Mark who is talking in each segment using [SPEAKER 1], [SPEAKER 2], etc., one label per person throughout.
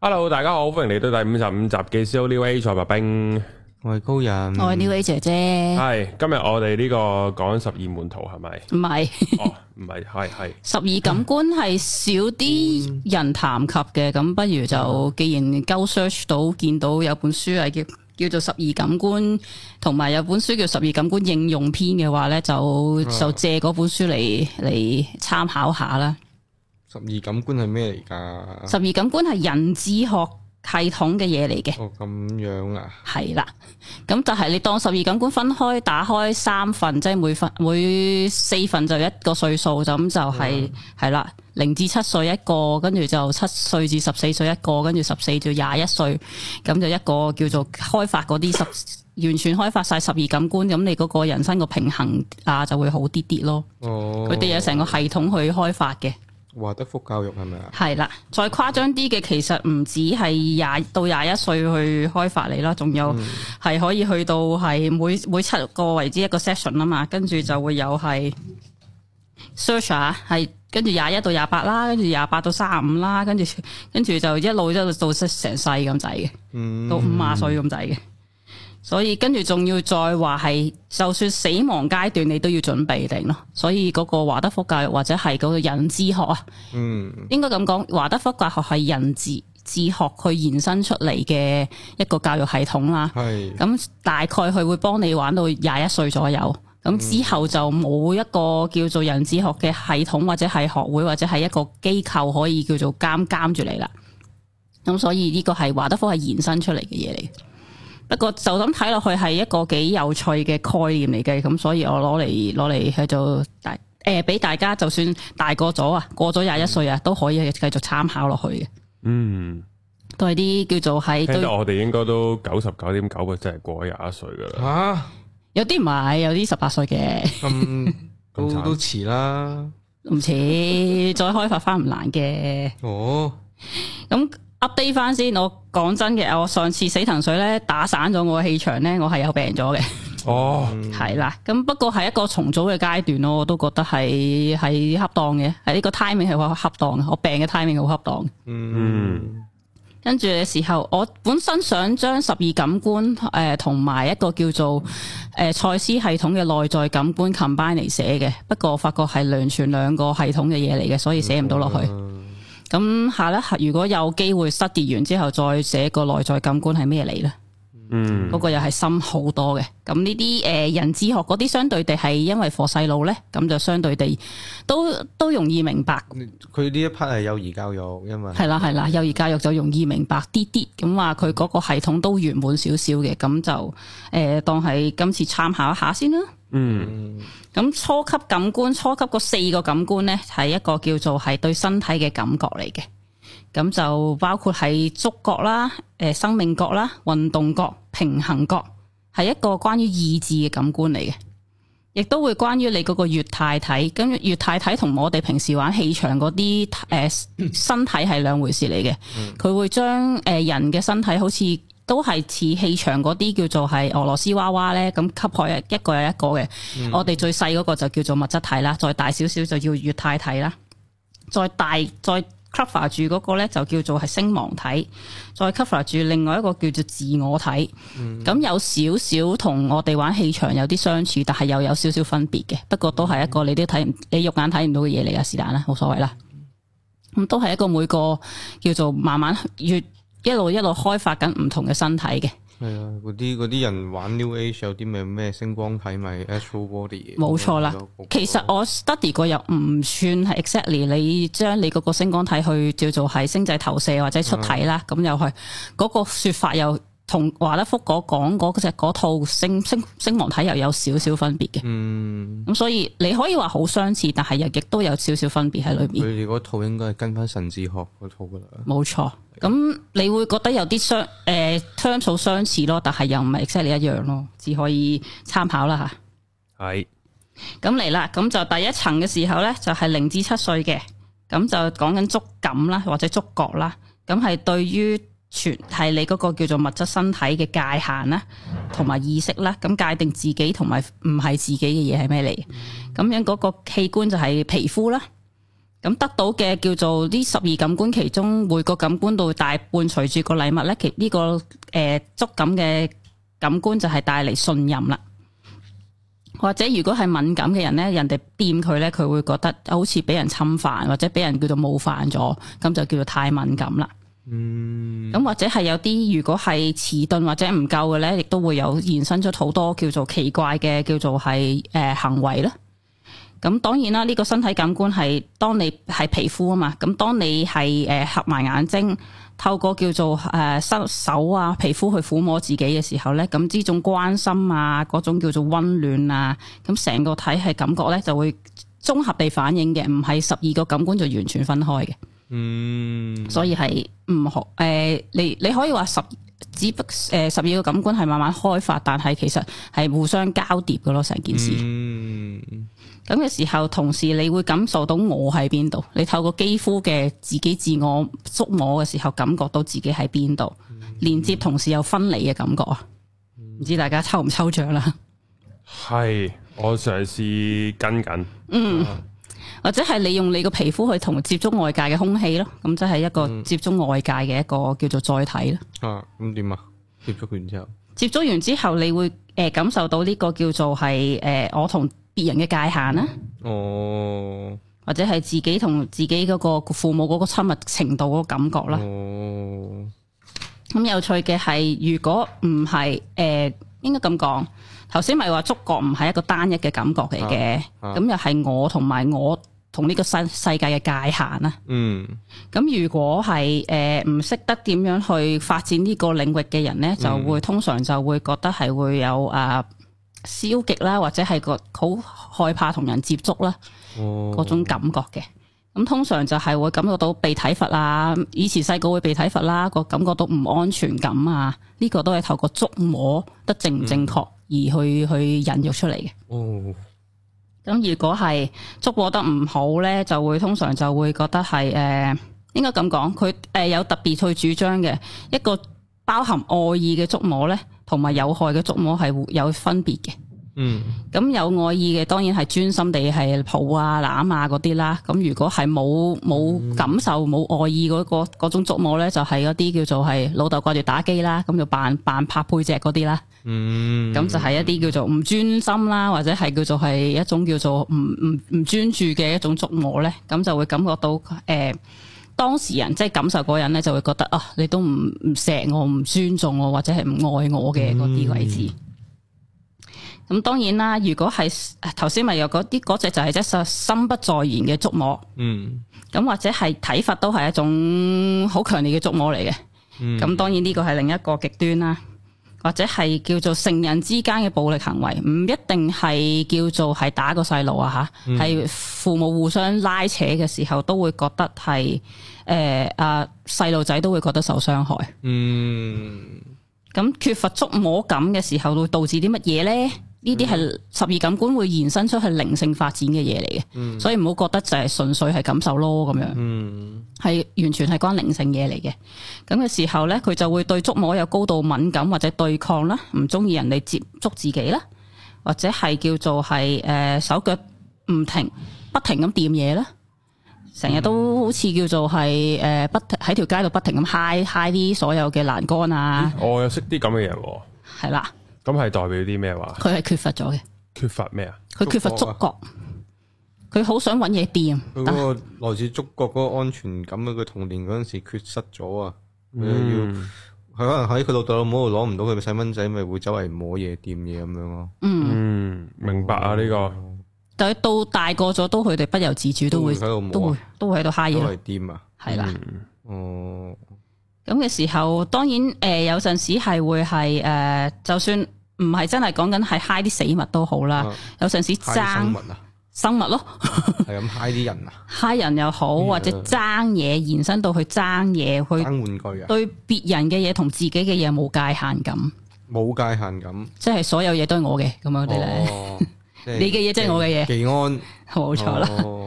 [SPEAKER 1] Hello，大家好，歡迎嚟到第五十五集嘅 C O New A 蔡白冰。
[SPEAKER 2] 我係高人，
[SPEAKER 3] 我係 New A 姐姐，
[SPEAKER 1] 係今日我哋呢個講十二門徒係咪？
[SPEAKER 3] 唔係
[SPEAKER 1] 哦，唔係，係係
[SPEAKER 3] 十二感官係少啲人談及嘅，咁不如就既然鳩 search 到見到有本書係叫叫做《十二感官》，同埋有本書叫《十二感官應用篇》嘅話咧，就就借嗰本書嚟嚟參考下啦。
[SPEAKER 2] 十二感官係咩嚟㗎？
[SPEAKER 3] 十二感官係人智學系統嘅嘢嚟嘅。
[SPEAKER 2] 哦，咁樣啊，
[SPEAKER 3] 係啦，咁就係你當十二感官分開打開三份，即係每份每四份就一個歲數，就咁就係係啦，零至七歲一個，跟住就七歲至十四歲一個，跟住十四至廿一歲，咁就一個叫做開發嗰啲十 完全開發晒十二感官，咁你嗰個人生個平衡啊就會好啲啲咯。
[SPEAKER 2] 哦，
[SPEAKER 3] 佢哋有成個系統去開發嘅。
[SPEAKER 2] 華德福教育係咪啊？
[SPEAKER 3] 係啦，再誇張啲嘅，其實唔止係廿到廿一歲去開發你啦，仲有
[SPEAKER 2] 嗯
[SPEAKER 3] 係可以去到係每每七個為之一個 session 啊嘛，跟住就會有係 search 啊，係跟住廿一到廿八啦，跟住廿八到三十五啦，跟住跟住就一路一路到成世咁滯嘅。
[SPEAKER 2] 嗯，
[SPEAKER 3] 到五啊歲咁滯嘅。所以跟住仲要再話係，就算死亡階段你都要準備定咯。所以嗰個華德福教育或者係嗰個人智學啊，
[SPEAKER 2] 嗯，
[SPEAKER 3] 應該咁講，華德福教學係人智智學佢延伸出嚟嘅一個教育系統啦。
[SPEAKER 2] 係，
[SPEAKER 3] 咁大概佢會幫你玩到廿一歲左右。
[SPEAKER 1] 嗯
[SPEAKER 3] 咁之後就冇一個叫做人智學嘅系統，或者係學會，或者係一個機構可以叫做監監住你啦。咁所以呢個係華德福係延伸出嚟嘅嘢嚟嘅。不過就咁睇落去係一個幾有趣嘅概念嚟嘅，咁所以我攞嚟攞嚟去做大誒，俾、大家就算大個咗啊，過咗廿一歲啊，都可以繼續參考落去嘅，
[SPEAKER 1] 嗯，
[SPEAKER 3] 都係啲叫做係
[SPEAKER 1] 聽
[SPEAKER 3] 對
[SPEAKER 1] 到我哋應該都九十九點九個真係過咗廿一歲噶啦。
[SPEAKER 2] 吓
[SPEAKER 3] 有啲唔係，有啲十八歲嘅。
[SPEAKER 2] 咁都
[SPEAKER 1] 咁慘
[SPEAKER 2] 都遲啦，
[SPEAKER 3] 唔似，再開發翻唔難嘅。
[SPEAKER 2] 哦，
[SPEAKER 3] 咁 update 翻先，我講真嘅，我上次死藤水咧打散咗我嘅氣場咧，我係有病咗嘅，
[SPEAKER 1] 哦，
[SPEAKER 2] 嗯
[SPEAKER 3] 係啦、咁不過係一個重組嘅階段咯，我都覺得係係恰當嘅，係呢個 timing 係好恰當嘅，我病嘅 timing 好恰當。
[SPEAKER 2] 嗯，
[SPEAKER 3] 跟住嘅時候，我本身想將十二感官誒同埋一個叫做誒、呃、賽斯系統嘅內在感官 combine 嚟寫嘅，不過我發覺係完全兩個系統嘅嘢嚟嘅，所以寫唔到落去。咁下咧，如果有機會 study 完之後，再寫個內在感官係咩嚟呢？
[SPEAKER 1] 嗯
[SPEAKER 3] 嗰、個又係深好多嘅。咁呢啲誒人智學嗰啲，相對地係因為課細路呢，咁就相對地都都容易明白。
[SPEAKER 2] 佢呢一 part 係幼兒教育，因為
[SPEAKER 3] 係啦係啦，幼兒教育就容易明白啲啲。咁話佢嗰個系統都圓滿少少嘅，咁就誒、呃、當係今次參考一下先啦。
[SPEAKER 1] 嗯
[SPEAKER 3] 咁初級感官，初級嗰四個感官呢，係一個叫做係對身體嘅感覺嚟嘅。咁就包括係觸覺啦、誒、生命覺啦、運動覺、平衡覺，係一個關於意志嘅感官嚟嘅。亦都會關於你嗰個月太體，跟住月太體同我哋平時玩氣場嗰啲誒身體係兩回事嚟嘅。佢、會將誒、呃人嘅身體好似都係似氣場嗰啲叫做係俄羅斯娃娃咧，咁吸海一個又一個嘅。我哋最細嗰個就叫做物質體啦，再大少少就叫月太體啦，再大再 cover 住嗰個咧就叫做係星芒體，再 cover 住另外一個叫做自我體。咁有少少同我哋玩氣場有啲相似，但係又有少少分別嘅。不過都係一個你都睇唔，你肉眼睇唔到嘅嘢嚟噶，是但啦，冇所謂啦。咁都係一個每個叫做慢慢越一路一路開發緊唔同嘅身體嘅，
[SPEAKER 2] 係啊，嗰啲嗰啲人玩 New Age 有啲咩咩星光體咪 Astro Body，
[SPEAKER 3] 冇錯啦。其實我 study 過又唔算係 exactly 你將你嗰個星光體去叫做係星際投射或者出
[SPEAKER 2] 嗯
[SPEAKER 3] 體啦，咁又係嗰個説法又同華德福嗰講嗰隻嗰套星星星芒體又有少少分別嘅。
[SPEAKER 2] 嗯，
[SPEAKER 3] 咁所以你可以話好相似，但係又亦都有少少分別喺裏
[SPEAKER 2] 佢
[SPEAKER 3] 面，
[SPEAKER 2] 哋嗰套應該係跟翻神智學嗰套噶啦，
[SPEAKER 3] 冇錯。咁你會覺得有啲相誒 terms 好相似咯，但係又唔係 exactly 一樣咯，只可以參考啦嚇。
[SPEAKER 1] 係
[SPEAKER 3] 咁嚟啦，咁就第一層嘅時候呢，就係零至七歲嘅，咁就講緊觸感啦，或者觸覺啦，咁係對於全係你嗰個叫做物質身體嘅界限啦，同埋意識啦，咁界定自己同埋唔係自己嘅嘢係咩嚟？咁樣嗰個器官就係皮膚啦，咁得到嘅叫做呢十二感官，其中每個感官度大伴隨住個禮物咧，其呢、個诶觸感嘅感官就係帶嚟信任啦。或者如果係敏感嘅人咧，人哋掂佢咧，佢會覺得好似俾人侵犯，或者俾人叫做冒犯咗，咁就叫做太敏感啦。
[SPEAKER 2] 嗯，
[SPEAKER 3] 咁或者係有啲如果係遲鈍或者唔夠嘅咧，亦都會有延伸出好多叫做奇怪嘅叫做係誒、呃行為啦。咁當然啦，呢、個身體感官係當你係皮膚啊嘛，咁當你係誒、呃、合埋眼睛，透過叫做誒手、手啊皮膚去撫摸自己嘅時候咧，咁呢種關心啊，嗰種叫做温暖啊，咁成個體係感覺咧就會綜合地反應嘅，唔係十二個感官就完全分開嘅。
[SPEAKER 2] 嗯，
[SPEAKER 3] 所以係唔學诶、你你可以話十只不诶十二個感官係慢慢開發，但係其實係互相交疊嘅咯，成件事。
[SPEAKER 2] 嗯，
[SPEAKER 3] 咁嘅、時候，同時你會感受到我喺邊度，你透過肌膚嘅自己自我觸摸嘅時候，感覺到自己喺邊度，連接同時有分離嘅感覺啊！唔知大家抽唔抽象啦？
[SPEAKER 1] 系我嘗試跟緊，
[SPEAKER 3] 或者係你用你個皮膚去同接觸外界嘅空氣咯，咁即係一個接觸外界嘅一個叫做載體咯。
[SPEAKER 2] 啊，咁點啊？接觸完之後，
[SPEAKER 3] 接觸完之後，你會诶、呃感受到呢個叫做係诶、呃我同別人嘅界限啦，
[SPEAKER 2] 哦，
[SPEAKER 3] 或者係自己同自己嗰個父母嗰個親密程度嗰個感覺
[SPEAKER 2] 嗯
[SPEAKER 3] 啦。
[SPEAKER 2] 哦，
[SPEAKER 3] 咁、有趣嘅係，如果唔係诶，呃應該咁講，頭先咪話觸覺唔係一個單一嘅感覺嚟嘅，
[SPEAKER 2] 啊
[SPEAKER 3] 咁又係我同埋我同呢個世世界嘅界限啊啦。
[SPEAKER 2] 嗯，
[SPEAKER 3] 咁如果係誒唔識得點樣去發展呢個領域嘅人咧，就會、通常就會覺得係會有啊消極啦，或者係個好害怕同人接觸啦
[SPEAKER 2] 哦，
[SPEAKER 3] 嗰種感覺嘅。咁通常就係會感覺到被體罰啊，以前細個會被體罰啦，個感覺到唔安全感啊，呢、個都係透過觸摸得正唔正確而去、去引育出嚟嘅。
[SPEAKER 2] 哦，
[SPEAKER 3] 咁如果係捉摸得唔好咧，就會通常就會覺得係誒、呃，應該咁講，佢誒、呃有特別去主張嘅一個包含愛意嘅觸摸咧，同埋有害嘅觸摸係會有分別嘅。
[SPEAKER 2] 嗯，
[SPEAKER 3] 咁有愛意嘅當然係專心地係抱啊、攬啊嗰啲啦。咁如果係冇冇感受、冇愛意嗰、個嗰種觸摸咧，就係嗰啲叫做係老豆掛住打機啦，咁就扮扮拍背脊嗰啲啦。
[SPEAKER 2] 嗯，
[SPEAKER 3] 咁就係一啲叫做唔專心啦，或者係叫做係一種叫做唔唔唔專注嘅一種觸摸咧，咁就會感覺到誒、呃、當事人即係感受嗰人咧，就會覺得啊，你都唔唔錫我，唔尊重我，或者係唔愛我嘅嗰啲位置。咁當然啦，如果係啊頭先咪有嗰啲嗰只就係一隻心不在焉嘅觸摸，
[SPEAKER 2] 嗯，
[SPEAKER 3] 咁或者係睇法都係一種好強烈嘅觸摸嚟嘅。
[SPEAKER 2] 嗯，
[SPEAKER 3] 咁當然呢個係另一個極端啦，或者係叫做成人之間嘅暴力行為，唔一定係叫做係打個細路啊吓，係、父母互相拉扯嘅時候都會覺得係誒啊細路仔都會覺得受傷害。
[SPEAKER 2] 嗯，
[SPEAKER 3] 咁缺乏觸摸感嘅時候，會導致啲乜嘢呢？呢啲係十二感官會延伸出去靈性發展嘅嘢嚟嘅，所以唔好覺得就係純粹係感受咯咁樣。
[SPEAKER 2] 嗯，
[SPEAKER 3] 係完全係關靈性嘢嚟嘅。咁嘅時候呢，佢就會對觸摸有高度敏感或者對抗啦，唔中意人哋接觸自己啦，或者係叫做係诶、呃手腳唔停，不停咁掂嘢啦。成日都好似叫做係诶、呃不停喺條街度不停咁嗨嗨啲所有嘅欄杆啊，
[SPEAKER 1] 我又識啲咁嘅人喎，
[SPEAKER 3] 係啦，
[SPEAKER 1] 咁係代表啲咩話？
[SPEAKER 3] 佢係缺乏咗嘅，
[SPEAKER 1] 缺乏咩啊？
[SPEAKER 3] 佢缺乏觸覺，佢好想揾嘢掂，
[SPEAKER 2] 佢
[SPEAKER 3] 但
[SPEAKER 2] 嗰個來自觸覺嗰個安全感喺佢童年嗰陣時缺失咗啊，佢又要
[SPEAKER 1] 嗯
[SPEAKER 2] 佢可能喺佢老豆老母度攞唔到佢嘅細蚊仔，咪會周圍摸嘢、掂嘢咁樣咯。
[SPEAKER 3] 嗯，
[SPEAKER 1] 嗯，明白啊呢個。
[SPEAKER 3] 但係到大個咗都佢哋不由自主都會
[SPEAKER 2] 都會喺度摸啊
[SPEAKER 3] 都會都會喺度嗨
[SPEAKER 2] 都
[SPEAKER 3] 嘢咯。
[SPEAKER 2] 係掂啊！
[SPEAKER 3] 係啦。
[SPEAKER 2] 哦，
[SPEAKER 3] 咁嘅時候，當然誒、呃有陣時係會係誒、呃就算唔係真係講緊係嗨啲死物都好啦，
[SPEAKER 2] 啊
[SPEAKER 3] 有陣時
[SPEAKER 2] 嗨啲生
[SPEAKER 3] 爭
[SPEAKER 2] 物啊，
[SPEAKER 3] 生物咯，
[SPEAKER 2] 係咁嗨啲人啊，
[SPEAKER 3] 嗨人又好，或者爭嘢延伸到去爭嘢，
[SPEAKER 2] 嗯爭
[SPEAKER 3] 去
[SPEAKER 2] 玩具啊，
[SPEAKER 3] 對別人嘅嘢同自己嘅嘢冇界限感，
[SPEAKER 2] 冇界限感。
[SPEAKER 3] 即係所有嘢都係我嘅咁樣哋咧，
[SPEAKER 2] 哦，即係
[SPEAKER 3] 你嘅嘢即係我嘅嘢
[SPEAKER 2] 技安
[SPEAKER 3] 冇錯啦。
[SPEAKER 2] 哦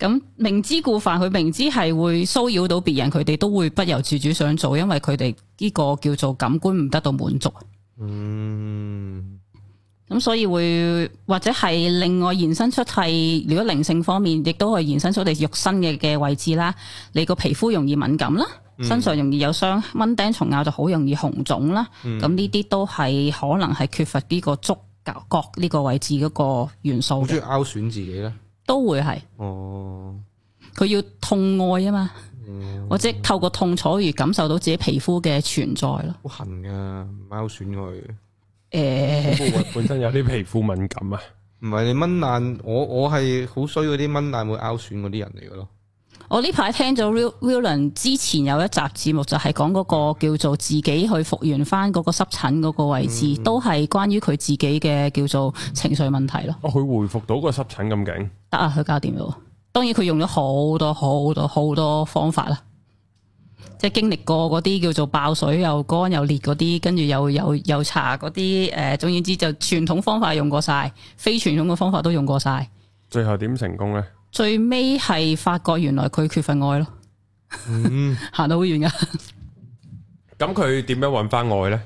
[SPEAKER 3] 咁、明知故犯，佢明知係會騷擾到別人，佢哋都會不由自主想做，因為佢哋呢個叫做感官唔得到滿足。
[SPEAKER 2] 嗯，
[SPEAKER 3] 咁所以會或者係另外延伸出係，如果靈性方面，亦都可以延伸出我哋肉身嘅嘅位置啦。你個皮膚容易敏感啦，身上容易有傷，蚊叮蟲咬就好容易紅腫啦。咁呢啲都係可能係缺乏呢個觸角呢個位置嗰個元素
[SPEAKER 2] 好中意
[SPEAKER 3] 嘅，
[SPEAKER 2] 拗損自己咧。
[SPEAKER 3] 都會係
[SPEAKER 2] 哦，
[SPEAKER 3] 佢要痛愛啊嘛，或者透過痛楚而感受到自己皮膚嘅存在咯。
[SPEAKER 2] 好痕噶，拗損佢。
[SPEAKER 3] 诶、
[SPEAKER 1] 部位本身有啲皮膚敏感啊，
[SPEAKER 2] 唔係你蚊爛，我我係好衰嗰啲蚊爛會拗損嗰啲人嚟嘅咯。
[SPEAKER 3] 我呢排聽咗 Will w i l l a n 之前有一集節目，就係講嗰個叫做自己去復原翻嗰個濕疹嗰個位置，都係關於佢自己嘅叫做情緒問題咯。
[SPEAKER 1] 哦，佢回復到個濕疹咁勁，
[SPEAKER 3] 得啊，佢搞掂咗。當然佢用咗好多好多好多方法啦，即係經歷過嗰啲叫做爆水又乾又裂嗰啲，跟住又又又搽嗰啲誒，呃總言之就傳統方法用過晒，非傳統嘅方法都用過晒。
[SPEAKER 1] 最後點成功咧？
[SPEAKER 3] 最尾係發覺原來佢缺乏愛咯，
[SPEAKER 2] 嗯，
[SPEAKER 3] 行到好遠噶。
[SPEAKER 1] 咁佢點樣揾翻愛咧？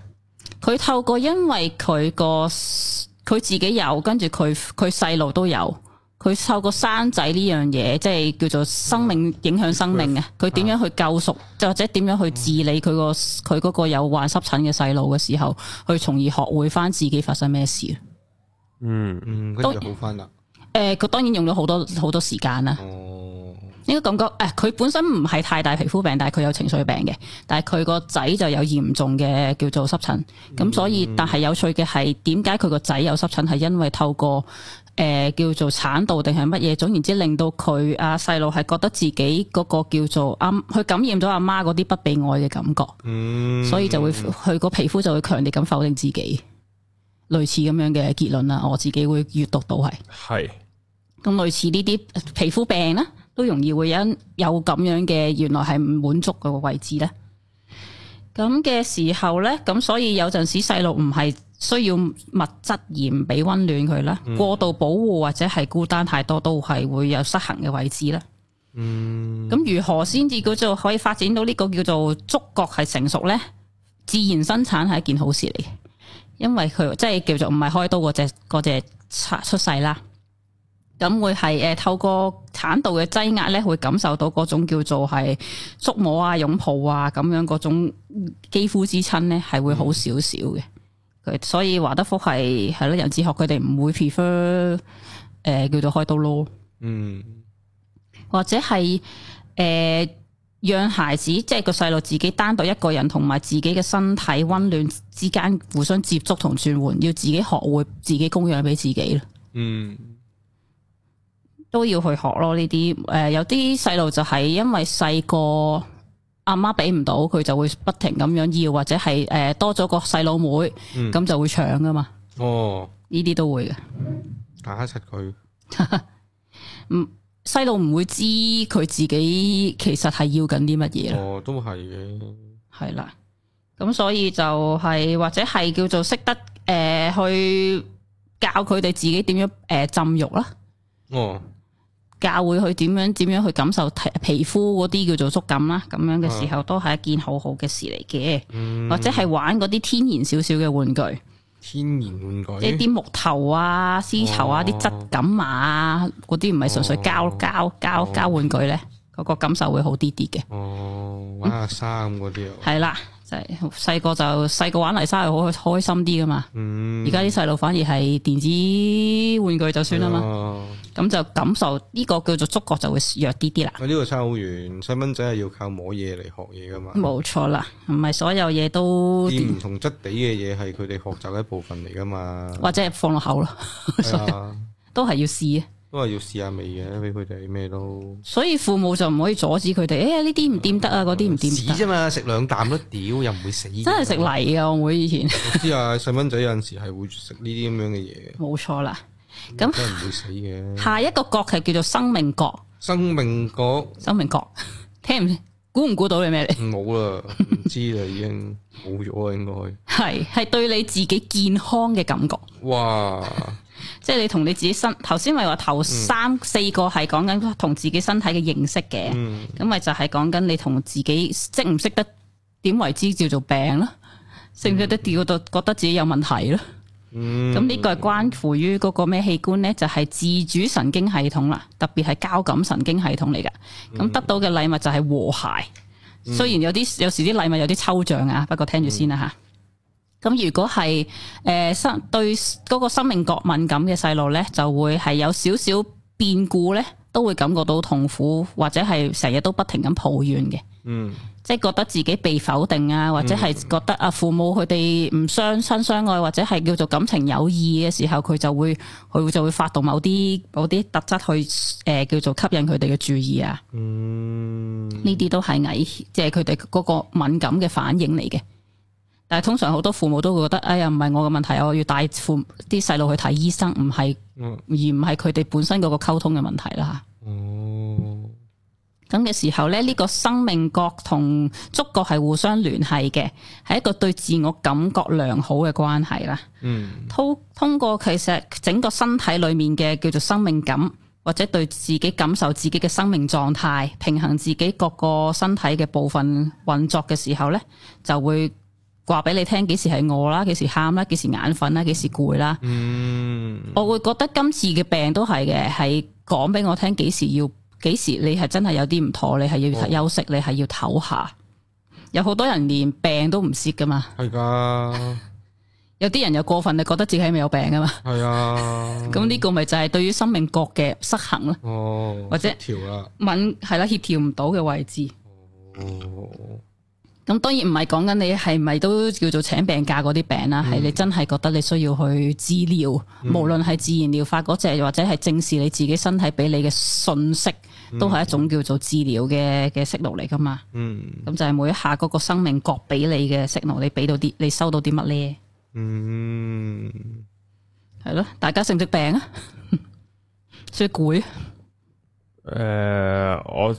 [SPEAKER 3] 佢透過因為佢個佢自己有，跟住佢佢細路都有，佢透過生仔呢樣嘢，即係叫做生命影響生命啊！佢點樣去救贖，就或者點樣去治理佢個佢嗰個有患濕疹嘅細路嘅時候，去從而學會翻自己發生咩事。啊
[SPEAKER 1] 嗯，
[SPEAKER 2] 嗯，跟住就好翻啦。
[SPEAKER 3] 诶、佢當然用咗好多好多時間啦。
[SPEAKER 2] 哦，
[SPEAKER 3] 應該感覺诶，佢、本身唔係太大皮膚病，但係佢有情緒病嘅，但係佢個仔就有嚴重嘅叫做濕疹，咁所以但係有趣嘅係點解佢個仔有濕疹係因為透過诶、呃叫做產道定係乜嘢，總言之令到佢啊細路係覺得自己嗰個叫做阿佢、感染咗阿媽嗰啲不被愛嘅感覺，
[SPEAKER 2] 嗯，
[SPEAKER 3] 所以就會佢個皮膚就會強烈咁否定自己，類似咁樣嘅結論啦，我自己會閱讀到係。
[SPEAKER 1] 係
[SPEAKER 3] 咁類似呢啲呃皮膚病啦，都容易會有人有咁樣嘅原來係唔滿足嘅位置咧。咁嘅時候咧，咁所以有陣時細路唔係需要物質而唔俾温暖佢啦，過度保護或者係孤單太多都係會有失衡嘅位置啦。
[SPEAKER 2] 嗯，
[SPEAKER 3] 咁如何先至叫做可以發展到呢個叫做觸覺係成熟呢？自然生產係一件好事嚟嘅，因為佢即係叫做唔係開刀嗰只嗰只出世啦。咁會係诶透過產道嘅擠壓咧，會感受到嗰種叫做係觸摸啊、擁抱啊咁樣嗰種肌膚之親咧，係會好少少嘅。佢所以華德福係係咯，人智學佢哋唔會 prefer 诶、叫做開刀咯。
[SPEAKER 2] 嗯，
[SPEAKER 3] 或者係诶、呃、让孩子即係個細路自己單獨一個人同埋自己嘅身體温暖之間互相接觸同轉換，要自己學會自己供養俾自己咯，
[SPEAKER 2] 嗯，
[SPEAKER 3] 都要去學咯呢啲诶，有啲細路就係因為細個阿媽俾唔到，佢就會不停咁樣要，或者係诶、呃多咗個細佬妹，咁、
[SPEAKER 2] 嗯
[SPEAKER 3] 就會搶噶嘛，
[SPEAKER 2] 哦，
[SPEAKER 3] 呢啲都會嘅。
[SPEAKER 2] 打柒佢，
[SPEAKER 3] 細路唔會知佢自己其實係要緊啲乜嘢咯。
[SPEAKER 2] 哦，都係嘅，
[SPEAKER 3] 系啦，咁所以就係或者係叫做識得诶、呃去教佢哋自己點樣诶、呃浸浴啦，
[SPEAKER 2] 哦，
[SPEAKER 3] 教會佢點樣點樣去感受皮皮膚嗰啲叫做觸感啦，咁樣嘅時候都係一件好好嘅事嚟嘅，
[SPEAKER 2] 啊嗯，哎
[SPEAKER 3] 或者係玩嗰啲天然少少嘅玩具，
[SPEAKER 2] 天然玩
[SPEAKER 3] 即係
[SPEAKER 2] 具，
[SPEAKER 3] 啲木頭啊、絲綢啊、
[SPEAKER 2] 哦
[SPEAKER 3] 啲質感麻啊，嗰啲唔係純粹膠
[SPEAKER 2] 哦
[SPEAKER 3] 膠膠膠玩具咧，嗰、個感受會好啲啲嘅。
[SPEAKER 2] 哦，玩下沙咁嗰啲啊，
[SPEAKER 3] 係啦，就係細個就細個玩泥沙係好開開心啲噶嘛。
[SPEAKER 2] 嗯，
[SPEAKER 3] 而家啲細路反而係電子玩具就算啦啊
[SPEAKER 2] 啊
[SPEAKER 3] 嘛，
[SPEAKER 2] 嘛。
[SPEAKER 3] 咁就感受呢個叫做觸覺就會弱啲啲啦。
[SPEAKER 2] 啊我呢個差好遠，細蚊仔係要靠摸嘢嚟學嘢噶嘛，
[SPEAKER 3] 冇錯啦，唔係所有嘢都
[SPEAKER 2] 啲唔同質地嘅嘢係佢哋學習嘅一部分嚟噶嘛，
[SPEAKER 3] 或者係放落口咯，
[SPEAKER 2] 係啊，
[SPEAKER 3] 都係要試嘅。
[SPEAKER 2] 都係要試下味嘅，俾佢哋咩都
[SPEAKER 3] 所以父母就唔可以阻止佢哋，哎誒呢啲唔掂得啊，嗰啲唔掂得，
[SPEAKER 2] 啫嘛，食兩啖都屌，又唔會死㗎。
[SPEAKER 3] 真係食泥啊！我妹以前
[SPEAKER 2] 我知啊，細蚊仔有陣時係會食呢啲咁樣嘅
[SPEAKER 3] 冇錯啦。
[SPEAKER 2] 嘢，
[SPEAKER 3] 咁
[SPEAKER 2] 真係唔會死嘅。
[SPEAKER 3] 下一個角係叫做生命角，
[SPEAKER 2] 生命嗰
[SPEAKER 3] 生命角， 聽唔估唔估到你咩嚟？
[SPEAKER 2] 冇啦，啊唔知啦，已經冇咗啊，應
[SPEAKER 3] 係係對你自己健康嘅感覺。
[SPEAKER 2] 該。哇，
[SPEAKER 3] 即係你同你自己身，頭先咪話頭三四個係講緊同自己身體嘅認識嘅，
[SPEAKER 2] 嗯
[SPEAKER 3] 咁咪、就係講緊你同自己識唔識得點為之叫做病咯，識唔識得叫到覺得自己有問題咯，
[SPEAKER 2] 嗯
[SPEAKER 3] 咁呢個係關乎於嗰個咩器官呢？就係、自主神經系統啦，特別係交感神經系統嚟噶。咁得到嘅禮物就係和諧。雖然有啲有時啲禮物有啲抽象啊，不過聽住先啦吓。咁、如果係誒生對嗰個生命覺敏感嘅細路呢，就會係有少少變故呢，都會感覺到痛苦，或者係成日都不停咁抱怨嘅。
[SPEAKER 2] 嗯
[SPEAKER 3] 即係覺得自己被否定啊，或者係覺得啊父母佢哋唔相親相愛，或者係叫做感情有異嘅時候，佢就會佢就會發動某啲某啲特質去誒、呃叫做吸引佢哋嘅注意啊。
[SPEAKER 2] 嗯
[SPEAKER 3] 呢啲都係危，即係佢哋嗰個敏感嘅反應嚟嘅。但係通常好多父母都會覺得，哎呀唔係我嘅問題，我要帶父啲細路去睇醫生，唔係
[SPEAKER 2] 嗯
[SPEAKER 3] 而唔係佢哋本身嗰個溝通嘅問題啦嚇。
[SPEAKER 2] 哦
[SPEAKER 3] 咁嘅時候咧，呢、個生命覺同觸覺係互相聯繫嘅，係一個對自我感覺良好嘅關係啦。
[SPEAKER 2] 嗯
[SPEAKER 3] 通通過其實整個身體裡面嘅叫做生命感，或者對自己感受自己嘅生命狀態，平衡自己各個身體嘅部分運作嘅時候呢，就會話俾你聽幾時係餓啦，幾時喊啦，幾時眼瞓啦，幾時攰啦。
[SPEAKER 2] 嗯
[SPEAKER 3] 我會覺得今次嘅病都係嘅，係講俾我聽幾時要幾時你係真係有啲唔妥，你係要休息，你係要唞下。有好多人連病都唔識噶嘛，
[SPEAKER 2] 係㗎
[SPEAKER 3] 有啲人又過分，你覺得自己係咪有病噶嘛？
[SPEAKER 2] 係啊
[SPEAKER 3] 咁呢個咪就係對於生命覺嘅失衡咯，
[SPEAKER 2] 哦
[SPEAKER 3] 或者
[SPEAKER 2] 調啦
[SPEAKER 3] 敏係啦協調唔到嘅位置。
[SPEAKER 2] 哦
[SPEAKER 3] 咁當然唔係講緊你係咪都叫做請病假嗰啲病啦，係、你真係覺得你需要去治療，無論係自然療法嗰只，或者係正視你自己身體俾你嘅信息，都係一種叫做治療嘅嘅息怒嚟噶嘛。
[SPEAKER 2] 嗯
[SPEAKER 3] 咁就係每一下嗰個生命各俾你嘅息怒，你俾到啲，你收到啲乜呢？
[SPEAKER 2] 嗯
[SPEAKER 3] 係咯，大家識唔識病啊？ 所以攰，
[SPEAKER 1] 诶，我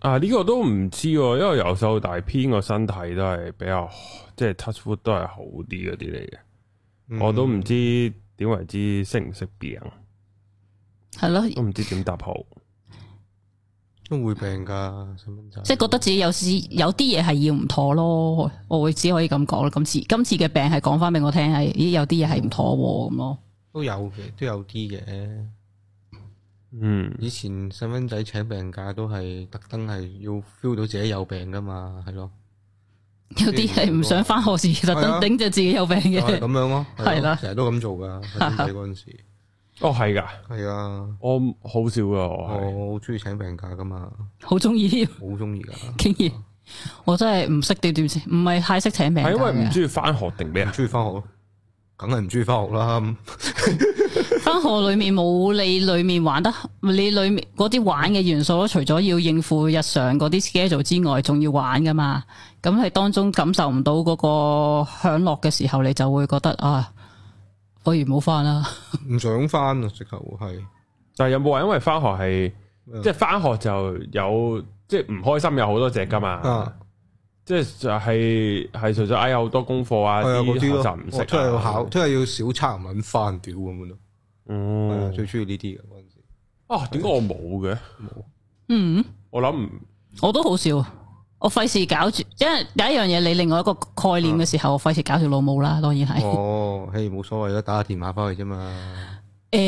[SPEAKER 1] 啊呢個都唔知喎，因為由細到大偏個身體都係比較即係 touch foot 都係好啲嗰啲嚟嘅，
[SPEAKER 2] 嗯
[SPEAKER 1] 我都唔知點為之識唔識病，
[SPEAKER 3] 係咯，
[SPEAKER 1] 都唔知點答好。
[SPEAKER 2] 都會病㗎細蚊仔
[SPEAKER 3] 即係覺得自己有時有啲嘢係要唔妥咯，我會只可以咁講啦。今次今次嘅病係講翻俾我聽係，咦有啲嘢係唔妥喎咁咯。
[SPEAKER 2] 都有嘅都有啲嘅
[SPEAKER 1] 嗯，
[SPEAKER 2] 以前細蚊仔請病假都係特登係要 feel 到自己有病㗎嘛係 咯
[SPEAKER 3] 有啲係唔想翻學時，特
[SPEAKER 2] 係
[SPEAKER 3] 登
[SPEAKER 2] 啊
[SPEAKER 3] 頂住自己有病
[SPEAKER 2] 就係
[SPEAKER 3] 嘅
[SPEAKER 2] 咁。樣咯
[SPEAKER 3] 係啦
[SPEAKER 2] 咯成日都咁做 㗎細蚊仔嗰陣時
[SPEAKER 1] 哦係㗎，
[SPEAKER 2] 係啊
[SPEAKER 1] 我好少噶，我係
[SPEAKER 2] 我好中意請病假㗎嘛
[SPEAKER 3] 好中意添，
[SPEAKER 2] 好中意㗎
[SPEAKER 3] 竟然我真係唔識點點先，唔係太識請病假
[SPEAKER 1] 係因為唔
[SPEAKER 3] 嘅。
[SPEAKER 1] 中意翻學定咩
[SPEAKER 2] 唔
[SPEAKER 1] 啊？
[SPEAKER 2] 中意翻學咯，梗係唔中意翻學啦。咁
[SPEAKER 3] 翻學裏面冇你裏面玩得，你裏面嗰啲玩嘅元素咯，除咗要應付日常嗰啲 schedule 之外，仲要玩噶嘛。咁係當中感受唔到嗰個享樂嘅時候，你就會覺得啊，不如冇翻啦。
[SPEAKER 2] 唔想翻啊，直頭係
[SPEAKER 1] 但係有冇話因為翻學係
[SPEAKER 2] 嗯
[SPEAKER 1] 即係翻學就有即係唔開心有好多隻㗎嘛？
[SPEAKER 2] 啊，
[SPEAKER 1] 即係就係係除咗哎呀好多功課啊
[SPEAKER 2] 係啊
[SPEAKER 1] 啲
[SPEAKER 2] 嗰啲
[SPEAKER 1] 學
[SPEAKER 2] 咯，
[SPEAKER 1] 習唔識
[SPEAKER 2] 我真係要
[SPEAKER 1] 啊
[SPEAKER 2] 考，真係要小測唔肯翻屌咁樣咯。係啊
[SPEAKER 1] 哦，
[SPEAKER 2] 最中意呢啲嘅嗰陣時
[SPEAKER 1] 啊，點解我冇嘅？
[SPEAKER 3] 嗯，
[SPEAKER 1] 我諗唔
[SPEAKER 3] 我都好笑，我費事搞住，因為第一樣嘢你另外一個概念嘅時候，我費事搞住老母啦，當然係。
[SPEAKER 2] 哦，嘿冇所謂啦，打下電話翻去啫嘛。
[SPEAKER 3] 誒、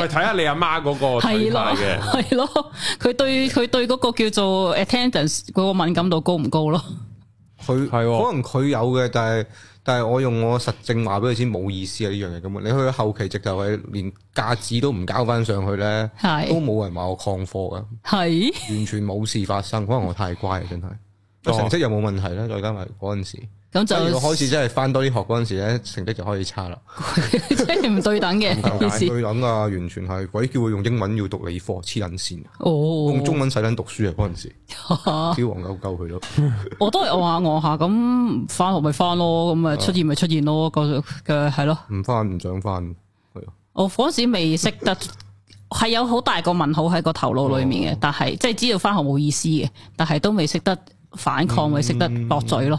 [SPEAKER 1] 咪睇下你阿媽嗰個
[SPEAKER 3] 呃係
[SPEAKER 1] 睇
[SPEAKER 3] 咯
[SPEAKER 1] 法，嘅。
[SPEAKER 3] 係咯，佢對佢對嗰個叫做 attendance 嗰個敏感度高唔高咯？
[SPEAKER 2] 佢
[SPEAKER 1] 係喎
[SPEAKER 2] 可能佢有嘅，但係但係我用我實證話俾佢知冇意思啊呢樣嘢咁啊！你去到後期直頭係連價紙都唔交翻上去咧，
[SPEAKER 3] 係
[SPEAKER 2] 都冇人話我曠課噶。
[SPEAKER 3] 係。
[SPEAKER 2] 完全冇事發生，可能我太乖啊，真
[SPEAKER 1] 哦
[SPEAKER 2] 係。個成績又冇問題啦，再加埋嗰陣時，
[SPEAKER 3] 咁
[SPEAKER 2] 即係
[SPEAKER 3] 就
[SPEAKER 2] 如果開始真係翻多啲學嗰陣時咧，成績就開始差啦。
[SPEAKER 3] 即係唔對等 嘅
[SPEAKER 2] 但
[SPEAKER 3] 意
[SPEAKER 2] 係
[SPEAKER 3] 思。
[SPEAKER 2] 佢諗啊，完全係鬼叫佢用英文要讀理科，黐撚線。我
[SPEAKER 3] 哦
[SPEAKER 2] 用中文使撚讀書啊嗰陣時，屌黃狗鳩佢咯。
[SPEAKER 3] 我都係我下我下咁，翻學咪翻咯，咁啊出現咪出現咯，個嘅係咯。
[SPEAKER 2] 唔翻唔想翻，係啊，
[SPEAKER 3] 我嗰時未識得，係有好大個問號喺個頭腦裡面嘅，但係即係知道翻學冇意思嘅，但係都未識得反抗，未識得駁嘴咯。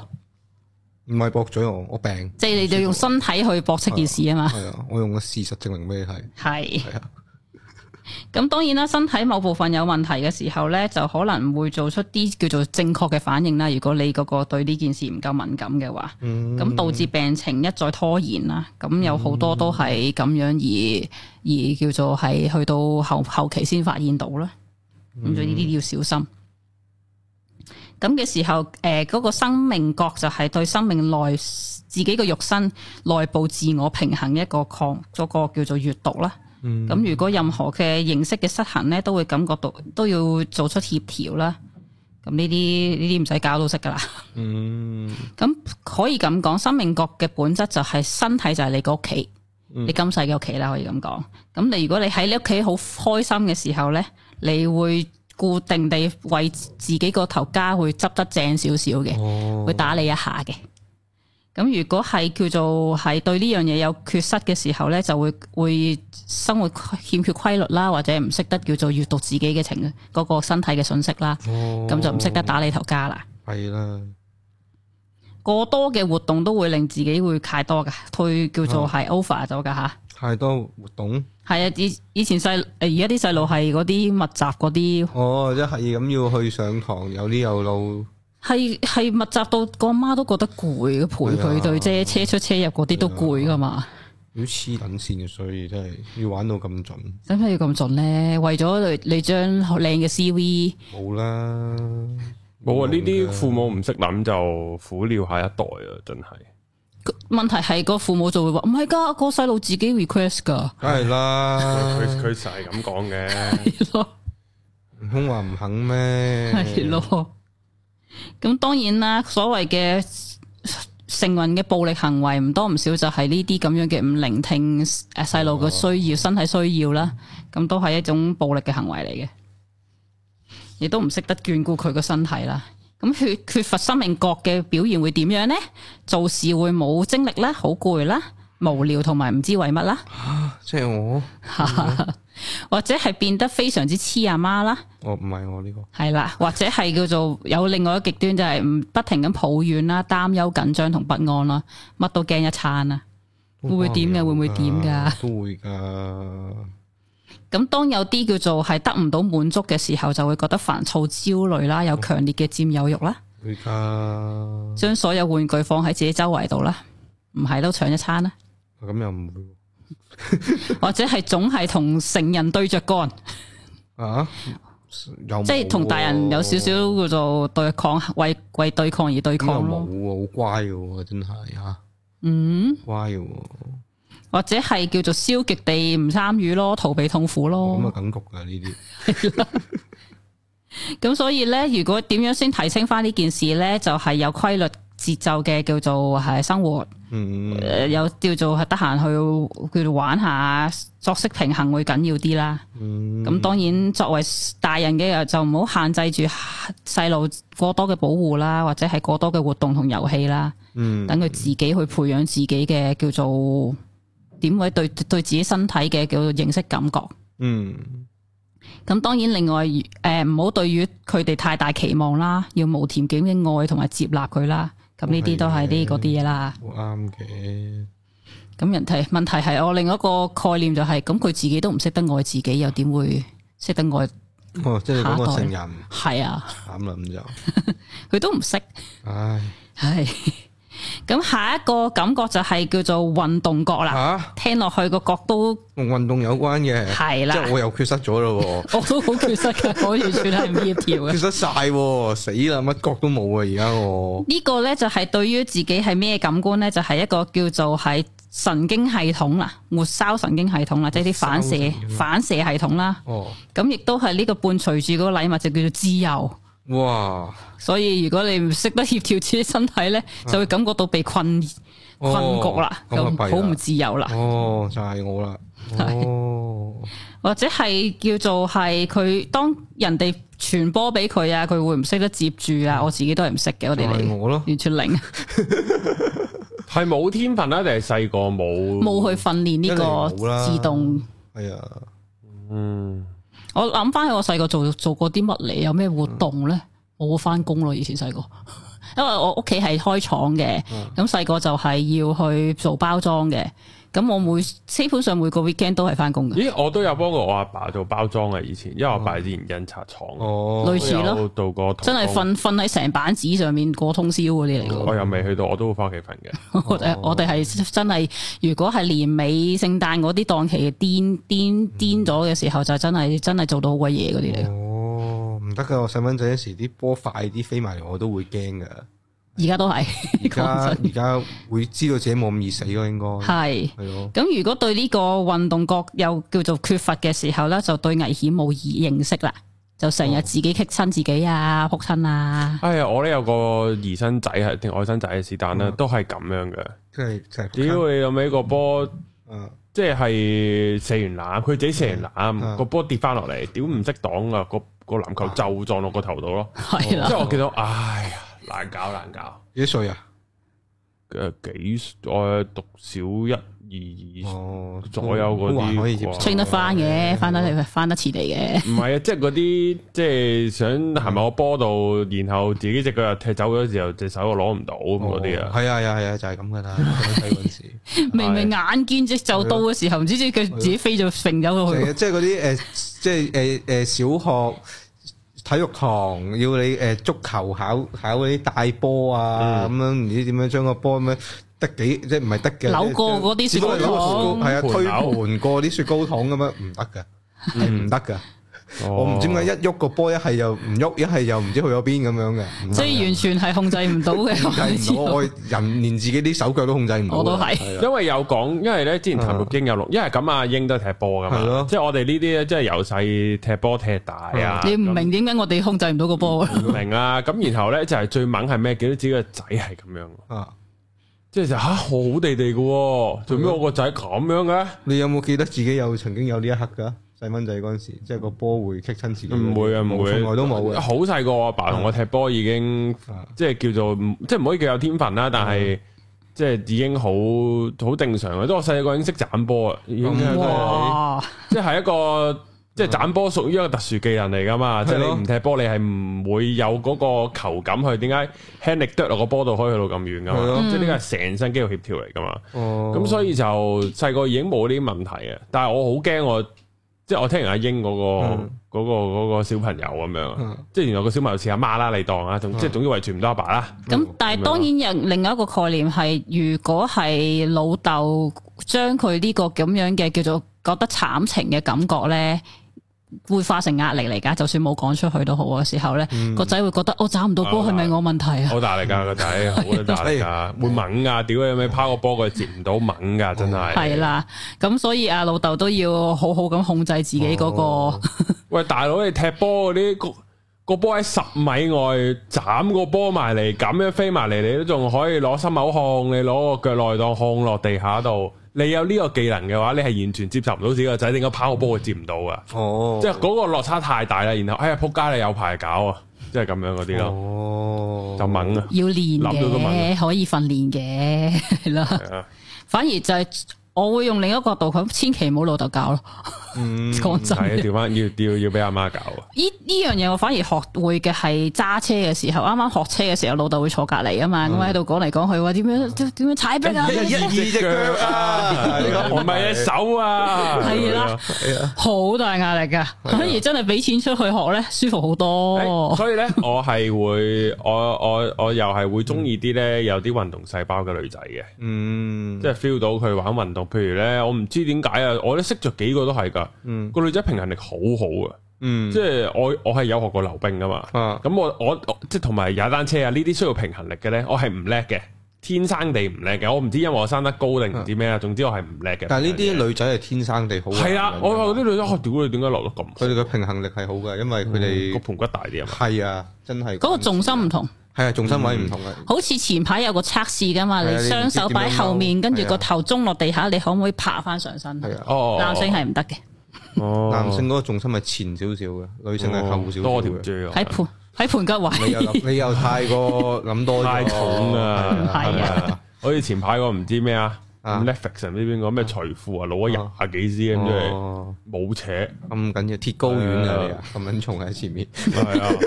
[SPEAKER 2] 唔係駁嘴我，我病。
[SPEAKER 3] 即係你就用身體去駁斥件事啊嘛，
[SPEAKER 2] 係啊，我用個事實證明俾你睇。
[SPEAKER 3] 係
[SPEAKER 2] 係啊。
[SPEAKER 3] 咁當然啦，身體某部分有問題嘅時候呢，就可能會做出啲叫做正確嘅反應啦。如果你嗰個對呢件事唔夠敏感嘅話，
[SPEAKER 2] 嗯
[SPEAKER 3] 咁導致病情一再拖延啦。咁有好多都係咁樣而而叫做係去到後後期先發現到啦。
[SPEAKER 2] 嗯
[SPEAKER 3] 咁所以呢啲要小心。咁嘅時候，誒、嗰、個生命覺就係對生命內自己個肉身內部自我平衡一個抗嗰、個叫做閲讀啦。
[SPEAKER 2] 嗯
[SPEAKER 3] 咁、如果任何嘅形式嘅失衡咧，都會感覺到都要做出協調啦。咁呢啲呢啲唔使教都識噶啦。
[SPEAKER 2] 嗯
[SPEAKER 3] 咁可以咁講，生命覺嘅本質就係身體就係你個屋企，你今世嘅屋企啦，可以咁講。咁你如果你喺你屋企好開心嘅時候呢，你會固定地為自己個頭家會執得正少少嘅，
[SPEAKER 2] 哦
[SPEAKER 3] 會打理一下嘅。咁如果係叫做係對呢樣嘢有缺失嘅時候呢，就會會生活欠缺規律啦，或者唔識得叫做閱讀自己嘅情嗰、個身體嘅信息啦，咁、就唔識得打理頭家啦。
[SPEAKER 2] 系哦啦，
[SPEAKER 3] 過多嘅活動都會令自己會太多噶，退叫做係 over 咗噶吓。
[SPEAKER 2] 太多活動，
[SPEAKER 3] 係啊，以以前細誒而家啲細路係嗰啲密集嗰啲，
[SPEAKER 2] 哦，即係咁要去上堂，有啲有路，
[SPEAKER 3] 係係密集到個媽都覺得攰，陪佢對啫，車出車入嗰啲都攰噶嘛。
[SPEAKER 2] 要黐撚線嘅，所以真係要玩到咁盡，
[SPEAKER 3] 使唔使要咁盡咧？為咗你你張靚嘅 CV，
[SPEAKER 2] 冇啦，
[SPEAKER 1] 冇
[SPEAKER 2] 嗯
[SPEAKER 1] 啊！呢啲父母唔識諗就苦了下一代啊，真係。
[SPEAKER 3] 個問題係個父母就會話唔係㗎，個細路自己 request 㗎，
[SPEAKER 2] 梗係啦
[SPEAKER 1] 佢，佢實係咁講嘅。
[SPEAKER 3] 係咯。
[SPEAKER 2] 悟空話唔肯咩？
[SPEAKER 3] 系咯。咁當然啦，所謂嘅成人嘅暴力行為唔多唔少，就係呢啲咁樣嘅唔聆聽诶细路嘅需要、身體需要啦，咁都係一種暴力嘅行為嚟嘅，亦都唔識得眷顧佢個身體啦。咁缺缺乏生命覺嘅表現會點樣呢？做事會冇精力啦，好攰啦，無聊同埋唔知為乜啦。
[SPEAKER 2] 即係我，
[SPEAKER 3] 或者係變得非常之黐阿媽啦，
[SPEAKER 2] 我唔係我呢個，
[SPEAKER 3] 係啦，或者係叫做有另外一個極端就係唔不停咁抱怨啦、擔憂、緊張同不安啦，乜都驚一餐啦。會唔會點㗎會唔會點㗎
[SPEAKER 2] 都會㗎。
[SPEAKER 3] 咁當有啲叫做係得唔到滿足嘅時候，就會覺得煩躁、焦慮啦，有強烈嘅佔有欲啦，
[SPEAKER 2] 會噶，
[SPEAKER 3] 將所有玩具放喺自己周圍度啦，唔係都搶一餐啦，
[SPEAKER 2] 咁又唔會喎
[SPEAKER 3] 或者係總係同成人對着幹，
[SPEAKER 2] 啊？又
[SPEAKER 3] 即係同大人有少少叫做對抗，為為對抗而對
[SPEAKER 2] 抗
[SPEAKER 3] 抗
[SPEAKER 2] 冇
[SPEAKER 3] 咯。
[SPEAKER 2] 喎，好乖嘅喎，真係吓，
[SPEAKER 3] 嗯，
[SPEAKER 2] 乖嘅喎，
[SPEAKER 3] 或者係叫做消極地唔參與咯，逃避痛苦咯。
[SPEAKER 2] 咁啊感覺㗎呢啲，
[SPEAKER 3] 咁所以咧，如果點樣先提升翻呢件事咧，就係、有規律節奏嘅叫做係生活，
[SPEAKER 2] 嗯，
[SPEAKER 3] 誒有叫做係得閒去叫做玩下，作息平衡會緊要啲啦。
[SPEAKER 2] 嗯
[SPEAKER 3] 咁、當然作為大人嘅就唔好限制住細路過多嘅保護啦，或者係過多嘅活動同遊戲啦，
[SPEAKER 2] 嗯，
[SPEAKER 3] 等佢自己去培養自己嘅叫做點位對對自己身體嘅叫做認識感覺。
[SPEAKER 2] 嗯，
[SPEAKER 3] 咁當然，另外誒唔好對於佢哋太大期望啦，要無條件嘅愛同埋接納佢啦。咁呢啲都係啲嗰啲嘢啦。
[SPEAKER 2] 好啱嘅，
[SPEAKER 3] 咁人哋問題係我另一個概念就係、咁佢自己都唔識得愛自己，又點會識得愛？
[SPEAKER 2] 哦，即係嗰個
[SPEAKER 3] 下一代
[SPEAKER 2] 成人
[SPEAKER 3] 係啊，
[SPEAKER 2] 慘啦咁就，
[SPEAKER 3] 佢都唔識。
[SPEAKER 2] 唉，
[SPEAKER 3] 唉，咁下一個感覺就係叫做運動覺啦。
[SPEAKER 2] 吓
[SPEAKER 3] 聽落去個覺都
[SPEAKER 2] 同運動有關嘅，
[SPEAKER 3] 係啦
[SPEAKER 2] 即係我又缺失咗咯喎。
[SPEAKER 3] 我都好缺失嘅，我完全係唔協調 嘅
[SPEAKER 2] 缺。失晒喎，死啦！乜角都冇啊！而家 我
[SPEAKER 3] 呢個呢，就係對於自己係咩感官呢？就係一個叫做係神經系統啦，末梢神經系統啦，即係啲
[SPEAKER 2] 末
[SPEAKER 3] 反
[SPEAKER 2] 梢
[SPEAKER 3] 射
[SPEAKER 2] 神經
[SPEAKER 3] 反射系統啦。
[SPEAKER 2] 哦，
[SPEAKER 3] 咁亦都係呢個伴隨住嗰個禮物就叫做自由。
[SPEAKER 2] 哇，
[SPEAKER 3] 所以如果你唔識得協調自己身 體呢，就會感覺到被困困
[SPEAKER 2] 啊哦
[SPEAKER 3] 局啦，
[SPEAKER 2] 咁啊弊啦
[SPEAKER 3] 咁好唔自由啦，
[SPEAKER 2] 哦， 就係我啦，哦，
[SPEAKER 3] 或者係叫做係佢當人哋傳波俾佢啊，佢會唔識得接住啊？我自己都係唔識嘅，我
[SPEAKER 2] 就
[SPEAKER 3] 哋嚟
[SPEAKER 2] 係我咯，
[SPEAKER 3] 完全零，
[SPEAKER 1] 係冇天分啊啦，定係細個冇？
[SPEAKER 3] 冇去訓練呢
[SPEAKER 2] 一
[SPEAKER 3] 個
[SPEAKER 2] 定冇啦
[SPEAKER 3] 自動。
[SPEAKER 2] 係啊，
[SPEAKER 1] 嗯，
[SPEAKER 3] 我諗翻起我細個做做過啲乜嚟，有咩活動咧？我翻工咯，以前細個， 因為我屋企係開廠嘅，
[SPEAKER 1] 嗯
[SPEAKER 3] 咁細個就係要去做包裝嘅，咁我每基本上每個 weekend 都係翻工嘅，
[SPEAKER 1] 咦，我都有幫過我阿爸做包裝啊嘅以前，因為我阿爸以前印刷廠，啊
[SPEAKER 2] 哦，
[SPEAKER 3] 類似
[SPEAKER 1] 我
[SPEAKER 3] 咯，
[SPEAKER 1] 有做過童
[SPEAKER 3] 真係
[SPEAKER 1] 工，
[SPEAKER 3] 瞓瞓喺成板紙上面過通宵嗰啲嚟嘅。
[SPEAKER 1] 我又未去到，我都會翻屋企瞓嘅。
[SPEAKER 3] 我哋我哋係真係，如果係年尾聖誕嗰啲檔期癲癲癲咗嘅時候，就真係真係做到好鬼嘢嗰啲
[SPEAKER 1] 嗯
[SPEAKER 3] 嚟。
[SPEAKER 2] 哦，唔得噶，我細蚊仔嗰時啲波快啲飛埋嚟，我都會 驚噶。
[SPEAKER 3] 而家都係
[SPEAKER 2] 而家
[SPEAKER 3] 講真
[SPEAKER 2] 而家會知道自己冇咁易死咯，應該
[SPEAKER 1] 哦
[SPEAKER 2] 係
[SPEAKER 3] 係。
[SPEAKER 2] 咯。
[SPEAKER 3] 咁如果對呢個運動覺又叫做缺乏嘅時候咧，就對危險冇認識啦，就成
[SPEAKER 2] 哦
[SPEAKER 3] 日自己棘親自己啊，撲親啊，
[SPEAKER 1] 哎呀，我咧有個姨甥仔係定外甥仔是但
[SPEAKER 2] 嗯
[SPEAKER 1] 啦，都係咁樣 嘅。
[SPEAKER 2] 即係就係
[SPEAKER 1] 屌你老尾個波！
[SPEAKER 2] 嗯
[SPEAKER 1] 即係射完籃，佢自己射完
[SPEAKER 2] 嗯
[SPEAKER 1] 籃，個波跌翻落嚟，屌唔識擋啊！個個籃球就撞落個頭度咯。
[SPEAKER 2] 哦
[SPEAKER 3] 係
[SPEAKER 1] 即係
[SPEAKER 3] 啦，
[SPEAKER 1] 我見到，唉呀，難搞難搞。
[SPEAKER 2] 幾歲啊？
[SPEAKER 1] 誒幾我讀小一二二，
[SPEAKER 2] 哦，
[SPEAKER 1] 左右嗰啲
[SPEAKER 2] 都還可以接
[SPEAKER 1] 啩
[SPEAKER 2] 受，
[SPEAKER 3] 清得翻
[SPEAKER 2] 哦
[SPEAKER 3] 嘅，翻得嚟翻得遲嚟嘅，
[SPEAKER 1] 唔係啊，即係嗰啲即係想行埋個波度，然後自己只腳又踢走咗時候，隻手又攞唔到咁嗰啲啊。
[SPEAKER 2] 係啊係啊係啊，就係咁噶啦。細蚊仔嗰陣時。
[SPEAKER 3] 明明眼見隻就到嘅時候，唔知佢
[SPEAKER 2] 啊
[SPEAKER 3] 自己飛咗揈走咗
[SPEAKER 2] 係
[SPEAKER 3] 去，
[SPEAKER 2] 啊即係嗰啲誒，即係誒誒小學體育堂要你誒足球考考嗰啲大波啊，
[SPEAKER 3] 嗯
[SPEAKER 2] 咁樣唔知點樣將個波咁樣得幾即係唔係得嘅，
[SPEAKER 3] 扭過嗰啲
[SPEAKER 2] 只
[SPEAKER 3] 雪糕
[SPEAKER 2] 不過扭
[SPEAKER 3] 筒
[SPEAKER 2] 個雪糕係啊，
[SPEAKER 1] 盤
[SPEAKER 2] 推
[SPEAKER 1] 扭
[SPEAKER 2] 盤過啲雪糕筒咁樣唔得嘅，係
[SPEAKER 3] 嗯
[SPEAKER 2] 唔得嘅。
[SPEAKER 1] 哦
[SPEAKER 2] 我唔知點解一喐個波，一係又唔喐，一係又唔知去咗邊咁樣嘅。唔得嘅
[SPEAKER 3] 所以完全係控制唔到嘅。我哋
[SPEAKER 2] 啊控制
[SPEAKER 3] 知
[SPEAKER 2] 唔到，
[SPEAKER 3] 道
[SPEAKER 2] 我人連自己啲手腳都控制唔到嘅。
[SPEAKER 3] 我都係
[SPEAKER 2] 係啊
[SPEAKER 1] 因為有講，因為咧之前譚玉英有錄，因為咁阿啊英都踢波噶
[SPEAKER 2] 啊係
[SPEAKER 1] 嘛
[SPEAKER 2] 咯，哦
[SPEAKER 1] 即係我哋呢啲咧，即係由細踢波踢大啊。
[SPEAKER 3] 你唔
[SPEAKER 1] 咁
[SPEAKER 3] 明點解我哋控制唔到個波啊？
[SPEAKER 1] 唔明啊？咁然後咧就係最猛係咩？見到自己個仔係咁樣，
[SPEAKER 2] 啊！
[SPEAKER 1] 即係就吓我好地地嘅喎，做咩我個仔咁樣嘅？
[SPEAKER 2] 你有冇記得自己有曾經有呢一刻噶？細蚊仔嗰陣時，即係個波會棘親自己。
[SPEAKER 1] 唔會啊，唔會，
[SPEAKER 2] 從來都嗯冇嘅。
[SPEAKER 1] 好細個，我阿爸同我踢波已經
[SPEAKER 2] 啊嗯
[SPEAKER 1] 即係叫做唔即係唔可以叫有天分啦，但係即係已經好好正常嘅。即係我細個已經識斬波啊，已經
[SPEAKER 2] 咁
[SPEAKER 3] 哇！
[SPEAKER 1] 即係一個即係斬波屬於一個特殊技能嚟㗎嘛。即係
[SPEAKER 2] 係咯
[SPEAKER 1] 你唔踢波，你係唔會有嗰個球感去點解輕力剁落個波度可以去到咁遠㗎
[SPEAKER 2] 係咯
[SPEAKER 1] 嘛？即係呢個係成身肌肉協調嚟㗎嘛。
[SPEAKER 2] 哦
[SPEAKER 1] 咁所以就細個已經冇呢啲問題嘅，但係我好驚我，即係我聽完阿英嗰、個嗰、
[SPEAKER 2] 嗯
[SPEAKER 1] 個嗰個小朋友咁樣，啊
[SPEAKER 2] 嗯
[SPEAKER 1] 即係原來個小朋友似阿媽啦，你當啊，總即係總之遺傳唔到阿爸啦，
[SPEAKER 2] 嗯
[SPEAKER 3] 咁但係當然有另一個概念係，如果係老豆將佢呢個咁樣嘅叫做覺得慘情嘅感覺咧，會化成壓力嚟㗎。就算冇講出去都好嘅時候咧，
[SPEAKER 1] 嗯
[SPEAKER 3] 個仔、會覺得哦我找唔到波係咪我問題啊？
[SPEAKER 1] 好大力噶個仔，好鬼大 力噶，會猛噶，屌你咪拋個波佢接唔到猛噶，真係。
[SPEAKER 3] 哦係啊啦，咁所以啊，老豆都要好好咁控制自己嗰、個。
[SPEAKER 2] 哦
[SPEAKER 1] 喂，大佬你踢波嗰啲個個波喺十米外斬個波埋嚟，咁樣飛埋嚟，你都仲可以攞心口控，你攞個腳內檔控落地下度。你有呢個技能嘅話，你係完全接受唔到自己個仔點解拋個波佢接唔到啊！
[SPEAKER 2] 哦，
[SPEAKER 1] 即係嗰個落差太大啦，然後哎呀仆街你有排搞啊！即係咁樣嗰啲咯，
[SPEAKER 2] 哦，
[SPEAKER 1] 就猛啊！
[SPEAKER 3] 要練
[SPEAKER 1] 諗到都
[SPEAKER 3] 嘅，
[SPEAKER 1] 猛
[SPEAKER 3] 可以訓練嘅，係啦。
[SPEAKER 1] 係啊
[SPEAKER 3] 反而就係我會用另一個角度，佢千祈唔好老豆教咯。
[SPEAKER 2] 嗯，
[SPEAKER 3] 講真
[SPEAKER 1] 係啊，調翻要要要俾阿媽搞啊！
[SPEAKER 3] 呢呢樣嘢我反而學會嘅係揸車嘅時候，啱啱學車嘅時候，老豆會坐隔離啊嘛，咁喺度講嚟講去話點樣點點樣踩逼啊，
[SPEAKER 2] 嗯一二隻腳啊，呢個
[SPEAKER 1] 唔係隻手啊，
[SPEAKER 3] 係啦，好大壓力
[SPEAKER 2] 啊
[SPEAKER 3] 噶，反而真係俾錢出去學咧，舒服好
[SPEAKER 1] 誒
[SPEAKER 3] 多。
[SPEAKER 1] 哎所以 咧，我係會，我我我又係會中意啲咧有啲運動細胞嘅女仔嘅，
[SPEAKER 2] 嗯，
[SPEAKER 1] 即係 feel 到佢玩運動。譬如咧，我唔知點解啊，我咧識咗幾個都係噶，
[SPEAKER 2] 嗯
[SPEAKER 1] 個女仔平衡力好好啊，
[SPEAKER 2] 嗯，
[SPEAKER 1] 即係我我係有學過溜冰噶嘛，
[SPEAKER 2] 啊
[SPEAKER 1] 咁我我我即係同埋踩單車啊呢啲需要平衡力嘅咧，我係唔叻嘅，天生地唔叻嘅。我唔知因為我生得高定唔知咩啊啦，總之我係唔叻嘅。
[SPEAKER 2] 啊但係呢啲女仔係天生地好，啊
[SPEAKER 1] 係啦，我我啲女仔，我屌你點解落得咁
[SPEAKER 2] 佢哋嘅平衡力係好嘅，因為佢
[SPEAKER 1] 個
[SPEAKER 2] 哋
[SPEAKER 1] 盤骨大啲啊嘛？
[SPEAKER 2] 係啊，真係
[SPEAKER 3] 嗰個重心唔同，
[SPEAKER 2] 係啊，重心位唔同嘅，
[SPEAKER 3] 好似前排有個測試噶嘛，
[SPEAKER 2] 係啊
[SPEAKER 3] 你雙手擺後面，
[SPEAKER 2] 你唔
[SPEAKER 3] 跟
[SPEAKER 2] 知點樣踎啊
[SPEAKER 3] 住個頭中落地下，你可唔可以爬翻上身？
[SPEAKER 2] 係啊，
[SPEAKER 1] 哦，
[SPEAKER 3] 男性係唔得嘅，
[SPEAKER 1] 哦，
[SPEAKER 2] 男性嗰個重心係前少少嘅，女性係後少少
[SPEAKER 1] 多條
[SPEAKER 2] 嘅。
[SPEAKER 1] 椎啊，
[SPEAKER 3] 喺盤喺盤骨
[SPEAKER 2] 你又
[SPEAKER 3] 位。
[SPEAKER 2] 諗你又太過諗多咗哦
[SPEAKER 1] 太重啊，
[SPEAKER 3] 係啊
[SPEAKER 1] 係啊，好似前排個唔知咩啊
[SPEAKER 2] 啊
[SPEAKER 1] ，Netflix 上唔知邊個咩財富啊，攞咗廿幾 C M 出嚟，
[SPEAKER 2] 哦
[SPEAKER 1] 冇扯，
[SPEAKER 2] 啊咁緊要，鐵高丸啊你啊，咁撚重喺前面。
[SPEAKER 1] 係啊，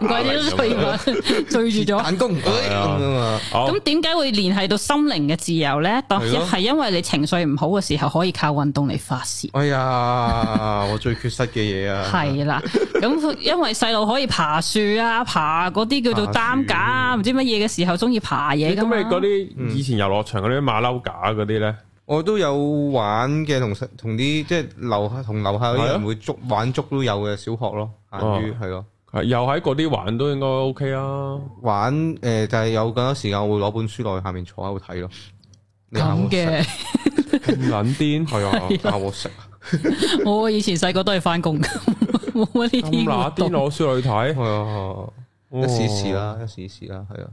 [SPEAKER 3] 唔怪之都 醉埋，醉住咗。
[SPEAKER 2] 彈弓哎
[SPEAKER 1] 係啊
[SPEAKER 2] 咁樣啊，
[SPEAKER 1] 好
[SPEAKER 3] 咁點解會聯繫到心靈嘅自由呢？當
[SPEAKER 2] 係咯
[SPEAKER 3] 係因為你情緒唔好嘅時候，可以靠運動嚟發泄。
[SPEAKER 2] 哎呀，我最缺失嘅嘢啊，
[SPEAKER 3] 係啦，咁因為細路可以爬樹啊，爬嗰啲叫做擔架啊，唔知乜嘢嘅時候中意爬嘢啊噶嘛。
[SPEAKER 1] 咁你嗰啲
[SPEAKER 2] 嗯
[SPEAKER 1] 以前遊樂場嗰啲馬騮架嗰啲咧，
[SPEAKER 2] 我都有玩嘅，同同啲即係樓下同樓下嗰啲
[SPEAKER 1] 係啊
[SPEAKER 2] 人會捉玩捉都有嘅，小學咯，
[SPEAKER 1] 哦
[SPEAKER 2] 限於係咯。
[SPEAKER 1] 係又喺嗰啲玩都應該 OK 啊。
[SPEAKER 2] 玩誒就係有更多時間，我會攞本書落去下面坐喺度睇咯。你咬
[SPEAKER 3] 咁
[SPEAKER 2] 我食
[SPEAKER 3] 嘅，
[SPEAKER 1] 咁撚癲，
[SPEAKER 2] 係啊，咬我食
[SPEAKER 3] 我以前細個都係翻工，冇乜呢
[SPEAKER 1] 咁
[SPEAKER 3] 啲活
[SPEAKER 1] 乸癲
[SPEAKER 3] 動。
[SPEAKER 1] 攞書去睇，
[SPEAKER 2] 係啊， 一時一時啦，一時一時啦，係啊。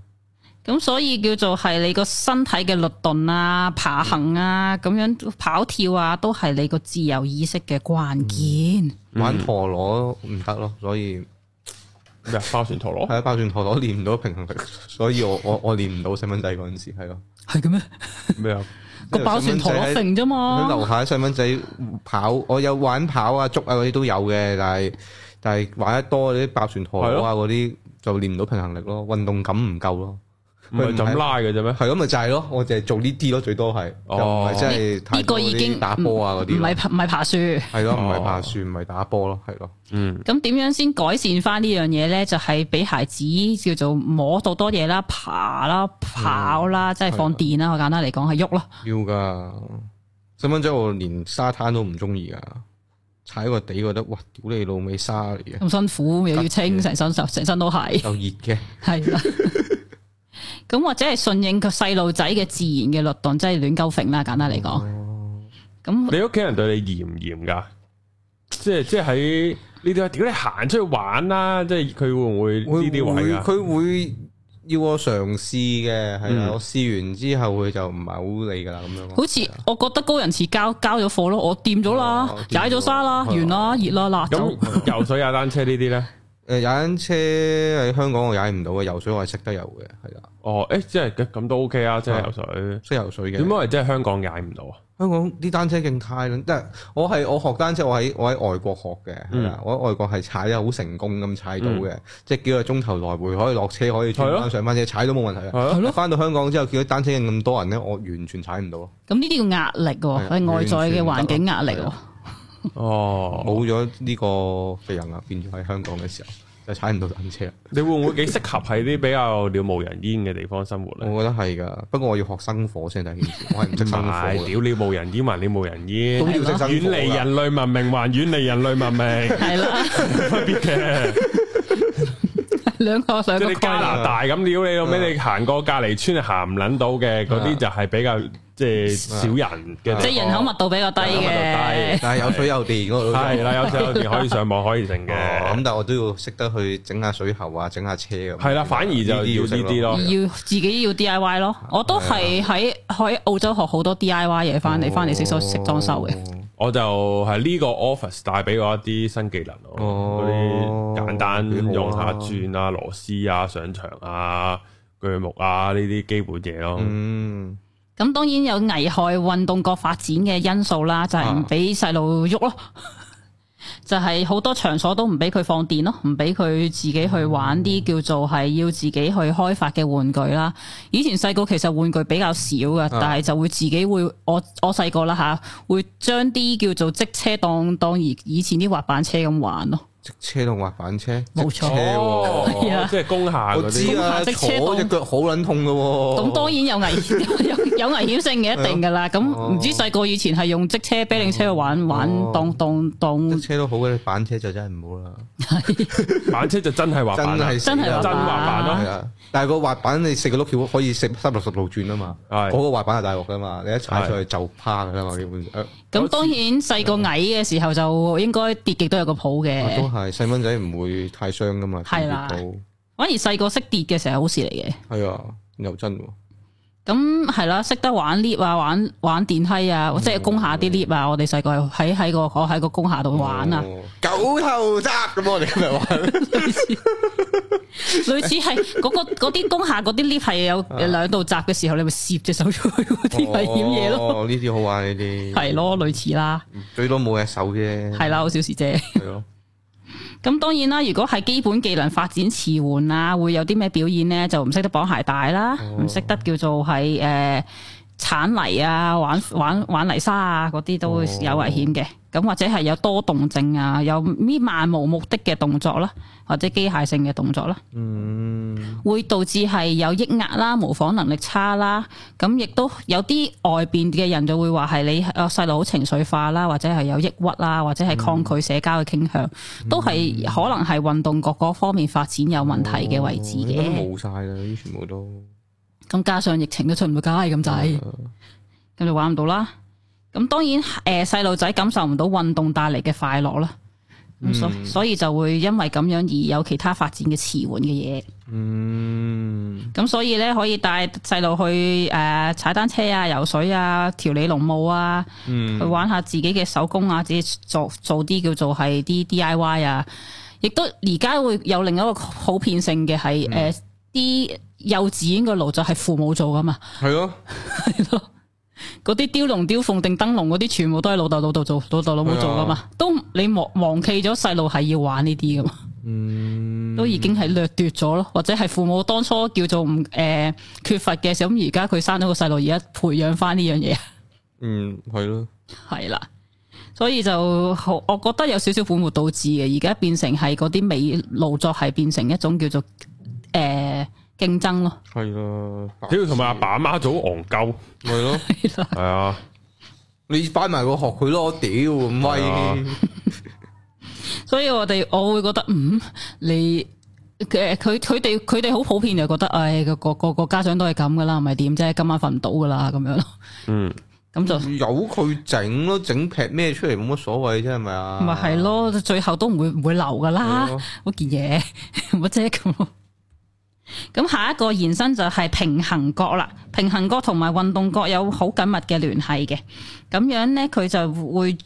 [SPEAKER 3] 咁所以叫做係你個身體嘅律動啊、爬行啊、咁樣跑跳啊，都係你個自由意識嘅關鍵。
[SPEAKER 2] 玩陀螺唔得咯，所以
[SPEAKER 1] 咩啊包船陀螺
[SPEAKER 2] 係。啊，爆旋陀螺練唔到平衡力，所以我我我練唔到細蚊仔嗰陣時係咯。
[SPEAKER 3] 係嘅咩？
[SPEAKER 1] 咩啊？
[SPEAKER 3] 個爆旋陀螺揈啫
[SPEAKER 2] 喺
[SPEAKER 3] 嘛，
[SPEAKER 2] 樓下細蚊仔跑，我有玩跑啊、捉啊嗰啲都有嘅，但係但係玩得多嗰啲爆旋陀螺啊嗰啲就練唔到平衡力咯，運動感唔夠咯。
[SPEAKER 1] 唔係就咁拉嘅啫咩？
[SPEAKER 2] 係咁咪就係咯，我就係做呢啲咯，最多係就
[SPEAKER 1] 哦
[SPEAKER 2] 唔係真係太
[SPEAKER 3] 呢個
[SPEAKER 2] 多
[SPEAKER 3] 已
[SPEAKER 2] 嗰
[SPEAKER 3] 經
[SPEAKER 2] 啲打波啊嗰
[SPEAKER 3] 唔
[SPEAKER 2] 啲咯，
[SPEAKER 3] 係唔係爬樹。
[SPEAKER 2] 係咯，唔係爬樹，唔係打波咯，係咯，
[SPEAKER 1] 嗯，
[SPEAKER 3] 咁點樣先改善翻呢樣嘢呢？就係俾孩子叫做摸到多嘢啦、爬啦、跑
[SPEAKER 2] 嗯
[SPEAKER 3] 啦，即係
[SPEAKER 2] 啊
[SPEAKER 3] 放電啦。我簡單嚟講係喐咯。
[SPEAKER 2] 要噶。細蚊仔我連沙灘都唔中意噶，踩個地覺得哇，屌你老味沙嚟嘅，
[SPEAKER 3] 咁辛苦又要清，成身成身都係。
[SPEAKER 2] 又熱嘅。
[SPEAKER 3] 係啦。咁或者係順應個細路仔嘅自然嘅律動，即係亂鳩揈啦，簡單嚟講。
[SPEAKER 2] 哦
[SPEAKER 3] 咁
[SPEAKER 1] 你屋企人對你嚴唔嚴噶？即係即係喺呢啲，屌你行出去玩啦！即係佢會唔會呢啲位啊
[SPEAKER 2] 會
[SPEAKER 1] 噶？
[SPEAKER 2] 佢會要我嘗試嘅，係啦，
[SPEAKER 1] 嗯
[SPEAKER 2] 我試完之後佢就唔係好理噶啦，咁樣咯。
[SPEAKER 3] 好似我覺得高人持交交咗貨咯，我掂咗啦
[SPEAKER 2] 哦，掂咗
[SPEAKER 3] 踩咗沙啦，
[SPEAKER 2] 係啊
[SPEAKER 3] 完啦，熱啦，辣走。
[SPEAKER 1] 咁游水、踩單車呢啲咧？
[SPEAKER 2] 誒踩單車喺香港我踩唔到嘅，游水我係識得游嘅，係啦，
[SPEAKER 1] 哦，誒，即係咁都 OK 啊！即係游水，
[SPEAKER 2] 識游水嘅。
[SPEAKER 1] 點解係真係香港踩唔到啊？
[SPEAKER 2] 香港啲單車勁太撚，即係我係我學單車，我喺我喺外國學嘅，係
[SPEAKER 1] 嗯
[SPEAKER 2] 啦，我喺外國係踩得好成功咁踩到嘅，即係幾個鐘頭來回可以落車，可
[SPEAKER 1] 係
[SPEAKER 2] 以轉
[SPEAKER 1] 咯
[SPEAKER 2] 翻上翻車，踩都冇問題啊嘅。
[SPEAKER 1] 係
[SPEAKER 3] 咯
[SPEAKER 2] 翻到香港之後，見到單車徑咁多人咧，我完全踩唔到咯，
[SPEAKER 3] 咁呢啲叫壓力
[SPEAKER 2] 係
[SPEAKER 3] 喎，
[SPEAKER 2] 啊
[SPEAKER 3] 係外在嘅環
[SPEAKER 2] 完全
[SPEAKER 3] 境
[SPEAKER 2] 唔得
[SPEAKER 3] 壓力喎
[SPEAKER 2] 係。
[SPEAKER 1] 哦，
[SPEAKER 2] 冇咗呢個肥人啦，變咗喺香港嘅時候就踩唔到單車啦。
[SPEAKER 1] 你會唔會幾適合喺啲比較渺無人煙嘅地方生活咧？
[SPEAKER 2] 我覺得係㗎，不過我要學生火先第一件事，我係唔
[SPEAKER 1] 唔
[SPEAKER 2] 識生火
[SPEAKER 1] 係，
[SPEAKER 2] 嘅，
[SPEAKER 1] 屌你無人煙還你無人煙啊
[SPEAKER 2] 都，要識生火㗎
[SPEAKER 1] 遠離人類文明還遠離人類文明，
[SPEAKER 3] 係
[SPEAKER 2] 啊
[SPEAKER 3] 啦，
[SPEAKER 1] 分別嘅。
[SPEAKER 3] 兩個兩
[SPEAKER 1] 即係
[SPEAKER 3] 個
[SPEAKER 1] 你加
[SPEAKER 3] 概念
[SPEAKER 1] 拿大咁屌你老尾，你
[SPEAKER 2] 啊
[SPEAKER 1] 行過隔離村係行唔撚到嘅，嗰啲就係比較即係少人嘅地
[SPEAKER 2] 啊
[SPEAKER 1] 方，
[SPEAKER 3] 即係人口密度比較低
[SPEAKER 1] 人口密
[SPEAKER 3] 嘅
[SPEAKER 1] 度。
[SPEAKER 2] 但係有水有電嗰度都有。
[SPEAKER 1] 係啦，有時有 電可以上網可以成嘅，
[SPEAKER 2] 哦咁但係我都要識得去整下水喉啊，整下車咁。
[SPEAKER 1] 係啦，反而就要呢啲
[SPEAKER 3] 而
[SPEAKER 1] 咯。
[SPEAKER 3] 要自己要 D I Y 咯，我都係喺喺澳洲學好多 D I Y 嘢翻嚟，翻嚟識
[SPEAKER 2] 哦
[SPEAKER 3] 修識裝修嘅。
[SPEAKER 2] 嘅。
[SPEAKER 1] 我就係呢個 office 帶俾我一啲新技能咯，嗰
[SPEAKER 2] 哦
[SPEAKER 1] 啲簡單
[SPEAKER 2] 幾好啊
[SPEAKER 1] 用下轉啊、螺絲啊、上牆啊、鋸木啊呢啲基本嘢咯。
[SPEAKER 2] 嗯，
[SPEAKER 3] 咁當然有危害運動國發展嘅因素啦，就係唔俾細路喐咯， 就係好多場所都唔俾佢放電咯，唔俾佢自己去玩啲叫做係要自己去開發嘅玩具啦。以前細個其實玩具比較少嘅，但係就會自己會我我細個啦吓，會將啲叫做積車當當以以前啲滑板車咁玩咯，
[SPEAKER 2] 即車同滑板車，
[SPEAKER 3] 冇
[SPEAKER 2] 即車
[SPEAKER 3] 錯
[SPEAKER 2] 喎。
[SPEAKER 3] 係
[SPEAKER 1] 哦，
[SPEAKER 3] 啊
[SPEAKER 1] 即係工廈
[SPEAKER 2] 我
[SPEAKER 1] 嗰啲
[SPEAKER 2] 知啊，
[SPEAKER 3] 咁下即車
[SPEAKER 2] 坐
[SPEAKER 3] 當
[SPEAKER 2] 只腳好撚痛噶喎。
[SPEAKER 3] 咁當然有危有有危 險性嘅一定噶啦。咁唔知細個以前係用積車、啤令車去玩玩當當當
[SPEAKER 2] 即車都好嘅，板車就真係唔好啦，
[SPEAKER 1] 板車就真係啊滑
[SPEAKER 2] 真
[SPEAKER 1] 板啦
[SPEAKER 2] 係，
[SPEAKER 3] 真係
[SPEAKER 1] 真
[SPEAKER 3] 板
[SPEAKER 1] 滑板
[SPEAKER 2] 係
[SPEAKER 1] 咯。
[SPEAKER 2] 啊！但係個滑板你四個碌橋可以四三六十度轉啊嘛，
[SPEAKER 1] 係
[SPEAKER 2] 嗰個滑板係大鑊噶嘛，你一踩上去就趴噶啦嘛，基本上。
[SPEAKER 3] 咁當然細個矮嘅時候就應該跌極都有個譜
[SPEAKER 2] 啊都
[SPEAKER 3] 嘅，
[SPEAKER 2] 係細蚊仔唔會太傷噶嘛，
[SPEAKER 3] 係啦
[SPEAKER 2] 跌
[SPEAKER 3] 反而細個識跌嘅時候係好事嚟嘅。
[SPEAKER 2] 到係啊，又真喎。
[SPEAKER 3] 咁係啦，識得玩 lift 啊，玩玩電梯啊，
[SPEAKER 2] 嗯
[SPEAKER 3] 即係工廈啲 lift 啊。我哋細個喺喺個我喺個工廈度玩啊，
[SPEAKER 2] 哦，九頭集咁我哋今日 玩。
[SPEAKER 3] 類似係嗰個 嗰啲工閘嗰啲 lift 係有
[SPEAKER 2] 啊
[SPEAKER 3] 兩度閘嘅時候，你咪攝隻手出去嗰啲危險嘢咯，
[SPEAKER 2] 哦，呢啲好玩呢啲，嗯
[SPEAKER 3] 係咯，類似啦，
[SPEAKER 2] 最多冇隻手啫。
[SPEAKER 3] 係啦，好小事啫。
[SPEAKER 2] 係咯，
[SPEAKER 3] 咁當然啦，如果係基本技能發展遲緩啊，會有啲咩表演呢？就唔識得綁鞋帶啦，唔識得叫做係誒、呃、鏟泥啊、玩玩玩泥沙啊嗰啲都會有危險嘅。咁、或者係有多動症啊，有咩漫無目的嘅動作啦，或者機械性嘅動作啦，
[SPEAKER 2] 嗯，
[SPEAKER 3] 會導致係有抑壓啦、模仿能力差啦。咁亦都有啲外邊嘅人就會話係你誒細路好情緒化啦，或者係有抑鬱啦，或者
[SPEAKER 2] 嗯
[SPEAKER 3] 係抗拒社交嘅傾向，都係可能係運動各個方面發展有問題嘅位置
[SPEAKER 2] 哦應該都
[SPEAKER 3] 嘅。
[SPEAKER 2] 冇晒啦，呢啲全部都
[SPEAKER 3] 咁加上疫情都出唔到街咁
[SPEAKER 2] 哦
[SPEAKER 3] 滯，咁就玩唔到啦。咁當然誒呃細路仔感受唔到運動帶嚟嘅快樂啦，咁所、
[SPEAKER 2] 嗯
[SPEAKER 3] 所以就會因為咁樣而有其他發展嘅遲緩嘅嘢。
[SPEAKER 2] 嗯，
[SPEAKER 3] 咁所以咧可以帶細路去誒、呃踩單車啊、游水啊、調理農務啊，
[SPEAKER 2] 嗯
[SPEAKER 3] 去玩下自己嘅手工啊，自己做做啲叫做係啲 D I Y 啊。亦都而家會有另一個普遍性嘅係誒啲幼稚園嘅勞作係父母做噶嘛，
[SPEAKER 2] 系咯，
[SPEAKER 3] 係咯。嗰啲雕龍雕鳳定燈籠嗰啲，全部都係老豆老豆做，老豆老母做噶嘛。都你忘忘記咗細路係要玩呢啲噶嘛。
[SPEAKER 2] 嗯，
[SPEAKER 3] 都已經係掠奪咗咯，或者係父母當初叫做唔誒、呃缺乏嘅，咁而家佢生咗個細路，而家培養翻呢樣嘢，
[SPEAKER 2] 嗯，系咯，
[SPEAKER 3] 係啦。所以就好，我覺得有少少本末倒置嘅，而家變成係嗰啲美勞作係變成一種叫做誒、呃、競爭咯，
[SPEAKER 2] 系啦，
[SPEAKER 1] 屌，同埋阿爸阿媽早戇鳩，
[SPEAKER 2] 啊咪咯，
[SPEAKER 3] 係啦。
[SPEAKER 1] 係啊，
[SPEAKER 2] 你擺埋個學佢咯，屌咁
[SPEAKER 1] 係啊
[SPEAKER 2] 威，
[SPEAKER 3] 所以我哋我會覺得嗯，你誒佢佢哋佢哋好普遍就覺得，唉、個個個個家長都係咁噶啦，唔係點啫？今晚瞓唔到噶啦，咁樣咯，
[SPEAKER 1] 嗯，
[SPEAKER 3] 咁就。
[SPEAKER 2] 由佢整咯，整劈咩出嚟冇乜所謂啫，係咪啊？
[SPEAKER 3] 咪係咯，啊最後都唔會唔會留噶啦
[SPEAKER 2] 係咯，
[SPEAKER 3] 嗰件嘢乜啫咁咯。咁下一個延伸就係平衡角啦，平衡角同埋運動角有好緊密嘅聯繫嘅，咁樣呢，佢就會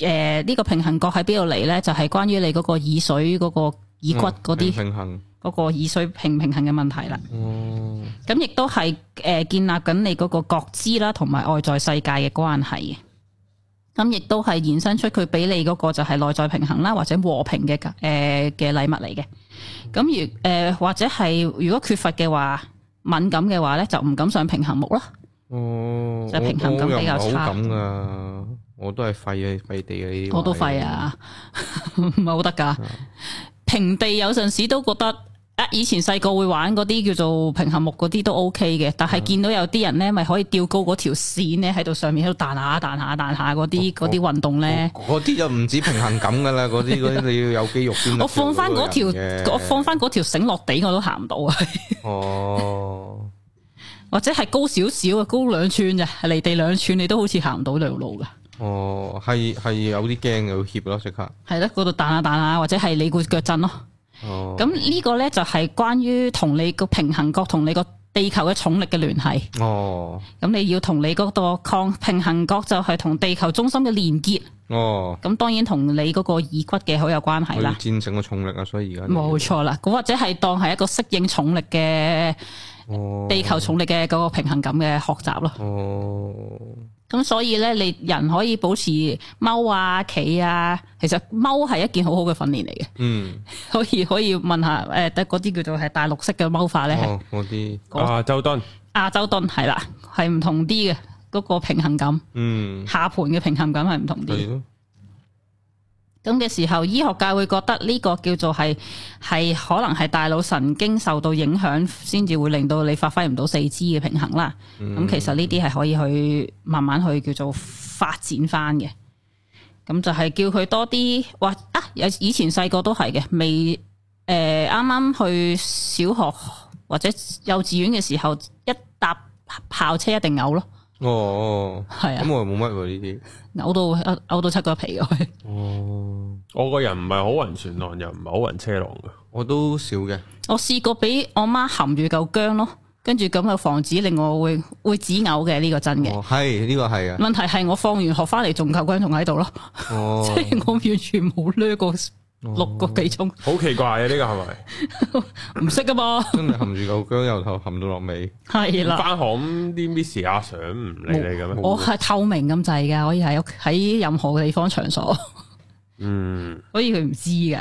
[SPEAKER 3] 诶呢、個平衡角喺邊度嚟呢？就係關於你嗰個耳水嗰、個耳骨嗰
[SPEAKER 2] 嗯
[SPEAKER 3] 啲
[SPEAKER 2] 平衡，
[SPEAKER 3] 嗰個耳水平唔平衡嘅問題啦。
[SPEAKER 2] 哦，
[SPEAKER 3] 咁亦都係誒建立緊你嗰個覺知啦，同埋外在世界嘅關係嘅。咁亦都係延伸出佢俾你嗰個就係內在平衡啦，或者和平嘅誒嘅禮物嚟嘅。咁如誒、呃或者係如果缺乏嘅話，敏感嘅話咧，就唔敢上平衡木啦。
[SPEAKER 2] 哦，
[SPEAKER 3] 就係平衡感比較差
[SPEAKER 2] 咁噶，我都係廢啊，廢地嘅呢啲，啊
[SPEAKER 3] 我都廢，啊， 唔係好得㗎。平地有陣時都覺得啊，以前細個會玩嗰啲叫做平衡木嗰啲都 OK 嘅，
[SPEAKER 2] 啊
[SPEAKER 3] 但係見到有啲人咧，咪可以吊高嗰條線咧喺度上面喺度彈下彈下彈下嗰啲嗰啲運動咧。
[SPEAKER 2] 嗰啲就唔止平衡感噶啦，嗰 啲嗰啲你要有肌肉先得
[SPEAKER 3] 我放翻嗰條
[SPEAKER 2] 做到個人，嘅
[SPEAKER 3] 我放翻嗰條繩落地我都行唔到啊，
[SPEAKER 2] 哦，
[SPEAKER 3] 或者係高少少啊，高兩寸咋，離地兩寸你都好似行唔到條路噶。
[SPEAKER 2] 哦，係係有啲驚有怯咯，即刻，
[SPEAKER 3] 係啦，嗰度彈下彈下，或者係你個腳震咯。
[SPEAKER 2] 哦，
[SPEAKER 3] 咁呢個呢，就係關於同你個平衡角同你個地球嘅重力嘅聯繫。
[SPEAKER 2] 哦，
[SPEAKER 3] 咁你要同你嗰個抗平衡角就係同地球中心嘅連結。
[SPEAKER 2] 哦，
[SPEAKER 3] 咁當然同你嗰個耳骨嘅好有關
[SPEAKER 2] 我
[SPEAKER 3] 係
[SPEAKER 2] 要
[SPEAKER 3] 啦。
[SPEAKER 2] 戰勝個重力啊，所以而家
[SPEAKER 3] 冇錯啦，咁或者係當係一個適應重力嘅
[SPEAKER 2] 哦
[SPEAKER 3] 地球重力嘅嗰個平衡感嘅學習咯。
[SPEAKER 2] 哦，
[SPEAKER 3] 咁所以咧，你人可以保持踎啊、企啊，其實踎係一件好好嘅訓練嚟嘅。
[SPEAKER 2] 嗯，
[SPEAKER 3] 可以可以問下誒，得嗰啲叫做係大陸式嘅踎法咧，係
[SPEAKER 2] 哦，嗰啲，
[SPEAKER 3] 嗰
[SPEAKER 1] 啊周敦，
[SPEAKER 3] 亞洲蹲係啦，係唔同啲嘅嗰個平衡感，
[SPEAKER 2] 嗯，
[SPEAKER 3] 下盤嘅平衡感係唔同啲
[SPEAKER 2] 係。咯，
[SPEAKER 3] 咁嘅時候，醫學界會覺得呢個叫做係係可能係大腦神經受到影響，先至會令到你發揮唔到四肢嘅平衡啦。咁、
[SPEAKER 2] 嗯
[SPEAKER 3] 其實呢啲係可以去慢慢去叫做發展翻嘅。咁就係叫佢多啲，或啊，有以前細個都係嘅，未誒啱啱去小學或者幼稚園嘅時候，一搭校車一定嘔咯，
[SPEAKER 2] 哦哦，
[SPEAKER 3] 係啊
[SPEAKER 2] 咁，我又冇乜喎呢啲，
[SPEAKER 3] 嘔到呃嘔到七個皮嘅。
[SPEAKER 2] 哦，
[SPEAKER 1] 我個人唔係好暈船浪，又唔係好暈車浪嘅，
[SPEAKER 2] 我都少嘅，
[SPEAKER 3] 我試過俾我媽含住嚿姜咯，跟住咁就防止令我會會止嘔嘅呢個真嘅。
[SPEAKER 2] 哦，係呢個係啊，
[SPEAKER 3] 問題係我放完學翻嚟仲嚿姜仲喺度咯，
[SPEAKER 2] 哦
[SPEAKER 3] 即，係我完全冇掠過六個幾鐘，
[SPEAKER 1] 好奇怪啊！呢個係咪？
[SPEAKER 3] 唔識 噶嘛，
[SPEAKER 2] 真係含住嚿姜由頭含到落尾，
[SPEAKER 3] 係啦。
[SPEAKER 1] 翻學咁啲 Miss 阿 Sir 唔理你嘅咩？
[SPEAKER 3] 我係透明咁滯㗎，可以喺屋喺任何嘅地方場所，
[SPEAKER 1] 嗯，
[SPEAKER 3] 所以佢唔知㗎。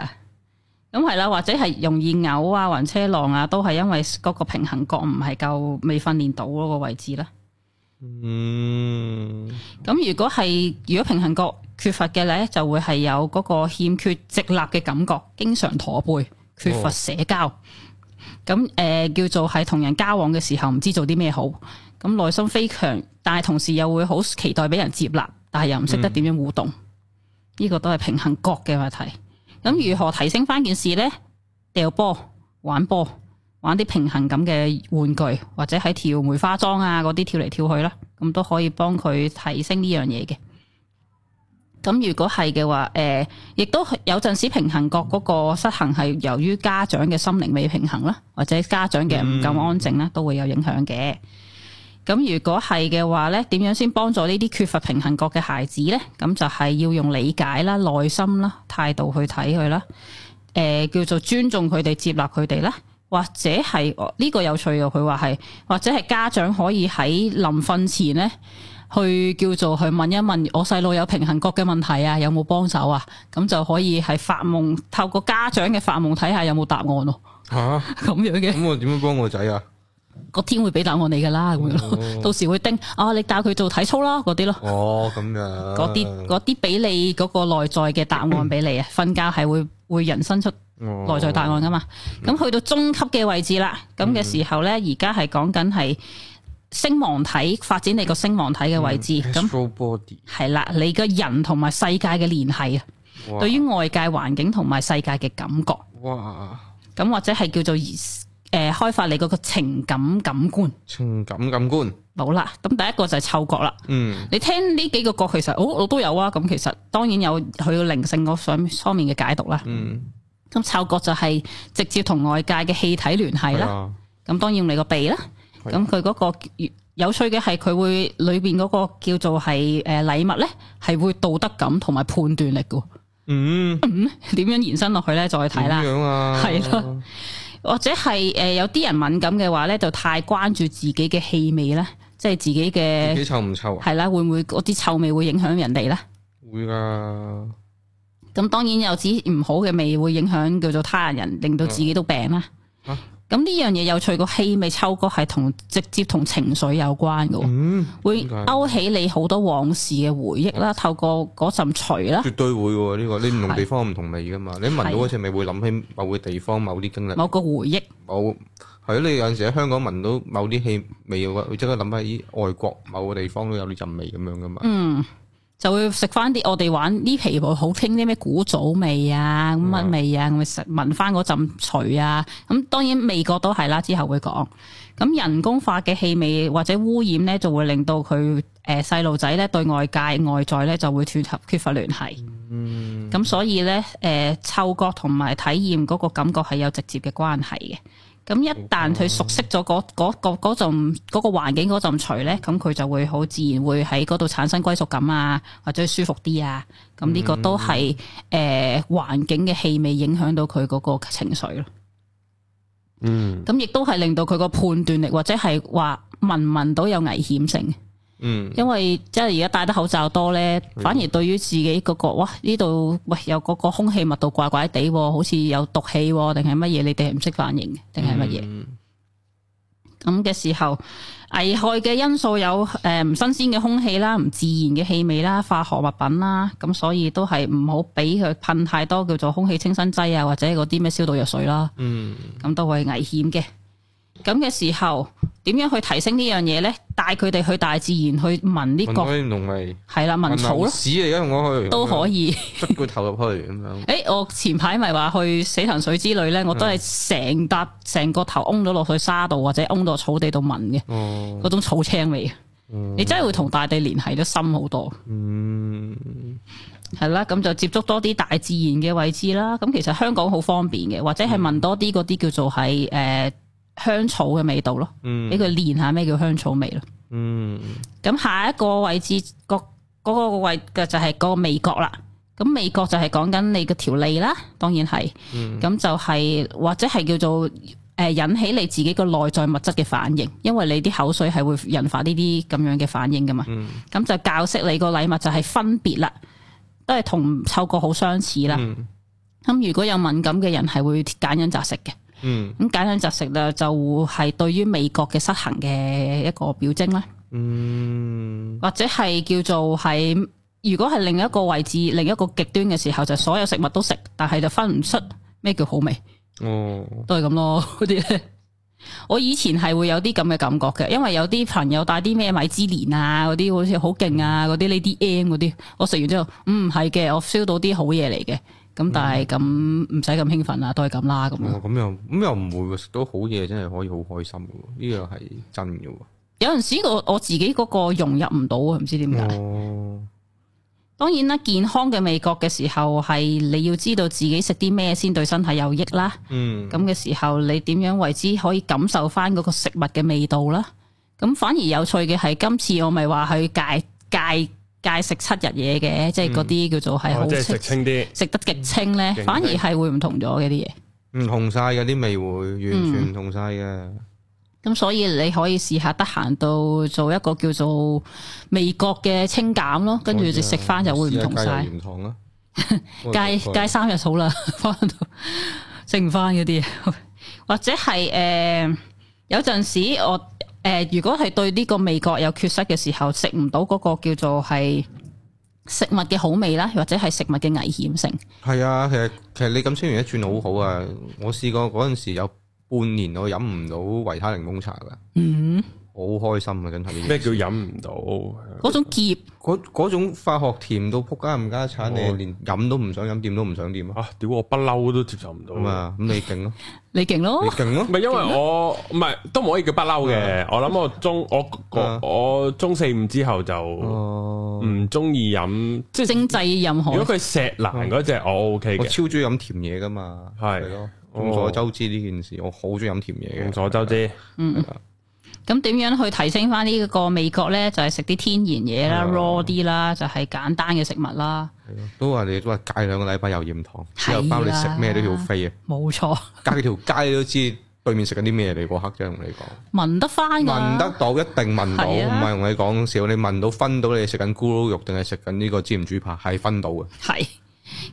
[SPEAKER 3] 咁係啦，或者係容易嘔啊、暈車浪啊，都係因為嗰個平衡覺唔係夠，未訓練到嗰個位置啦。
[SPEAKER 2] 嗯，
[SPEAKER 3] 咁如果係如果平衡覺缺乏嘅咧，就會係有嗰個欠缺直立嘅感覺，經常駝背，缺乏社交。咁誒、呃叫做係同人交往嘅時候唔知做啲咩好，咁內心非常，但係同時又會好期待俾人接納，但係又唔識得點樣互動。呢、個都係平衡覺嘅問題。咁如何提升翻件事呢？掉波、玩波、玩啲平衡感嘅玩具，或者喺跳梅花桩啊嗰啲跳嚟跳去啦，咁都可以幫佢提升呢樣嘢嘅。咁如果係嘅話，誒、亦都有陣時平衡覺嗰個失衡係由於家長嘅心靈未平衡啦，或者家長嘅唔夠安靜啦，都會有影響嘅。咁如果係嘅話呢，點樣先幫助呢啲缺乏平衡覺嘅孩子呢？咁就係要用理解啦、耐心啦、態度去睇佢啦。誒、呃叫做尊重佢哋、接納佢哋啦，或者係哦呢、個有趣嘅，佢話係或者係家長可以喺臨瞓前呢，去叫做去問一問我細路有平衡覺嘅問題啊，有冇幫手啊？咁就可以係發夢，透過家長嘅發夢睇下有冇答案咯，
[SPEAKER 2] 吓
[SPEAKER 3] 咁樣嘅。
[SPEAKER 2] 咁我點樣幫我仔啊？
[SPEAKER 3] 個天會俾答案你噶啦，咁樣咯。到時會叮啊，你帶佢做體操啦，嗰啲咯，
[SPEAKER 2] 哦，咁樣
[SPEAKER 3] 嗰啲嗰啲俾你嗰個內在嘅答案俾你啊。瞓覺係會會人生出
[SPEAKER 2] 內
[SPEAKER 3] 內在答案噶啊嘛。
[SPEAKER 2] 嗯
[SPEAKER 3] 咁去到中級嘅位置啦，咁嘅時候呢，而家係講緊係星芒體發展你個星芒體嘅位置，咁
[SPEAKER 2] Astral body，
[SPEAKER 3] 係啦，你個人同埋世界嘅聯繫啊，
[SPEAKER 2] 哇
[SPEAKER 3] 對於外界環境同埋世界嘅感覺，
[SPEAKER 2] 哇，
[SPEAKER 3] 咁或者係叫做誒、呃、開發你嗰個情感感官。
[SPEAKER 2] 情感感官，
[SPEAKER 3] 冇啦，咁第一個就係嗅覺啦。
[SPEAKER 2] 嗯，
[SPEAKER 3] 你聽呢幾個角，其實哦，我都有啊。咁其實當然有佢嘅靈性嗰上方面嘅解讀啦。
[SPEAKER 2] 嗯，
[SPEAKER 3] 咁嗅覺就係直接同外界嘅氣體聯繫
[SPEAKER 2] 係啊
[SPEAKER 3] 啦。
[SPEAKER 2] 啦，
[SPEAKER 3] 咁當然你個鼻啦，
[SPEAKER 2] 係
[SPEAKER 3] 咁佢嗰個有趣嘅係佢會裏邊嗰個叫做係誒禮物咧，係會道德感同埋判斷力嘅
[SPEAKER 2] 嗯，
[SPEAKER 3] 喎， 點樣延伸落去咧，再睇啦。
[SPEAKER 2] 點樣啊，
[SPEAKER 3] 係啦，或者係誒、呃有啲人敏感嘅話咧，就太關注自己嘅氣味咧，即係自己
[SPEAKER 2] 自
[SPEAKER 3] 嘅
[SPEAKER 2] 己臭唔臭啊？
[SPEAKER 3] 係啦，會唔會嗰啲臭味會影響人哋咧？
[SPEAKER 2] 會噶，
[SPEAKER 3] 咁當然有指唔好嘅味會影響叫做他人，令到自己都病啦。
[SPEAKER 2] 嗯
[SPEAKER 3] 咁呢樣嘢有趣，個氣味嗅覺係同直接同情緒有關嘅喎。
[SPEAKER 2] 嗯，
[SPEAKER 3] 會
[SPEAKER 2] 點解
[SPEAKER 3] 勾起你好多往事嘅回憶啦，透過嗰陣除啦，
[SPEAKER 2] 絕對會喎呢個，你唔同地方有唔同味噶嘛，你聞到嗰隻味會諗起某個地方某啲經歷，
[SPEAKER 3] 某個回憶
[SPEAKER 2] 某係咯，你有陣時喺香港聞到某啲氣味嘅話，會即刻諗起咦外國某個地方都有呢陣味咁樣噶嘛，
[SPEAKER 3] 嗯就會食翻啲我哋玩呢皮部好傾啲咩古早味啊，咁乜味啊，咁咪食聞翻嗰陣除啊。咁當然味覺都係啦，之後會講。咁人工化嘅氣味或者污染咧，就會令到佢誒細路仔咧對外界外在咧就會缺乏缺乏聯繫。
[SPEAKER 2] 嗯，
[SPEAKER 3] 咁所以咧，誒、嗅覺同埋體驗嗰個感覺係有直接嘅關係嘅。咁一旦佢熟悉咗嗰嗰嗰嗰陣嗰個環境嗰陣除咧，咁佢就會好自然會喺嗰度產生歸屬感啊，或者舒服啲啊。咁呢個都係誒、呃環境嘅氣味影響到佢嗰個情緒咯。
[SPEAKER 1] 嗯，
[SPEAKER 3] 咁亦都係令到佢個判斷力或者係話聞唔聞到有危險性。
[SPEAKER 2] 嗯，
[SPEAKER 3] 因為即係而家戴得口罩多咧，反而對於自己嗰、個哇呢度喂有嗰個空氣密度怪怪地喎，好似有毒氣喎定係乜嘢？你哋係唔識反應嘅，定係乜嘢？
[SPEAKER 2] 嗯
[SPEAKER 3] 咁嘅時候，危害嘅因素有誒唔、新鮮嘅空氣啦、唔自然嘅氣味啦、化學物品啦，咁所以都係唔好俾佢噴太多叫做空氣清新劑啊，或者嗰啲咩消毒藥水啦。
[SPEAKER 2] 嗯，
[SPEAKER 3] 咁都會危險嘅。咁嘅時候，點樣去提升呢樣嘢呢？帶佢哋去大自然去聞呢
[SPEAKER 2] 聞
[SPEAKER 3] 個
[SPEAKER 2] 到啲唔同味，
[SPEAKER 3] 係啦，聞草
[SPEAKER 2] 牛
[SPEAKER 3] 咯
[SPEAKER 2] 屎嚟噶，我去
[SPEAKER 3] 都可
[SPEAKER 2] 以，
[SPEAKER 3] 以。
[SPEAKER 2] 捽個頭入去咁樣，
[SPEAKER 3] 誒，我前排咪話去死藤水之旅呢，我都
[SPEAKER 2] 嗯
[SPEAKER 3] 係成笪成個頭嗡咗落去沙度或者嗡到草地度聞嘅
[SPEAKER 2] 哦，
[SPEAKER 3] 嗰種草青味，
[SPEAKER 2] 嗯
[SPEAKER 3] 你真係會同大地聯繫得深好多。
[SPEAKER 2] 嗯，
[SPEAKER 3] 係啦，咁就接觸多啲大自然嘅位置啦。咁其實香港好方便嘅，或者
[SPEAKER 2] 嗯
[SPEAKER 3] 係聞多啲嗰啲叫做係誒、呃香草嘅味道咯，
[SPEAKER 2] 嗯
[SPEAKER 3] 俾佢練下咩叫香草味咯。
[SPEAKER 2] 嗯，
[SPEAKER 3] 咁下一個位置個嗰個位嘅就係嗰個味覺啦。咁味覺就係講緊你嘅條脷啦，當然係。咁、
[SPEAKER 2] 嗯
[SPEAKER 3] 就係、或者係叫做誒、呃引起你自己個內在物質嘅反應，因為你啲口水係會引發呢啲咁樣嘅反應噶
[SPEAKER 2] 嗯
[SPEAKER 3] 嘛。咁、就教識你個禮物就係分別啦，都係同嗅覺好相似啦。
[SPEAKER 2] 嗯
[SPEAKER 3] 咁如果有敏感嘅人係會揀飲擇食嘅，
[SPEAKER 2] 嗯
[SPEAKER 3] 咁揀飲擇食咧就係對於味覺嘅失衡嘅一個表徵啦，
[SPEAKER 2] 嗯
[SPEAKER 3] 或者係叫做係如果係另一個位置、另一個極端嘅時候，就所有食物都食，但係就分唔出咩叫好味。
[SPEAKER 2] 哦
[SPEAKER 3] 都係咁咯， 嗰啲咧。我以前係會有啲咁嘅感覺嘅，因為有啲朋友帶啲咩米芝蓮啊，嗰啲好似好勁啊，嗰啲呢啲 M 嗰啲，我食完之後，嗯係嘅，我 feel 到啲好嘢嚟嘅，咁但係咁唔使咁興奮啦，都係咁啦咁樣。
[SPEAKER 2] 哦咁又咁又唔會喎食到好嘢真係可以好開心嘅喎，呢個係真嘅喎。
[SPEAKER 3] 有陣時我我自己嗰個融入唔到啊，唔知點解。
[SPEAKER 2] 哦，
[SPEAKER 3] 當然啦，健康嘅味覺嘅時候係你要知道自己食啲咩先對身體有益啦。
[SPEAKER 2] 嗯
[SPEAKER 3] 咁嘅時候，你點樣為之可以感受翻嗰個食物嘅味道啦？咁反而有趣嘅係，今次我咪話去戒戒戒食七日嘢嘅，即係嗰啲叫做係
[SPEAKER 1] 哦
[SPEAKER 3] 好
[SPEAKER 1] 即係
[SPEAKER 3] 清
[SPEAKER 1] 食清啲，
[SPEAKER 3] 食得極清咧，
[SPEAKER 1] 勁啲
[SPEAKER 3] 反而係會唔同咗嘅啲嘢。
[SPEAKER 2] 唔同嗯晒嘅啲味會，完
[SPEAKER 3] 嗯
[SPEAKER 2] 全唔同晒嘅。
[SPEAKER 3] 咁所以你可以試下得閒到做一個叫做味覺嘅清減咯，跟住
[SPEAKER 1] 哦
[SPEAKER 3] 就食翻就會唔同晒。
[SPEAKER 2] 唔同 啦，
[SPEAKER 3] 戒戒三日好啦， 翻到食唔翻嗰啲嘢，或者係诶、誒有陣時我诶、如果係對呢個味覺有缺失嘅時候，食唔到嗰個叫做係食物嘅好味啦，或者係食物嘅危險性。
[SPEAKER 2] 係啊，其實其實你咁清完一轉好好啊！我試過嗰陣時有半年我飲唔到維他檸檬茶噶，
[SPEAKER 3] 嗯，
[SPEAKER 2] 好開心啊！真係呢
[SPEAKER 1] 咩
[SPEAKER 2] 件
[SPEAKER 1] 叫
[SPEAKER 2] 事
[SPEAKER 1] 飲唔到？
[SPEAKER 3] 嗰種澀
[SPEAKER 2] 嗰嗰種化學甜到撲街唔家產，你係連飲都唔想飲，掂都唔想掂啊！
[SPEAKER 1] 啊！屌，我不嬲都接受唔到
[SPEAKER 2] 咁啊，咁你勁 咯，
[SPEAKER 3] 你勁
[SPEAKER 2] 你
[SPEAKER 3] 咯，
[SPEAKER 2] 勁咯
[SPEAKER 1] 唔，係因為我唔係都唔可以叫不嬲嘅，我諗我中我
[SPEAKER 2] 啊
[SPEAKER 1] 我我中四五之後就
[SPEAKER 2] 哦，
[SPEAKER 1] 唔中意飲，即係
[SPEAKER 3] 精製任何
[SPEAKER 1] 如果佢石蘭嗰只我 OK
[SPEAKER 2] 我
[SPEAKER 1] 嘅。
[SPEAKER 2] 超中意飲甜嘢噶嘛，
[SPEAKER 1] 係
[SPEAKER 2] 係哦咯。
[SPEAKER 1] 哦
[SPEAKER 2] 眾所周知呢件事，我好中意飲甜嘢嘅。
[SPEAKER 1] 眾所周知，
[SPEAKER 3] 咁點樣去提升翻呢個味覺咧？就係食啲天然嘢
[SPEAKER 1] 啊
[SPEAKER 3] 啦，raw 啲啦，就係簡單嘅食物啦，
[SPEAKER 2] 係咯，都話你都話戒兩個禮拜又鹽糖，之
[SPEAKER 3] 係
[SPEAKER 2] 後
[SPEAKER 3] 啦
[SPEAKER 2] 包你食咩都要飛啊！
[SPEAKER 3] 冇錯，
[SPEAKER 2] 隔條街你都知對面食緊啲咩嚟，嗰刻真係同你講。
[SPEAKER 3] 聞得翻㗎。
[SPEAKER 2] 聞得到一定聞到，
[SPEAKER 3] 啊係
[SPEAKER 2] 唔
[SPEAKER 3] 啊
[SPEAKER 2] 係同你講笑，你聞到分到你食緊咕嚕肉定係食緊呢個煎唔豬扒，係分到嘅。
[SPEAKER 3] 系。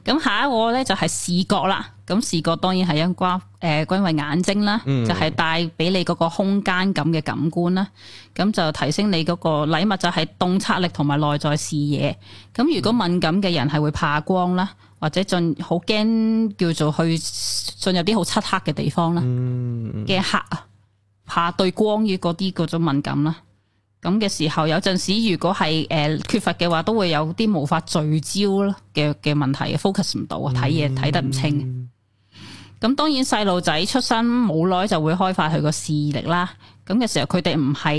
[SPEAKER 3] 咁下一個咧就係視覺啦，咁視覺當然係因關誒關為眼睛啦，
[SPEAKER 2] 嗯
[SPEAKER 3] 就係帶俾你嗰個空間感嘅感官啦，咁就提升你嗰個禮物就係洞察力同埋內在視野。咁如果敏感嘅人係會怕光啦，或者進好驚叫做去進入啲好漆黑嘅地方啦
[SPEAKER 2] 嗯，
[SPEAKER 3] 嘅黑啊，怕對光與嗰啲嗰種敏感啦。咁嘅時候，有陣時如果係誒、呃缺乏嘅話，都會有啲無法聚焦啦嘅嘅問題，focus 唔到啊，睇嘢睇得唔清。咁當然細路仔出生冇耐就會開發佢個視力啦。咁嘅時候，佢哋唔係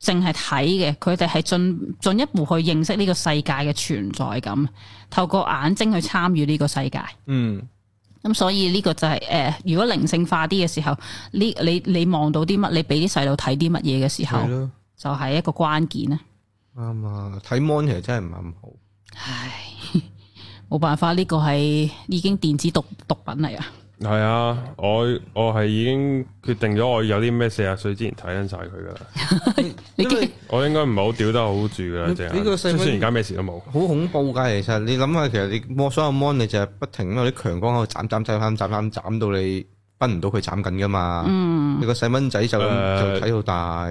[SPEAKER 3] 淨係睇嘅，佢哋係進進一步去認識呢個世界嘅存在感，透過眼睛去參與呢個世界。
[SPEAKER 2] 嗯，
[SPEAKER 3] 咁所以呢個就係、呃如果靈性化啲嘅時候，呢你你望到啲乜，你俾啲細路睇啲乜嘢嘅時候
[SPEAKER 2] 係，咯，
[SPEAKER 3] 就係一個關鍵啦。
[SPEAKER 2] 啱啊！睇 mon 其實真係唔係咁好。
[SPEAKER 3] 唉， 冇辦法，呢、個係已經電子毒毒品嚟啊！
[SPEAKER 1] 係啊，我我係已經決定咗，我有啲咩四十歲之前睇緊晒佢噶 啦，
[SPEAKER 3] 你
[SPEAKER 2] 因為
[SPEAKER 1] 我應該唔係好屌得好住噶啦，
[SPEAKER 2] 呢
[SPEAKER 1] 隻
[SPEAKER 2] 呢個
[SPEAKER 1] 眼。
[SPEAKER 2] 細蚊
[SPEAKER 1] 雖然而家咩事都冇，
[SPEAKER 2] 好恐怖㗎，其實你諗下，其實你摸所有 mon，你就係不停有啲強光喺度斬斬斬斬斬斬斬到你分唔到佢斬緊㗎嘛。
[SPEAKER 3] 嗯
[SPEAKER 2] 你個細蚊仔就咁
[SPEAKER 1] 誒
[SPEAKER 2] 就睇到大，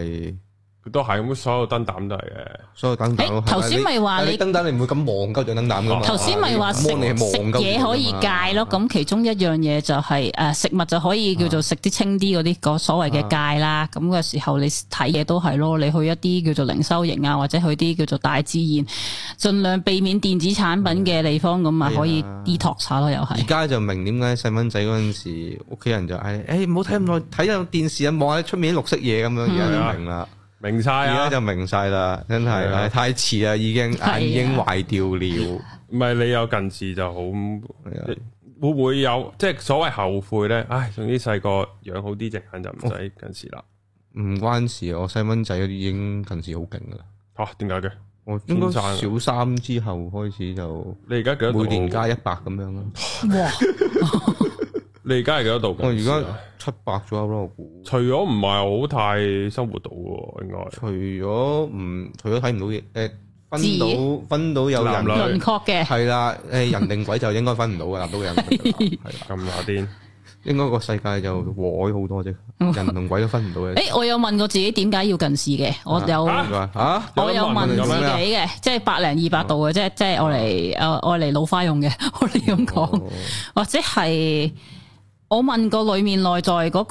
[SPEAKER 1] 佢都係咁，所有燈膽都係嘅。
[SPEAKER 2] 所有燈膽都
[SPEAKER 3] 誒頭先咪話
[SPEAKER 2] 但係
[SPEAKER 3] 你哦
[SPEAKER 2] 燈膽你唔會咁望鳩隻燈膽㗎嘛。
[SPEAKER 3] 頭先咪話
[SPEAKER 2] 你
[SPEAKER 3] 食
[SPEAKER 2] mon 你係
[SPEAKER 3] 食
[SPEAKER 2] 望鳩
[SPEAKER 3] 嘢
[SPEAKER 2] 佢㗎啊
[SPEAKER 3] 可以
[SPEAKER 2] 嘛啊
[SPEAKER 3] 戒咯，咁其中一樣嘢就係、呃食物就可以叫做食啲清啲嗰啲嗰所謂嘅戒啦。咁嘅時候你睇嘢都係咯，你去一啲叫做靈修營啊，或者去啲叫做大自然，盡量避免電子產品嘅地方，咁咪
[SPEAKER 2] 係啊
[SPEAKER 3] 可以 detox 下咯，又
[SPEAKER 2] 而
[SPEAKER 3] 係。
[SPEAKER 2] 家就明點解細蚊仔嗰陣時，屋企人就嗌：，誒唔好睇咁耐，睇下電視啊，望下出面啲綠色嘢咁樣。而
[SPEAKER 3] 嗯
[SPEAKER 2] 家就明啦，
[SPEAKER 1] 明晒
[SPEAKER 2] 而
[SPEAKER 1] 啊
[SPEAKER 2] 家！就明晒啦，真
[SPEAKER 1] 係
[SPEAKER 2] 係
[SPEAKER 1] 啊
[SPEAKER 2] 唉太遲啦，已經
[SPEAKER 3] 係啊
[SPEAKER 2] 眼已經壞掉了。
[SPEAKER 1] 唔係你有近視就好，
[SPEAKER 2] 係啊
[SPEAKER 1] 會唔會有即係所謂後悔咧？唉，總之細個養好啲隻眼就唔
[SPEAKER 2] 哦
[SPEAKER 1] 使近視啦。
[SPEAKER 2] 唔關事啊，我細蚊仔嗰啲已經近視好勁噶啦。
[SPEAKER 1] 吓、點解嘅？
[SPEAKER 2] 我應該
[SPEAKER 1] 天生啊
[SPEAKER 2] 小三之後開始就
[SPEAKER 1] 你而家幾多度？
[SPEAKER 2] 每年加一百咁樣啦。
[SPEAKER 3] 哇！
[SPEAKER 1] 你而家係幾多度？啊
[SPEAKER 2] 我而家七百左右咯，我估。
[SPEAKER 1] 除咗唔係好太生活到喎，應該
[SPEAKER 2] 除咗唔除咗睇唔到嘢，誒分
[SPEAKER 3] 字
[SPEAKER 2] 到分到有人
[SPEAKER 1] 男女
[SPEAKER 3] 輪廓嘅，
[SPEAKER 2] 係啦，诶人定鬼就應該分唔到 噶啦，都有人系 啦，
[SPEAKER 1] 咁乸癲，
[SPEAKER 2] 应该个世界就和咗好多啫，
[SPEAKER 3] 哦
[SPEAKER 2] 人同鬼都分唔到嘅。
[SPEAKER 3] 诶，我有問過自己點解要近視嘅，我有。
[SPEAKER 1] 啊
[SPEAKER 2] 啊，
[SPEAKER 3] 我有問
[SPEAKER 1] 問
[SPEAKER 3] 自己
[SPEAKER 1] 咁樣
[SPEAKER 2] 啊
[SPEAKER 3] 嘅，即係百零二百度嘅，即係即係我嚟诶我嚟老花用嘅， 我哋咁講，或者係我問過里面內在嗰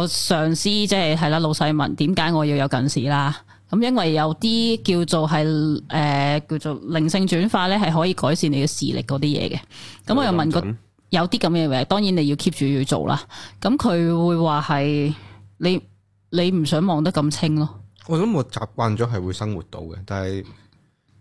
[SPEAKER 3] 個上司，即係係啦老細問點解我要有近視啦？咁因為有啲叫做係诶、呃叫做靈性轉化咧，係可以改善你嘅視力嗰啲嘢嘅。咁我又問過。
[SPEAKER 1] 咁準
[SPEAKER 3] 哦有啲咁嘅嘢，當然你要 keep 住要做啦。咁佢會話係你你唔想望得咁清咯，
[SPEAKER 2] 我諗我習慣咗係會生活到嘅，但係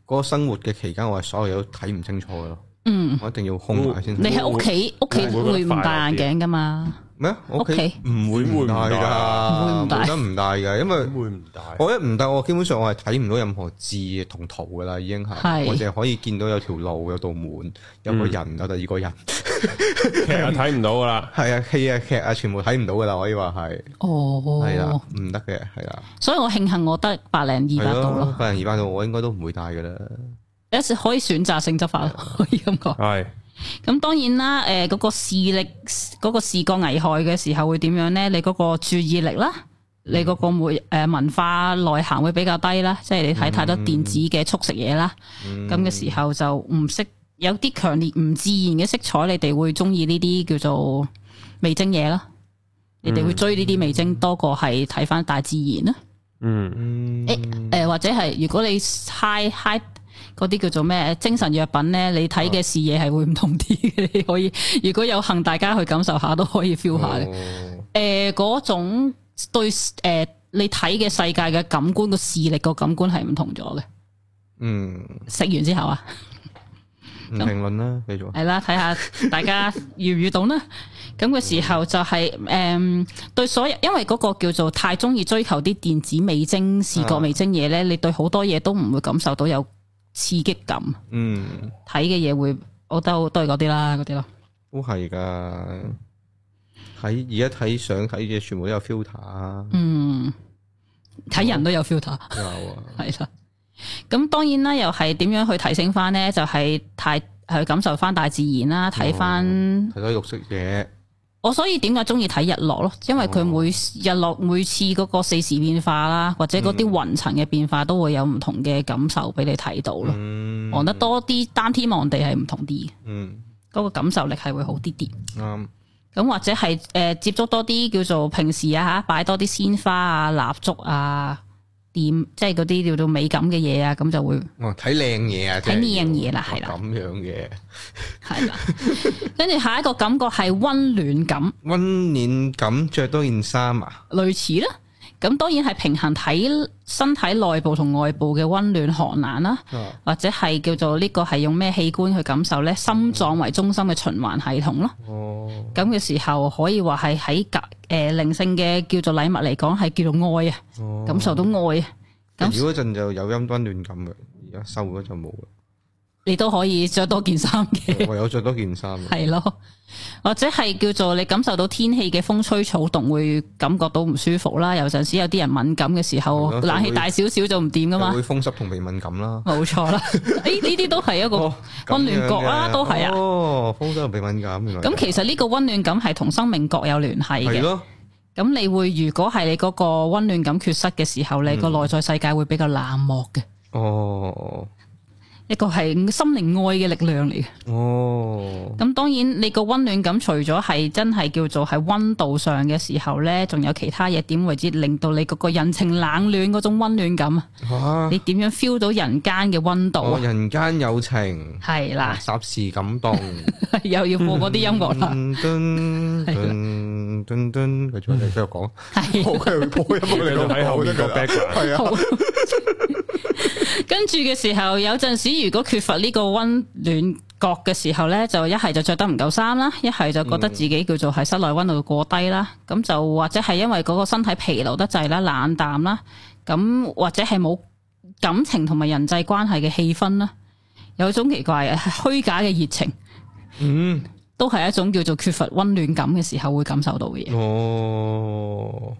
[SPEAKER 2] 嗰個生活嘅期間，我係所有嘢都睇唔清楚嘅咯。嗯，我一定要空埋先。
[SPEAKER 3] 你喺屋企屋企
[SPEAKER 1] 會
[SPEAKER 3] 會唔
[SPEAKER 2] 啊
[SPEAKER 3] 戴眼鏡噶嘛？
[SPEAKER 2] 咩？我屋企
[SPEAKER 3] 屋企
[SPEAKER 2] 唔會唔戴
[SPEAKER 3] 會
[SPEAKER 2] 㗎，
[SPEAKER 3] 唔戴
[SPEAKER 2] 冇得唔戴㗎，因為
[SPEAKER 1] 會唔大？
[SPEAKER 2] 我一唔戴，我基本上我係睇唔到任何字同圖㗎啦，已經係，
[SPEAKER 3] 係嗯
[SPEAKER 2] 我淨係可以見到有條路、有道門、有個人、有第二個人，
[SPEAKER 1] 其實睇唔到噶啦，
[SPEAKER 2] 係啊戲啊劇啊，全部睇唔到㗎啦，可以話係，
[SPEAKER 3] 哦，
[SPEAKER 2] 係啊，唔得嘅，係啊，
[SPEAKER 3] 所以我慶幸我得百零二百
[SPEAKER 2] 係
[SPEAKER 3] 度
[SPEAKER 2] 咯
[SPEAKER 3] 咯，，
[SPEAKER 2] 百零二百度我應該都唔會戴㗎啦，
[SPEAKER 3] 有時可以選擇性執法咯， 可以咁講。
[SPEAKER 1] 係
[SPEAKER 3] 咁當然啦，誒、嗰、個視力嗰、個視覺危害嘅時候會點樣咧？你嗰個注意力啦，你嗰個每誒、文化內涵會比較低啦，即係你睇太多電子嘅速食嘢啦，咁嘅、時候就唔識有啲強烈唔自然嘅色彩，你哋會中意呢啲叫做味精嘢啦，你哋會追呢啲味精多過係睇翻大自然啦。
[SPEAKER 1] 嗯
[SPEAKER 2] 嗯，
[SPEAKER 3] 誒誒、或者係如果你 high high 嗰啲叫做咩精神藥品咧，你睇嘅視野係會唔同啲嘅。你可以 如果有幸大家去感受下，都可以 feel 下嘅。誒嗰、
[SPEAKER 2] 哦
[SPEAKER 3] 種對誒、你睇嘅世界嘅感官個視力個感官係唔同咗嘅。
[SPEAKER 2] 嗯，
[SPEAKER 3] 食完之後啊，
[SPEAKER 2] 唔評論啦，繼續。
[SPEAKER 3] 嗯係啦，睇下大家遇唔遇到啦。咁嘅時候就係、誒、對所有，因為嗰個叫做太中意追求啲電子味精、視覺味精嘢咧，你對好多嘢都唔會感受到有刺激感。
[SPEAKER 2] 嗯，
[SPEAKER 3] 睇嘅嘢會，我都都係嗰啲啦，嗰啲咯。
[SPEAKER 2] 都係噶。睇而家睇相睇嘅全部都有 filter 啊，
[SPEAKER 3] 嗯，睇人都有 filter，
[SPEAKER 2] 有啊，
[SPEAKER 3] 係啦。咁當然啦，又係點樣去提升翻呢？就係太去感受翻大自然啦，睇翻、
[SPEAKER 2] 睇到綠色嘢，
[SPEAKER 3] 我所以點解中意睇日落咯？因為佢每日落每次嗰個四時變化啦，或者嗰啲雲層嘅變化都會有唔同嘅感受俾你睇到咯。
[SPEAKER 2] 嗯，
[SPEAKER 3] 望得多啲，單天望地係唔同啲嘅，
[SPEAKER 2] 嗯，
[SPEAKER 3] 嗰、個感受力係會好啲啲。
[SPEAKER 2] 啱，
[SPEAKER 3] 咁或者係誒、呃接觸多啲叫做平時啊嚇，擺多啲鮮花啊、蠟燭啊、點即係嗰啲叫做美感嘅嘢啊，咁就會
[SPEAKER 2] 哦，睇靚嘢啊，
[SPEAKER 3] 睇
[SPEAKER 2] 真係
[SPEAKER 3] 靚嘢啦
[SPEAKER 2] 要
[SPEAKER 3] 係啦
[SPEAKER 2] 咁樣嘅
[SPEAKER 3] 係啦。跟住下一個感覺係温暖感，
[SPEAKER 2] 温暖感，着多件衫啊，
[SPEAKER 3] 類似啦。咁當然係平衡體身體內部同外部嘅温暖寒冷啦，
[SPEAKER 2] 啊
[SPEAKER 3] 或者係叫做呢個係用咩器官去感受呢？心臟為中心嘅循環系統咯。
[SPEAKER 2] 哦，
[SPEAKER 3] 咁嘅時候可以話係喺格誒靈性嘅叫做禮物嚟講係叫做愛啊，
[SPEAKER 2] 哦
[SPEAKER 3] 感受到愛啊。咁
[SPEAKER 2] 如嗰陣就有陰温暖感嘅，而家瘦咗就冇 啦，
[SPEAKER 3] 你都可以着多件衫嘅，
[SPEAKER 2] 唯有着多件衫啊，
[SPEAKER 3] 系咯，或者係叫做你感受到天氣嘅風吹草動會感覺到唔舒服啦。有陣時有啲人敏感嘅時候，
[SPEAKER 2] 係咯
[SPEAKER 3] 冷氣大少少就唔掂噶
[SPEAKER 2] 又
[SPEAKER 3] 嘛
[SPEAKER 2] 會，風濕同鼻敏感啦。
[SPEAKER 3] 冇錯啦。诶，呢啲都係一個
[SPEAKER 2] 哦咁
[SPEAKER 3] 温暖角啦
[SPEAKER 2] 樣嘅
[SPEAKER 3] 都係啊
[SPEAKER 2] 哦，風濕同鼻敏感，原來
[SPEAKER 3] 咁，其實呢個温暖感係同生命角有聯繫
[SPEAKER 2] 啊係
[SPEAKER 3] 嘅。
[SPEAKER 2] 咯。
[SPEAKER 3] 咁你會如果係你嗰個温暖感缺失嘅時候，你
[SPEAKER 2] 嗯
[SPEAKER 3] 個內在世界會比較冷漠嘅，
[SPEAKER 2] 哦，
[SPEAKER 3] 一個係心靈愛嘅力量嚟嘅。
[SPEAKER 2] 哦，
[SPEAKER 3] 咁當然，你個温暖感除咗係真係叫做係温度上嘅時候呢，仲有其他嘢點為之令到你嗰個人情冷暖嗰種温暖感啊？
[SPEAKER 2] 吓，
[SPEAKER 3] 你點樣 feel 到人間嘅温度
[SPEAKER 2] 哦，
[SPEAKER 3] 啊？
[SPEAKER 2] 人間有情，
[SPEAKER 3] 係啦，
[SPEAKER 2] 霎時感 動，
[SPEAKER 3] 又要播嗰啲音樂啦，
[SPEAKER 2] 噔噔噔噔噔，佢仲繼續講，
[SPEAKER 3] 係
[SPEAKER 2] 我繼續播音樂，
[SPEAKER 1] 你
[SPEAKER 2] 你
[SPEAKER 1] 都喺後面個
[SPEAKER 2] 嘅
[SPEAKER 1] background，
[SPEAKER 2] 係啊，
[SPEAKER 3] 好。跟住嘅時候，有陣時如果缺乏呢個温暖覺嘅時候呢，就一係就着得唔夠衫啦，一係就覺得自己叫做係室內温度過低啦，咁就或者係因為嗰個身體疲勞得滯啦、冷淡啦，咁或者係冇感情同埋人際關係嘅氣氛啦，有種奇怪嘅虛假嘅熱情，
[SPEAKER 2] 嗯，
[SPEAKER 3] 都係一種叫做缺乏温暖感嘅時候會感受到嘅嘢。
[SPEAKER 2] 哦，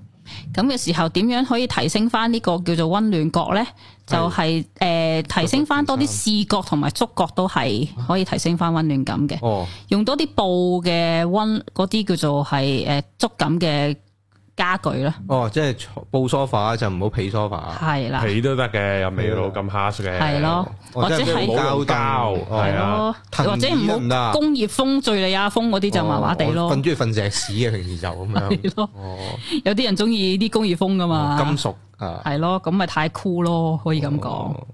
[SPEAKER 3] 咁嘅時候點樣可以提升翻呢個叫做温暖覺呢？就係、诶提升翻多啲視覺同埋觸覺都係
[SPEAKER 2] 啊
[SPEAKER 3] 可以提升翻温暖感嘅。
[SPEAKER 2] 哦，
[SPEAKER 3] 用多啲布嘅温嗰啲叫做係诶觸感嘅家具啦，
[SPEAKER 2] 哦，即係布 sofa 就唔好被 sofa，
[SPEAKER 3] 係啦，
[SPEAKER 1] 皮都得嘅，又未到咁 harsh 嘅。
[SPEAKER 3] 係咯，
[SPEAKER 2] 啊哦
[SPEAKER 3] 或者
[SPEAKER 2] 即係
[SPEAKER 1] 唔
[SPEAKER 3] 係
[SPEAKER 1] 好
[SPEAKER 2] 膠
[SPEAKER 1] 用膠
[SPEAKER 2] 凳哦
[SPEAKER 1] 係
[SPEAKER 3] 係
[SPEAKER 1] 啊
[SPEAKER 3] 咯，
[SPEAKER 2] 藤
[SPEAKER 3] 或者唔
[SPEAKER 2] 椅得
[SPEAKER 3] 好
[SPEAKER 2] 唔得啊
[SPEAKER 3] 工業風、敍利亞風嗰啲就麻麻地
[SPEAKER 2] 哦我
[SPEAKER 3] 咯
[SPEAKER 2] 瞓，中意瞓石屎嘅平時就咁樣。
[SPEAKER 3] 係咯，
[SPEAKER 2] 哦，
[SPEAKER 3] 有啲人中意啲工業風噶嘛，
[SPEAKER 2] 金屬啊，
[SPEAKER 3] 係咯，咁咪太 cool 咯，可以咁講。
[SPEAKER 2] 哦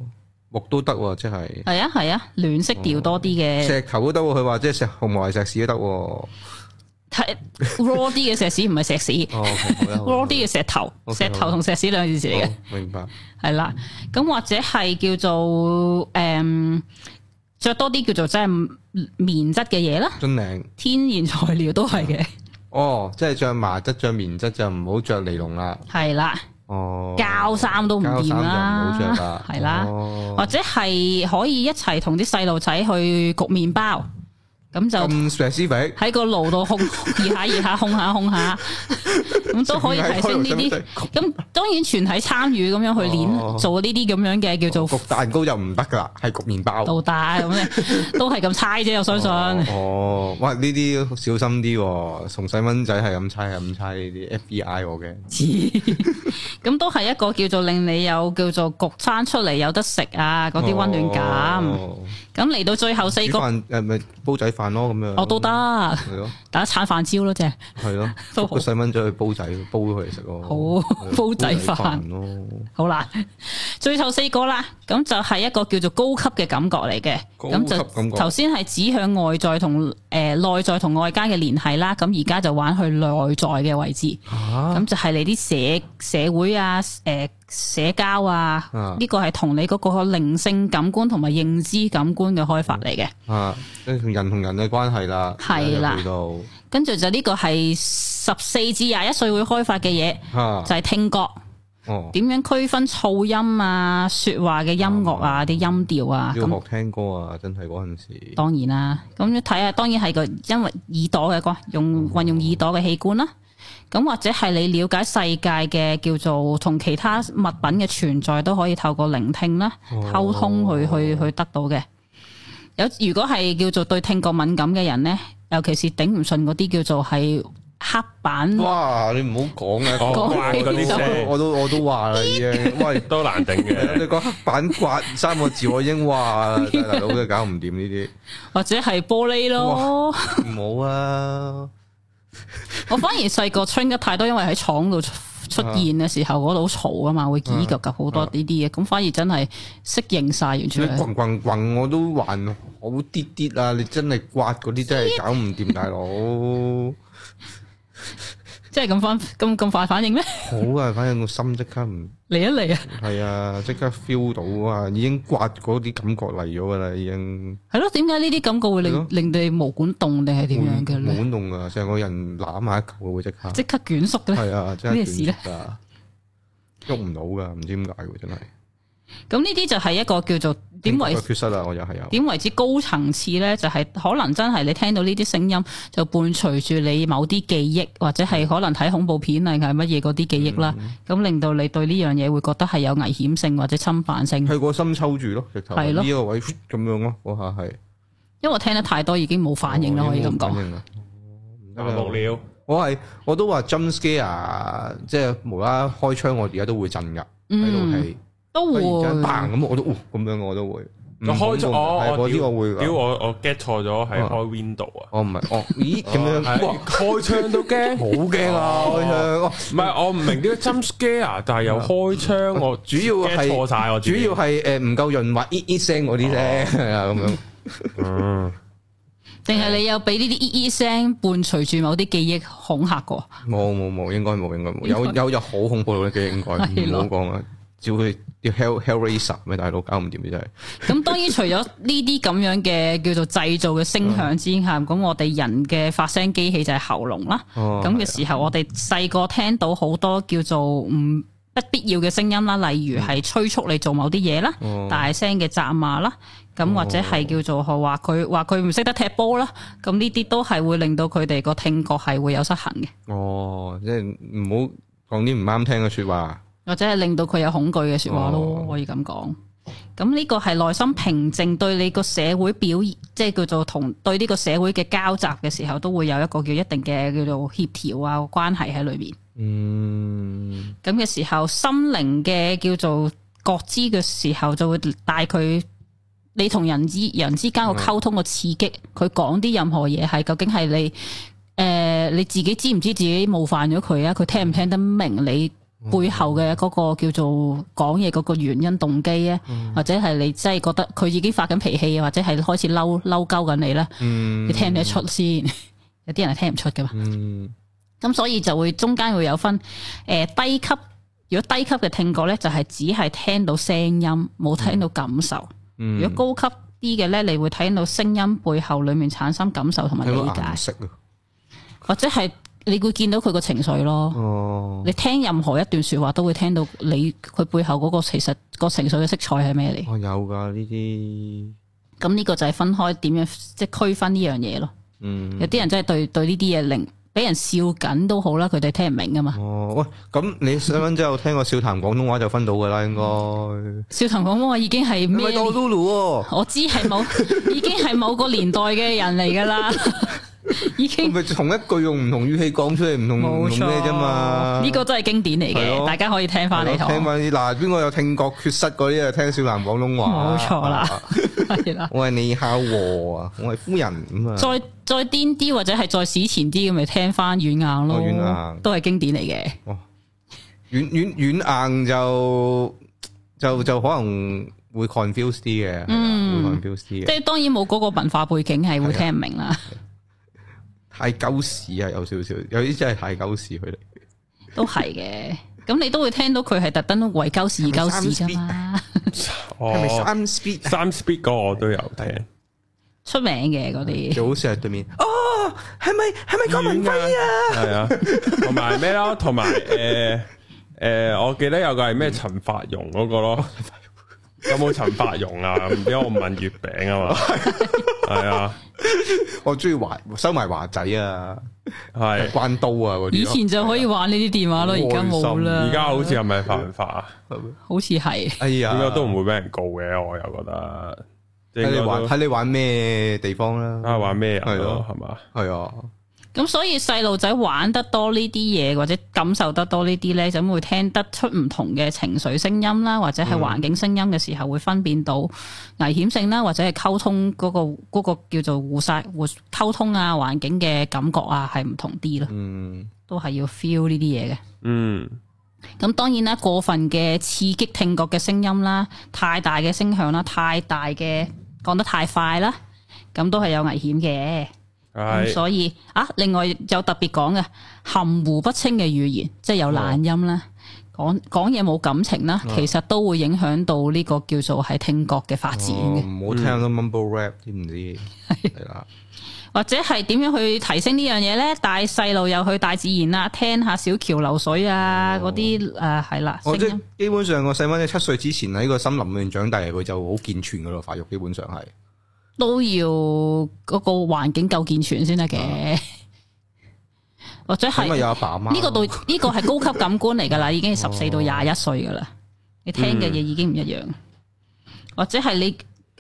[SPEAKER 2] 木都得喎，即係
[SPEAKER 3] 係啊係啊，暖色調多啲嘅，
[SPEAKER 2] 石頭都得喎。佢話即係石紅毛係石屎都得喎。哦
[SPEAKER 3] 睇 raw 啲嘅石屎唔係石屎
[SPEAKER 2] 哦
[SPEAKER 3] ，raw
[SPEAKER 2] ，raw
[SPEAKER 3] 啲嘅石頭，
[SPEAKER 2] 好
[SPEAKER 3] 石頭同石屎兩件事嚟嘅。
[SPEAKER 2] 明白。
[SPEAKER 3] 係啦，咁或者係叫做诶，嗯着、多啲叫做即係棉質嘅嘢啦，
[SPEAKER 2] 樽領
[SPEAKER 3] 天然材料都係嘅，
[SPEAKER 2] 哦，即係着麻質、着棉質就唔好着尼龍啦。
[SPEAKER 3] 係啦，
[SPEAKER 2] 哦，
[SPEAKER 3] 膠衫都唔
[SPEAKER 2] 膠衫
[SPEAKER 3] 掂
[SPEAKER 2] 就唔好着
[SPEAKER 3] 啦
[SPEAKER 2] 啦，，
[SPEAKER 3] 係啦，
[SPEAKER 2] 哦
[SPEAKER 3] 或者係可以一齊同啲細路仔去焗麵包，咁就。
[SPEAKER 2] 咁 specific。
[SPEAKER 3] 喺個爐度 烘熱下熱下，烘下烘下，咁都可以提升呢啲。咁當然全體參與咁樣去
[SPEAKER 2] 哦
[SPEAKER 3] 練，做呢啲咁樣嘅叫做
[SPEAKER 2] 焗蛋糕就唔得噶啦，係焗麵包。
[SPEAKER 3] 導帶咁 咧，都係咁猜啫。我相信
[SPEAKER 2] 哦，哇！呢啲小心啲喎，同細蚊仔係咁猜，係咁猜呢啲 FBI 我嘅。
[SPEAKER 3] 咁都係一個叫做令你有叫做焗餐出嚟有得食啊嗰啲温暖感。
[SPEAKER 2] 哦
[SPEAKER 3] 咁嚟到最後四
[SPEAKER 2] 煮
[SPEAKER 3] 個，
[SPEAKER 2] 飯誒咪煲仔飯咯，咁樣。
[SPEAKER 3] 我都得
[SPEAKER 2] 係咯，
[SPEAKER 3] 打一餐飯焦咯，啫。
[SPEAKER 2] 係咯，
[SPEAKER 3] 都
[SPEAKER 2] 捉
[SPEAKER 3] 好
[SPEAKER 2] 個細蚊仔去煲仔，煲佢嚟食咯。
[SPEAKER 3] 好
[SPEAKER 2] 係咯
[SPEAKER 3] 煲仔飯
[SPEAKER 2] 咯，
[SPEAKER 3] 好啦， 最後四個啦，咁就係一個叫做高級嘅感覺嚟嘅，
[SPEAKER 2] 高
[SPEAKER 3] 咁
[SPEAKER 2] 級感覺
[SPEAKER 3] 就頭先係指向外在同诶内在同外間嘅聯繫啦，咁而家就玩去內在嘅位置，
[SPEAKER 2] 嚇
[SPEAKER 3] 咁就係你啲社社會啊，诶、社交啊，
[SPEAKER 2] 啊
[SPEAKER 3] 呢個係同你嗰個靈性感官同埋認知感官嘅開發嚟嘅，
[SPEAKER 2] 啊，即係同人同人嘅關係啦，
[SPEAKER 3] 係啦
[SPEAKER 2] 入去到
[SPEAKER 3] 跟住就呢個係十四至廿一歲會開發嘅嘢，
[SPEAKER 2] 嚇
[SPEAKER 3] 就係啊聽覺。
[SPEAKER 2] 啊哦，
[SPEAKER 3] 點樣區分噪音啊、说話嘅音樂啊、啲音調啊，
[SPEAKER 2] 要
[SPEAKER 3] 咁
[SPEAKER 2] 學聽歌啊，真係嗰陣時。
[SPEAKER 3] 當然啦，咁要睇下，當然係個因為耳朵嘅關，用運用耳朵嘅器官啦。咁或者係你了解世界嘅叫做同其他物品嘅存在都可以透過聆聽啦、
[SPEAKER 2] 哦
[SPEAKER 3] 溝通去去去得到嘅。有如果係叫做對聽覺敏感嘅人呢，尤其是頂唔順嗰啲叫做係黑板，
[SPEAKER 2] 哇！你唔好講啊，
[SPEAKER 1] 哦
[SPEAKER 2] 講
[SPEAKER 1] 刮嗰啲聲
[SPEAKER 2] 我都我都話啦 已經。喂，
[SPEAKER 1] 都難頂
[SPEAKER 2] 你
[SPEAKER 1] 嘅。
[SPEAKER 2] 講黑板刮三個字，我已經哇，大佬都搞唔掂呢
[SPEAKER 3] 或者係玻璃咯。
[SPEAKER 2] 啲，唔好 啊！
[SPEAKER 3] 我反而細個 train 得太多，因為喺廠度出出現嘅時候嗰度好嘈啊嘛，會叽及及好多呢啲嘢，咁反而真係適應晒完
[SPEAKER 2] 啊你
[SPEAKER 3] 全係。
[SPEAKER 2] 棍棍棍我都還好啲啲啊！你真係刮嗰啲真係搞唔掂，大佬。
[SPEAKER 3] 即係咁翻咁咁快反應咩？
[SPEAKER 2] 好啊，反正個心即刻唔
[SPEAKER 3] 嚟一嚟啊，
[SPEAKER 2] 係啊，即刻 feel 到啊，已經刮嗰啲感覺嚟咗噶啦，已經
[SPEAKER 3] 係咯？點解呢啲感覺會
[SPEAKER 2] 係咯
[SPEAKER 3] 令令你毛管凍定係點樣嘅
[SPEAKER 2] 冇
[SPEAKER 3] 咧？
[SPEAKER 2] 冇弄啊，成個人攬埋一嚿會即刻。
[SPEAKER 3] 即刻卷縮嘅咧。
[SPEAKER 2] 係 啊，真係
[SPEAKER 3] 咩事咧
[SPEAKER 2] 斷絕㗎？喐唔到噶，唔知點解喎，真係
[SPEAKER 3] 咁呢啲就係一個叫做點為
[SPEAKER 2] 聽覺缺失啊！我又係有。
[SPEAKER 3] 點為之高層次呢？就係、可能真係你聽到呢啲聲音，就伴隨住你某啲記憶，或者
[SPEAKER 2] 嗯
[SPEAKER 3] 係可能睇恐怖片啊，係乜嘢嗰啲記憶啦，咁、令到你對呢樣嘢會覺得係有危險性或者侵犯性。
[SPEAKER 2] 佢個心抽住咯，直頭
[SPEAKER 3] 係咯
[SPEAKER 2] 呢個位咁樣咯，嗰下係
[SPEAKER 3] 因為我聽得太多已經冇反應啦，
[SPEAKER 2] 哦
[SPEAKER 3] 可以
[SPEAKER 2] 已
[SPEAKER 3] 咁講。
[SPEAKER 2] 經冇反應啦
[SPEAKER 1] 麻木 了，
[SPEAKER 2] 我係我都話 jump scare，即啊係無啦啦開槍，我而家都會震㗎，睇到
[SPEAKER 3] 嗯，
[SPEAKER 2] 戲，
[SPEAKER 3] 都
[SPEAKER 2] 突然間
[SPEAKER 3] 會
[SPEAKER 2] bang 咁，我都哦咁樣我都會。唔
[SPEAKER 1] 我開
[SPEAKER 2] 恐
[SPEAKER 1] 咗
[SPEAKER 2] 怖
[SPEAKER 1] 我
[SPEAKER 2] 係
[SPEAKER 1] 我
[SPEAKER 2] 嗰啲我會
[SPEAKER 1] 屌
[SPEAKER 2] 㗎，
[SPEAKER 1] 我我 get 錯咗係
[SPEAKER 2] 啊
[SPEAKER 1] 開 window 啊。
[SPEAKER 2] 我唔係 哦，咦咁樣
[SPEAKER 1] 係
[SPEAKER 2] 哇，
[SPEAKER 1] 開槍都 驚，
[SPEAKER 2] 好驚啊開槍哦！
[SPEAKER 1] 唔係我唔明點解 jump scare，但係啊又開槍，我
[SPEAKER 2] 啊主要
[SPEAKER 1] get
[SPEAKER 2] 係
[SPEAKER 1] 錯晒我自
[SPEAKER 2] 主
[SPEAKER 1] 己哦
[SPEAKER 2] 要係誒唔夠潤滑，咦咦聲嗰啲咧，係啊咁樣。
[SPEAKER 1] 嗯
[SPEAKER 3] 定係你有俾呢啲咿咿聲伴隨住某啲記憶恐嚇過？
[SPEAKER 2] 冇冇冇，應該冇應該冇，有有有好恐怖嘅應該，
[SPEAKER 3] 係
[SPEAKER 2] 唔
[SPEAKER 3] 咯
[SPEAKER 2] 好講啊！照佢啲 hell hellraiser 咩大佬搞唔掂嘅真係，
[SPEAKER 3] 咁當然除咗呢啲咁樣嘅叫做製造嘅聲響之下，咁我哋人嘅發聲機器就係喉嚨啦。
[SPEAKER 2] 哦
[SPEAKER 3] 咁嘅時候，我哋細個聽到好多叫做唔不必要嘅聲音啦，例如係催促你做某啲嘢啦，
[SPEAKER 2] 嗯哦
[SPEAKER 3] 大聲嘅責罵啦，咁或者係叫做話佢話佢唔識得踢波啦，咁呢啲都係會令到佢哋個聽覺係會有失衡嘅。
[SPEAKER 2] 哦，即係唔好講啲唔啱聽嘅说話，
[SPEAKER 3] 或者係令到佢有恐懼嘅说話咯
[SPEAKER 2] 哦，
[SPEAKER 3] 可以咁講。咁呢個係內心平靜對你個社會表現，即係叫做同對呢個社會嘅交集嘅時候，都會有一個叫一定嘅叫做協調啊關係喺裏面。
[SPEAKER 2] 嗯，
[SPEAKER 3] 咁嘅時候，心靈嘅叫做覺知嘅時候，就會帶佢你同人之人之間個溝通個刺激，佢講啲任何嘢係究竟係你诶、你自己知唔知自己冒犯咗佢啊？佢聽唔聽得明你背後嘅嗰個叫做講嘢嗰個原因動機啊？或者係你真係覺得佢已經發緊脾氣啊，或者係開始嬲嬲鳩緊你咧？
[SPEAKER 2] 嗯
[SPEAKER 3] 你聽唔聽得出先？ 有啲人係聽唔出噶嘛？
[SPEAKER 2] 嗯，
[SPEAKER 3] 咁所以就會中間會有分诶、呃低級，如果低級嘅聽覺咧，就係只係聽到聲音，冇聽到感受；
[SPEAKER 2] 嗯
[SPEAKER 3] 如果高級啲嘅咧，你會睇到聲音背後里面產生感受同埋
[SPEAKER 2] 睇
[SPEAKER 3] 理
[SPEAKER 2] 到
[SPEAKER 3] 解
[SPEAKER 2] 顏，色啊，
[SPEAKER 3] 或者係你會見到佢個情緒咯。
[SPEAKER 2] 哦，
[SPEAKER 3] 你聽任何一段说話都會聽到你佢背後嗰個其實個情緒嘅色彩係咩嚟。
[SPEAKER 2] 我哦有噶呢啲，
[SPEAKER 3] 咁呢個就係分開點樣即係區分呢樣嘢咯。
[SPEAKER 2] 嗯，
[SPEAKER 3] 有啲人真係對對呢啲嘢零俾人笑緊都好啦，佢哋聽唔明噶嘛。
[SPEAKER 2] 哦，喂，咁你細蚊仔有聽過笑談廣東話就分到噶啦，應該，
[SPEAKER 3] 笑談廣東話已經係
[SPEAKER 2] 你
[SPEAKER 3] 咩
[SPEAKER 2] 咪
[SPEAKER 3] 年
[SPEAKER 2] 到 Lulu 喎，
[SPEAKER 3] 我知係 某已經係某個年代嘅人嚟㗎 啦，已
[SPEAKER 2] 咁
[SPEAKER 3] 經
[SPEAKER 2] 咪同一句用唔同語氣講出嚟，唔同唔
[SPEAKER 3] 冇
[SPEAKER 2] 同
[SPEAKER 3] 錯
[SPEAKER 2] 咩啫嘛，
[SPEAKER 3] 呢個真係經典嚟
[SPEAKER 2] 係
[SPEAKER 3] 嘅，
[SPEAKER 2] 咯
[SPEAKER 3] 大家可以聽翻嚟
[SPEAKER 2] 係咯聽
[SPEAKER 3] 堂，
[SPEAKER 2] 翻啲嗱，邊個有聽覺缺失嗰啲就聽笑談廣東話，
[SPEAKER 3] 冇錯
[SPEAKER 2] 啊
[SPEAKER 3] 啦， 係啦。
[SPEAKER 2] 我係你孝和啊，我係夫人咁啊，
[SPEAKER 3] 再再癲啲或者係再史前啲咁，咪聽翻軟硬
[SPEAKER 2] 哦
[SPEAKER 3] 咯，
[SPEAKER 2] 軟硬
[SPEAKER 3] 都係經典嚟嘅。
[SPEAKER 2] 軟軟軟硬就就就可能會 confuse 啲嘅，係
[SPEAKER 3] 嗯
[SPEAKER 2] 啦會 confuse 啲
[SPEAKER 3] 即
[SPEAKER 2] 嘅，
[SPEAKER 3] 係當然冇嗰個文化背景係會
[SPEAKER 2] 係啊
[SPEAKER 3] 聽唔明啦，
[SPEAKER 2] 太鳩屎啊，有少少，有啲真係太鳩屎佢哋，
[SPEAKER 3] 都係嘅。咁你都會聽到佢係特登為鳩事而鳩事㗎 嘛，
[SPEAKER 2] 係咪
[SPEAKER 1] 哦，
[SPEAKER 2] 三 speed 啊
[SPEAKER 1] 三 speed 嗰個我都有聽，
[SPEAKER 3] 出名嘅 嗰啲。
[SPEAKER 2] 就好似係對面，哦，係咪係咪江文輝啊？
[SPEAKER 1] 係啊，同埋咩咯，同埋诶诶，誒我記得有個係咩陳法蓉嗰個咯，有冇陳法蓉啊？唔知我問月餅啊嘛，係啊，
[SPEAKER 2] 我中意華收埋華仔啊，
[SPEAKER 1] 係。
[SPEAKER 2] 關刀啊嗰啲咯。
[SPEAKER 3] 以前就可以玩呢啲電話咯，而家冇啦。
[SPEAKER 1] 而家好似係咪犯法啊？
[SPEAKER 3] 好似係。
[SPEAKER 2] 哎呀，
[SPEAKER 1] 應該都唔會俾人告嘅，我又覺得。即係
[SPEAKER 2] 睇你
[SPEAKER 1] 應該
[SPEAKER 2] 玩
[SPEAKER 1] 都啊
[SPEAKER 2] 睇你玩咩地方
[SPEAKER 1] 睇
[SPEAKER 2] 啦，
[SPEAKER 1] 下玩咩人
[SPEAKER 2] 係
[SPEAKER 1] 咯
[SPEAKER 2] 咯，
[SPEAKER 1] 係嘛？
[SPEAKER 2] 係啊，
[SPEAKER 3] 咁所以細路仔玩得多呢啲嘢，或者感受得多呢啲呢，咁會聽得出唔同嘅情緒聲音啦，或者係環境聲音嘅時候，會分辨到危險性啦，或者係溝通嗰、個嗰、個叫做互晒互溝通啊，環境嘅感覺啊，係唔同啲咯，
[SPEAKER 2] 嗯，
[SPEAKER 3] 都係要 feel 呢啲嘢嘅。
[SPEAKER 1] 嗯，
[SPEAKER 3] 咁當然啦，過分嘅刺激聽覺嘅聲音啦，太大嘅聲響啦，太大嘅講得太快啦，咁都係有危險嘅。咁
[SPEAKER 1] 係
[SPEAKER 3] 所以啊，另外有特別講嘅含糊不清嘅語言，即
[SPEAKER 2] 哦
[SPEAKER 3] 係有懶音啦，講講嘢冇感情啦，其實都會影響到呢個叫做係聽覺嘅發展
[SPEAKER 2] 哦
[SPEAKER 3] 嘅，
[SPEAKER 2] 唔好聽
[SPEAKER 1] 嗯
[SPEAKER 2] 到 mumble rap 知唔知？係啦，
[SPEAKER 3] 或者係點樣去提升呢樣嘢呢？帶細路又去大自然啦，聽下小橋流水啊，嗰啲誒係啦，
[SPEAKER 2] 我哦即
[SPEAKER 3] 聲
[SPEAKER 2] 係
[SPEAKER 3] 音
[SPEAKER 2] 基本上個細蚊仔七歲之前喺個森林裏面長大，佢就好健全噶咯，發育基本上係。
[SPEAKER 3] 都要嗰個環境夠健全先得嘅，或者
[SPEAKER 2] 啊咁
[SPEAKER 3] 係
[SPEAKER 2] 啊有阿爸阿媽咯
[SPEAKER 3] 呢個到呢個係高級感官嚟㗎啦，已經係十四到廿一歲㗎啦，你聽嘅嘢已經唔一樣，或者係你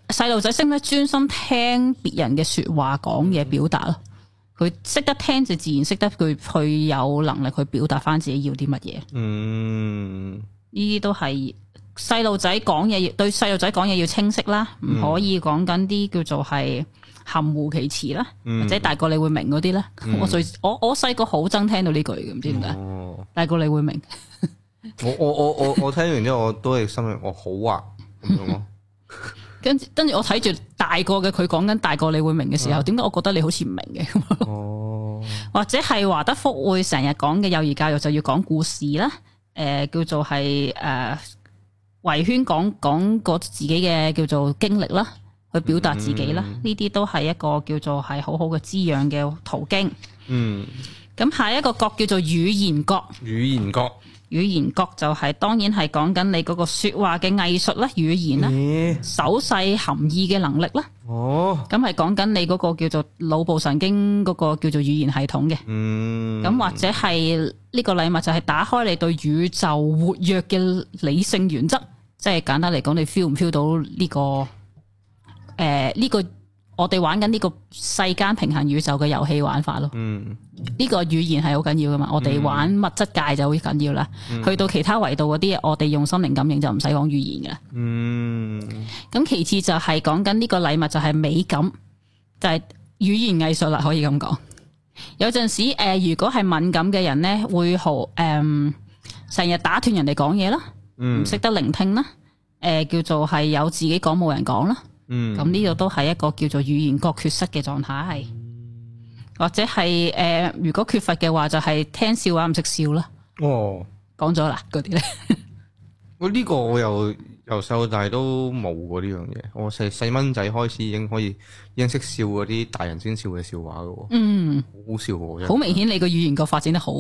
[SPEAKER 3] 細路仔識唔識專心聽別人嘅说話、講嘢、表達咯？佢識得聽就自然識得佢去有能力去表達翻自己要啲乜嘢。
[SPEAKER 2] 嗯，
[SPEAKER 3] 呢啲都係細路仔講嘢要對細路仔講嘢要清晰啦，唔可以講緊啲叫做係含糊其辭啦，或者大個你會明嗰啲啦。我最我我細個好憎聽到呢句嘅，唔知點解，
[SPEAKER 2] 哦。
[SPEAKER 3] 大個你會明。
[SPEAKER 2] 我我我我我聽完之後，我都係心裏我好啊咁樣 咯。
[SPEAKER 3] 跟住跟住我睇住大個嘅佢講緊大個你會明嘅時候，點解我覺得你好似唔明嘅？
[SPEAKER 2] 哦，
[SPEAKER 3] 或者係華德福會成日講嘅幼兒教育就要講故事啦，诶、叫做係诶围圈講講個自己嘅叫做經歷啦，去表達自己啦，呢啲、都係一個叫做係好好嘅滋養嘅途徑。
[SPEAKER 2] 嗯，
[SPEAKER 3] 咁下一個角叫做語言角，
[SPEAKER 2] 語言角
[SPEAKER 3] 語語言覺就係、當然係講緊你嗰個説話嘅藝術啦、語言啦、
[SPEAKER 2] 咦？
[SPEAKER 3] 手勢含義嘅能力啦，
[SPEAKER 2] 哦，
[SPEAKER 3] 咁係講緊你嗰個叫做腦部神經嗰個叫做語言系統嘅。
[SPEAKER 2] 嗯，
[SPEAKER 3] 咁或者係呢個禮物就係打開你對宇宙活躍嘅理性原則，即係簡單嚟講，你 feel 唔 feel 到呢、個诶呢、個我哋玩緊呢個世間平衡宇宙嘅遊戲玩法咯。
[SPEAKER 2] 嗯，
[SPEAKER 3] 呢個語言係好緊要噶嘛，我哋玩物質界就好緊要啦。
[SPEAKER 2] 嗯
[SPEAKER 3] 去到其他維度嗰啲，我哋用心靈感應就唔使講語言噶啦。
[SPEAKER 2] 嗯，
[SPEAKER 3] 咁其次就係講緊呢個禮物就係美感，就係語言藝術啦，可以咁講。有陣時诶、呃如果係敏感嘅人呢，會好诶，嗯成、日打斷人哋講嘢啦，
[SPEAKER 2] 嗯
[SPEAKER 3] 唔識得聆聽啦，诶、叫做係有自己講冇人講啦。
[SPEAKER 2] 嗯，
[SPEAKER 3] 咁呢度都係一個叫做語言覺缺失嘅狀態，或者係诶、呃如果缺乏嘅話，就係聽笑話唔識笑啦，
[SPEAKER 2] 哦，
[SPEAKER 3] 講咗啦嗰啲咧。
[SPEAKER 2] 我呢個我又由細到大都冇過呢樣嘢，我細細蚊仔開始已經可以已經識笑嗰啲大人先笑嘅笑話嘅
[SPEAKER 3] 嗯，
[SPEAKER 2] 喎，好笑喎，真係
[SPEAKER 3] 好明顯你個語言覺發展得好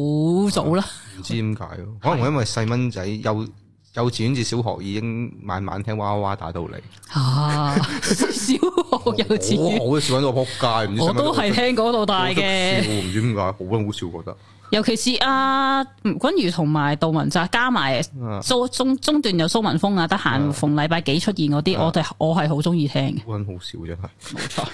[SPEAKER 3] 早啦。
[SPEAKER 2] 唔知點解喎，可能因為細蚊仔幼幼稚園至小學已經慢慢聽娃娃打到嚟，
[SPEAKER 3] 啊，小學幼稚
[SPEAKER 2] 我
[SPEAKER 3] 園，
[SPEAKER 2] 我好笑到我撲街，唔知
[SPEAKER 3] 我都係聽嗰度大嘅，
[SPEAKER 2] 唔知點解好好笑覺得，
[SPEAKER 3] 尤其是阿吳君如同埋杜汶澤加埋
[SPEAKER 2] 啊
[SPEAKER 3] 蘇中中段有蘇文峰啊，得閒逢禮拜幾出現嗰啲，
[SPEAKER 2] 啊
[SPEAKER 3] 我哋我係好中意聽嘅，
[SPEAKER 2] 好撚好笑真係，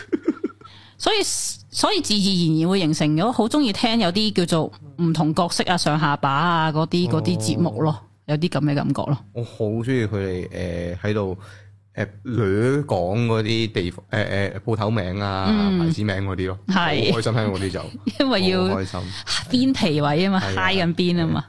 [SPEAKER 3] 所以所以自自然然會形成咗好中意聽有啲叫做唔同角色啊、上下把啊嗰啲嗰啲節目咯，有啲咁嘅感覺咯。
[SPEAKER 2] 我好中意佢哋誒呃喺度。誒亂講嗰啲地方，誒誒鋪頭名啊、
[SPEAKER 3] 嗯
[SPEAKER 2] 牌子名嗰啲咯，
[SPEAKER 3] 係
[SPEAKER 2] 好開心聽嗰啲就，
[SPEAKER 3] 因為要
[SPEAKER 2] 好開心，
[SPEAKER 3] 邊皮位啊嘛，
[SPEAKER 2] 係啊
[SPEAKER 3] 嗨緊邊啊嘛。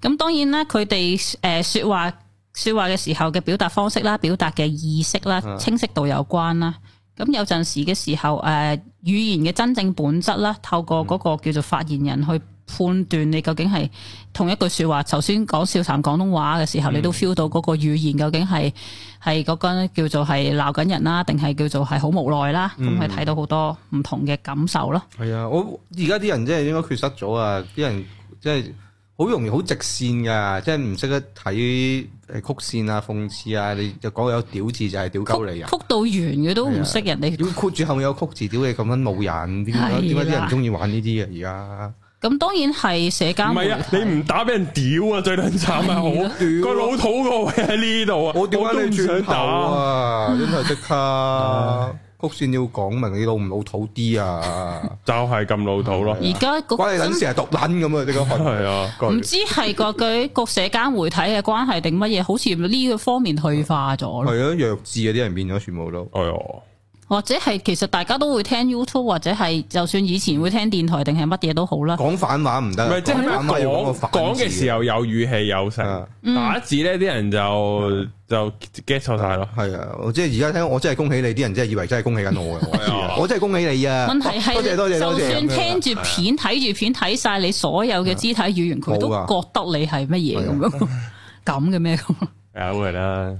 [SPEAKER 3] 咁當然啦，佢哋诶说話说話嘅時候嘅表達方式啦，表達嘅意識啦
[SPEAKER 2] 啊，
[SPEAKER 3] 清晰度有關啦。咁有陣時嘅時候，诶、語言嘅真正本質啦，透
[SPEAKER 2] 嗯
[SPEAKER 3] 過嗰個叫做發言人去判斷你究竟係同一句说話，頭先講笑談廣東話嘅時
[SPEAKER 2] 嗯
[SPEAKER 3] 候，你都 feel 到嗰個語言究竟係係嗰間叫做係鬧緊人啦，定係叫做係好無奈啦，
[SPEAKER 2] 嗯
[SPEAKER 3] 咁係睇到好多唔同嘅感受咯。
[SPEAKER 2] 係啊！我而家啲人真係應該缺失咗啊！啲人真係好容易好直線㗎，即係唔識得睇誒曲線啊、諷刺啊，你就講有屌字就係屌鳩你啊！啊
[SPEAKER 3] 曲到完佢都唔識人哋
[SPEAKER 2] 屌括住後面有曲字，屌你咁樣冇人，點
[SPEAKER 3] 係啦
[SPEAKER 2] 解點解啲人中意玩呢啲啊？
[SPEAKER 3] 咁當然係社交
[SPEAKER 1] 唔
[SPEAKER 3] 媒
[SPEAKER 1] 係啊，你
[SPEAKER 3] 體，
[SPEAKER 1] 唔打俾人屌啊，最撚慘啊！
[SPEAKER 2] 屌
[SPEAKER 1] 我
[SPEAKER 2] 啊
[SPEAKER 1] 個老土個位喺呢度啊，
[SPEAKER 2] 而家我屌
[SPEAKER 1] 都
[SPEAKER 2] 解
[SPEAKER 1] 唔
[SPEAKER 2] 你轉
[SPEAKER 1] 想
[SPEAKER 2] 頭
[SPEAKER 1] 打啊！
[SPEAKER 2] 啊！真係即刻曲線要講明你老唔老土啲啊！
[SPEAKER 1] 就係咁老土咯，
[SPEAKER 3] 而家
[SPEAKER 2] 關你
[SPEAKER 3] 嗰
[SPEAKER 2] 撚事係毒撚咁啊！即刻
[SPEAKER 1] 係
[SPEAKER 2] 訓
[SPEAKER 1] 啊，
[SPEAKER 2] 句
[SPEAKER 3] 唔知係個佢 個社交媒體嘅關係定乜嘢，好似呢個方面退化咗咯，
[SPEAKER 2] 係啊，弱智啊！啲人變咗全部都。
[SPEAKER 1] 哎呦，
[SPEAKER 3] 或者係其實大家都會聽 YouTube，或者係就算以前會聽電台定係乜嘢都好啦。
[SPEAKER 2] 講反話唔
[SPEAKER 1] 唔
[SPEAKER 2] 得，
[SPEAKER 1] 係即係
[SPEAKER 2] 講反話要講個
[SPEAKER 1] 講
[SPEAKER 2] 反
[SPEAKER 1] 講
[SPEAKER 2] 字
[SPEAKER 1] 嘅時候有語氣有成
[SPEAKER 2] 啊，
[SPEAKER 1] 打字咧啲人就就 get 錯晒咯。
[SPEAKER 2] 係啊，我即係而家聽，我真係恭喜你，啲人真係以為真係恭喜緊我嘅，我知
[SPEAKER 1] 係啊
[SPEAKER 2] 啊我真係恭喜你啊！
[SPEAKER 3] 問題係，
[SPEAKER 2] 多謝多謝多
[SPEAKER 3] 就
[SPEAKER 2] 謝，
[SPEAKER 3] 算
[SPEAKER 2] 咁樣
[SPEAKER 3] 聽住片、睇住片、睇晒你所有嘅肢體語言，佢都
[SPEAKER 2] 冇啊啊
[SPEAKER 3] 覺得你係乜嘢咁樣， 咁嘅咩咁？
[SPEAKER 1] 有嘅啦，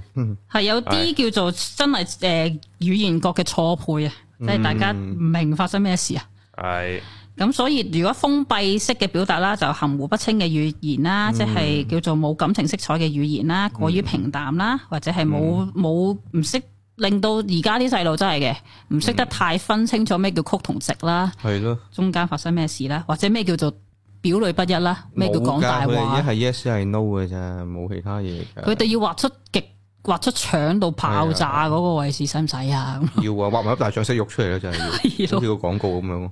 [SPEAKER 3] 係有啲叫做真係誒語言角嘅錯配啊，
[SPEAKER 2] 嗯
[SPEAKER 3] 即係大家唔明發生咩事啊。
[SPEAKER 1] 係
[SPEAKER 3] 咁所以如果封閉式嘅表達啦，就含糊不清嘅語言
[SPEAKER 2] 嗯
[SPEAKER 3] 啦，即係叫做冇感情色彩嘅語言啦，過於平淡啦，或者係
[SPEAKER 2] 嗯
[SPEAKER 3] 冇冇唔識令到而家啲細路真係嘅唔識得太分清楚咩叫曲同直啦，
[SPEAKER 2] 係咯，
[SPEAKER 3] 中間發生咩事啦，或者咩叫做表裏不一啦，咩叫講大
[SPEAKER 2] 冇㗎佢哋
[SPEAKER 3] 話，
[SPEAKER 2] 一係 yes 一係 no 嘅咋，冇其他嘢㗎。
[SPEAKER 3] 佢哋要畫出極畫出腸到爆
[SPEAKER 2] 啊
[SPEAKER 3] 炸嗰個位置，使唔使啊？
[SPEAKER 2] 要啊，畫埋粒大象息肉出嚟咯，真係要，好
[SPEAKER 3] 係咯
[SPEAKER 2] 似個廣告咁樣。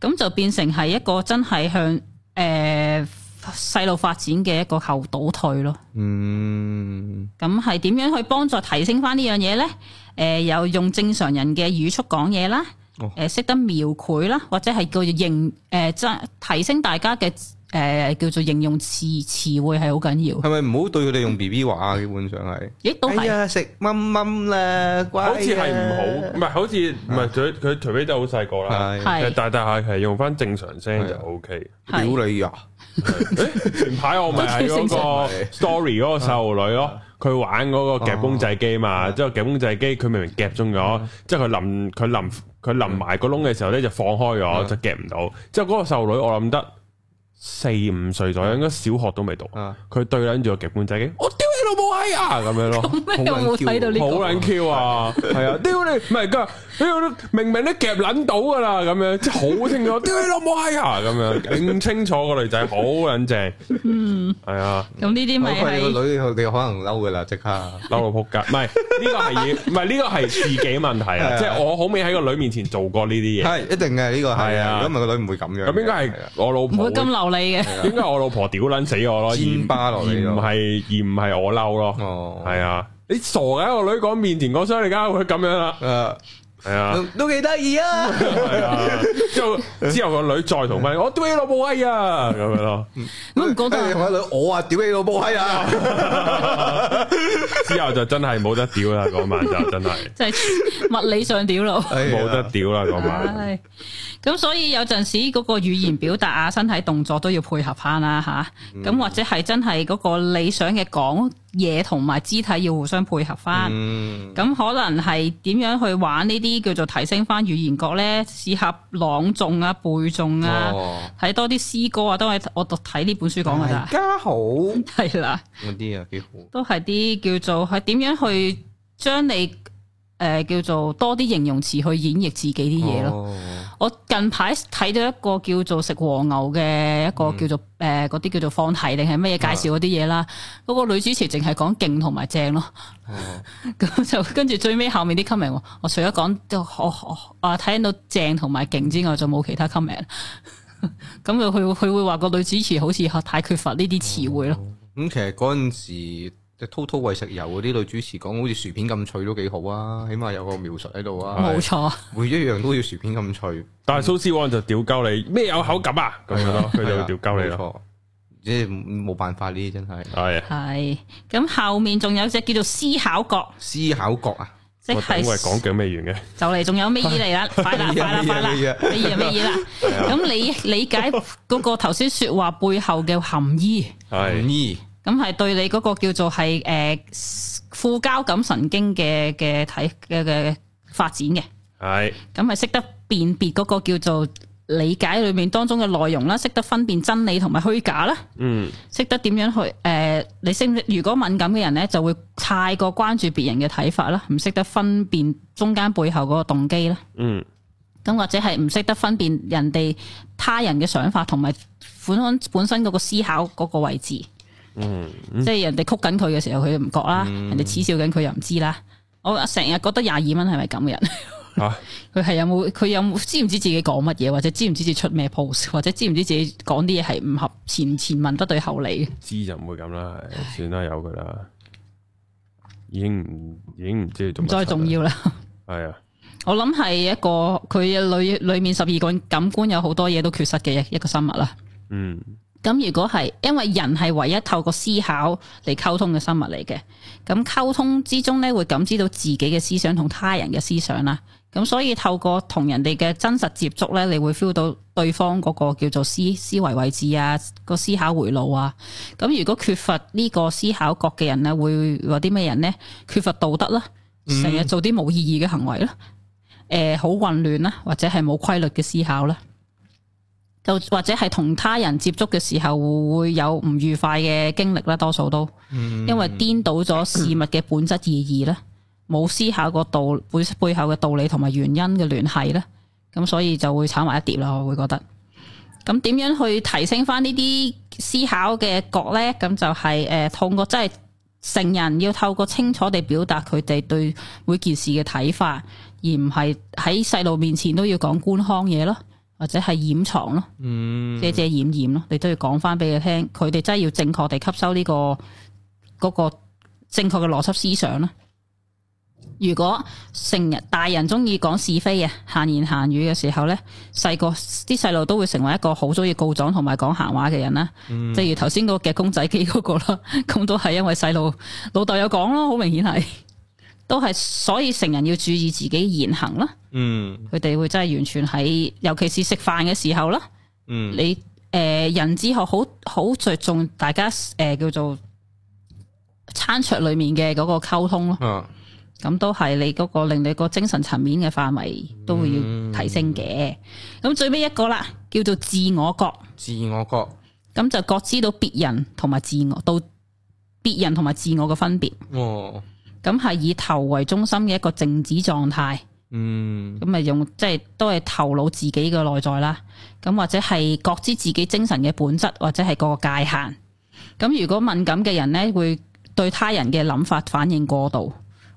[SPEAKER 3] 咁就變成係一個真係向誒細路發展嘅一個後倒退咯。
[SPEAKER 2] 嗯，
[SPEAKER 3] 咁係點樣去幫助提升翻呢樣嘢呢？誒、又用正常人嘅語速講嘢啦，誒、
[SPEAKER 2] 哦
[SPEAKER 3] 識得描繪啦，或者係叫做形誒，即、提升大家嘅誒、呃叫做形容詞詞彙係好緊要。
[SPEAKER 2] 係咪唔好對佢哋用 B B 話啊？基本上係。
[SPEAKER 3] 咦，都
[SPEAKER 2] 哎
[SPEAKER 3] 係、
[SPEAKER 2] 呀，食蚊蚊啦，乖啊
[SPEAKER 1] 好似係唔好，唔係好似唔係佢佢除非真係好細個啦，
[SPEAKER 2] 係
[SPEAKER 3] 係
[SPEAKER 1] 但但係係用翻正常聲就
[SPEAKER 2] 係啊
[SPEAKER 1] O K。
[SPEAKER 2] 屌
[SPEAKER 3] 係
[SPEAKER 2] 你啊！
[SPEAKER 1] 前排我咪喺嗰個 story 嗰個細路女咯，佢玩嗰個夾公仔機嘛，之後夾公仔機佢明明夾中咗，之後佢臨佢臨佢臨埋個窿嘅時候咧就放開咗，就夾唔到。之後嗰個細路女我諗得四五歲左右，應該小學都未讀，
[SPEAKER 2] 啊，
[SPEAKER 1] 佢對撚住個極本仔機，我屌你老母閪啊！咁樣咯。
[SPEAKER 3] 咩有冇睇到呢
[SPEAKER 1] 好
[SPEAKER 3] 個？
[SPEAKER 1] 撚 Q 啊，係啊，屌你，唔係噶，屌你明明都夾撚到噶啦，咁樣即係好清楚，屌你老母閪啊，咁樣勁清楚個女仔好撚正，嗯，係啊，
[SPEAKER 3] 咁呢啲
[SPEAKER 2] 咁
[SPEAKER 3] 咪
[SPEAKER 2] 佢
[SPEAKER 3] 係
[SPEAKER 2] 個女你可能嬲噶啦，即刻。
[SPEAKER 1] 嬲到仆街，唔係呢個係要，唔係呢個係自己問題
[SPEAKER 2] 係
[SPEAKER 1] 啊，
[SPEAKER 2] 啊
[SPEAKER 1] 即係我好未喺個女面前做過呢啲嘢，
[SPEAKER 2] 係啊一定嘅呢個係
[SPEAKER 1] 係啊
[SPEAKER 2] 啊，如果唔係個女唔會咁樣嘅。
[SPEAKER 1] 咁應該係
[SPEAKER 2] 係啊
[SPEAKER 1] 我老
[SPEAKER 3] 唔
[SPEAKER 1] 婆
[SPEAKER 3] 會咁流利嘅。
[SPEAKER 1] 應該係我老婆屌撚死我咯，而
[SPEAKER 2] 煎巴落嚟
[SPEAKER 1] 而唔
[SPEAKER 2] 咯
[SPEAKER 1] 係而唔係我嬲咯，
[SPEAKER 2] 哦，
[SPEAKER 1] 係啊，你傻嘅個女講面前講衰你家會咁樣啦，
[SPEAKER 2] 啊，
[SPEAKER 1] 係啊。
[SPEAKER 2] 都都幾得意啊！
[SPEAKER 1] 係啊，之後之後個女再同翻，我屌你老母威啊咁樣咯，
[SPEAKER 3] 咁 唔覺
[SPEAKER 2] 跟住
[SPEAKER 3] 得
[SPEAKER 2] 同個女，我啊屌你老母 閪啊！
[SPEAKER 1] 之後就真係冇得屌啦，嗰晚就真係
[SPEAKER 3] 就係物理上屌咯。
[SPEAKER 1] 冇得屌啦嗰
[SPEAKER 2] 啊
[SPEAKER 1] 晚，
[SPEAKER 3] 唉，咁所以有陣時嗰個語言表達啊、身體動作都要配合翻啦吓。
[SPEAKER 2] 嗯
[SPEAKER 3] 咁、或者係真係嗰個理想嘅講嘢同埋肢體要互相配合翻。
[SPEAKER 2] 嗯，
[SPEAKER 3] 咁可能係點樣去玩呢啲叫做提升翻語言角呢？試下朗誦啊、背誦啊，
[SPEAKER 2] 哦
[SPEAKER 3] 睇、多啲詩歌啊，都係我讀睇呢本書講噶
[SPEAKER 2] 大
[SPEAKER 3] 咋，
[SPEAKER 2] 家好嗰
[SPEAKER 3] 係啦，
[SPEAKER 2] 啲啊，幾好。
[SPEAKER 3] 都係啲叫做係點樣去將你誒、呃叫做多啲形容詞去演繹自己啲嘢咯。
[SPEAKER 2] 咯，
[SPEAKER 3] 我近排睇到一個叫做食和牛嘅一個
[SPEAKER 1] 嗯
[SPEAKER 3] 叫做誒嗰啲叫做放題定係乜嘢介紹嗰啲嘢啦，嗰、個女主持淨係講勁同埋正咯，
[SPEAKER 2] 哦
[SPEAKER 3] 咁就跟住最尾後面啲 comment，喎我除咗講我我啊睇到正同埋勁之外，就冇其他 comment。咁佢佢佢會話個女主持好似太缺乏呢啲詞彙咯，
[SPEAKER 2] 咁其實嗰陣時，即係滔滔為食油嗰啲女主持講，好似薯片咁脆都幾好啊，起碼有個描述喺度
[SPEAKER 1] 哦
[SPEAKER 2] 啊。
[SPEAKER 3] 冇錯，
[SPEAKER 2] 每一樣都要薯片咁脆，
[SPEAKER 1] 但係蘇斯旺就屌鳩你咩有口感啊咁樣咯，佢就會屌鳩你
[SPEAKER 2] 係啊
[SPEAKER 1] 咯，
[SPEAKER 2] 冇錯即係冇辦法呢啲真係
[SPEAKER 1] 係啊
[SPEAKER 3] 係咁後面仲有隻叫做思考角，
[SPEAKER 2] 思考角啊！
[SPEAKER 3] 即
[SPEAKER 1] 我等
[SPEAKER 3] 係
[SPEAKER 1] 佢講哎緊咩完嘅，
[SPEAKER 3] 就嚟仲有咩嘢嚟 啦？快啦，
[SPEAKER 2] 咩嘢
[SPEAKER 3] 快啦，啊快啦！
[SPEAKER 2] 咩嘢
[SPEAKER 3] 咩嘢咩嘢啦？咁你理解嗰個頭先説話背後嘅含義，
[SPEAKER 1] 係
[SPEAKER 2] 呢
[SPEAKER 3] 咁係對你嗰個叫做係誒副交感神經嘅嘅體嘅嘅發展嘅，
[SPEAKER 1] 係
[SPEAKER 3] 咁係識得辨別嗰個叫做理解裏面當中嘅內容啦，識得分辨真理同埋虛假啦。
[SPEAKER 1] 嗯
[SPEAKER 3] 識得點樣去誒、呃你識唔識？如果敏感嘅人咧，就會太過關注別人嘅睇法啦，唔識得分辨中間背後嗰個動機啦。
[SPEAKER 1] 嗯
[SPEAKER 3] 咁或者係唔識得分辨人哋他人嘅想法同埋本身本身嗰個思考嗰個位置，
[SPEAKER 1] 嗯
[SPEAKER 3] 即係人哋曲緊佢嘅時候佢唔覺啦，人哋恥笑緊佢又唔知啦。我成日覺得廿二蚊係咪咁嘅人？
[SPEAKER 1] 吓
[SPEAKER 3] 佢係有冇佢有冇知唔知自己講乜嘢，或者知唔知自己出咩 pose，或者知唔知自己講啲嘢係唔合前前文不對後理嘅？
[SPEAKER 1] 知就唔會咁啦，係算啦有佢啦，已經唔已經唔知佢做
[SPEAKER 3] 唔
[SPEAKER 1] 乜柒啦
[SPEAKER 3] 再重要啦。
[SPEAKER 1] 係啊
[SPEAKER 3] 我諗係一個佢嘅裏裏面十二個感官有好多嘢都缺失嘅一一個生物啦。
[SPEAKER 1] 嗯
[SPEAKER 3] 咁如果係因為人係唯一透過思考嚟溝通嘅生物嚟嘅，咁溝通之中咧會感知到自己嘅思想同他人嘅思想啦。咁所以透過同人哋嘅真實接觸咧，你會 feel 到對方嗰個叫做思思維位置啊，個思考回路啊。咁如果缺乏呢個思考覺嘅人咧，會話啲咩人咧？缺乏道德啦，成日做啲冇意義嘅行為啦，誒、好混亂啦，或者係冇規律嘅思考啦。就或者係同他人接觸嘅時候會有唔愉快嘅經歷啦，多數都
[SPEAKER 2] 嗯
[SPEAKER 3] 因為顛倒咗事物嘅本質意義啦，冇思考過道背背後嘅道理同埋原因嘅聯繫啦，咁所以就會炒埋一碟啦，我會覺得。咁點樣去提升翻呢啲思考嘅角呢？咁就係、誒、透過真係成人要透過清楚地表達佢哋對每件事嘅睇法，而唔係喺細路面前都要講官腔嘢咯，或者係掩藏咯。
[SPEAKER 2] 嗯，
[SPEAKER 3] 遮遮掩掩咯，你都要講翻俾佢聽，佢哋真係要正確地吸收呢、個嗰、個正確嘅邏輯思想啦。如果成日大人中意講是非啊、閒言閒語嘅時候呢，細個啲細路都會成為一個好中意告狀同埋講閒話嘅人啦。正如頭先嗰個夾公仔機嗰、個啦， 咁都係因為細路老豆有講咯，好明顯係都係，所以成人要注意自己言行啦。
[SPEAKER 2] 嗯
[SPEAKER 3] 佢哋會真係完全喺，尤其是食飯嘅時候啦。
[SPEAKER 2] 嗯，
[SPEAKER 3] 你誒、呃人之學好好着重大家誒、呃叫做餐桌裡面嘅嗰個溝通咯，
[SPEAKER 2] 啊，
[SPEAKER 3] 咁都係你嗰個令你個精神層面嘅範圍都會要提升嘅。咁、最尾一個啦，叫做自我覺。
[SPEAKER 2] 自我覺
[SPEAKER 3] 咁就覺知到別人同埋自我到別人同埋自我嘅分別。
[SPEAKER 2] 哦，
[SPEAKER 3] 咁係以頭為中心嘅一個靜止狀態，
[SPEAKER 2] 嗯，
[SPEAKER 3] 咁咪用即係都係頭腦自己嘅內在啦。咁或者係覺知自己精神嘅本質，或者係個界限。咁如果敏感嘅人呢，會對他人嘅諗法反應過度，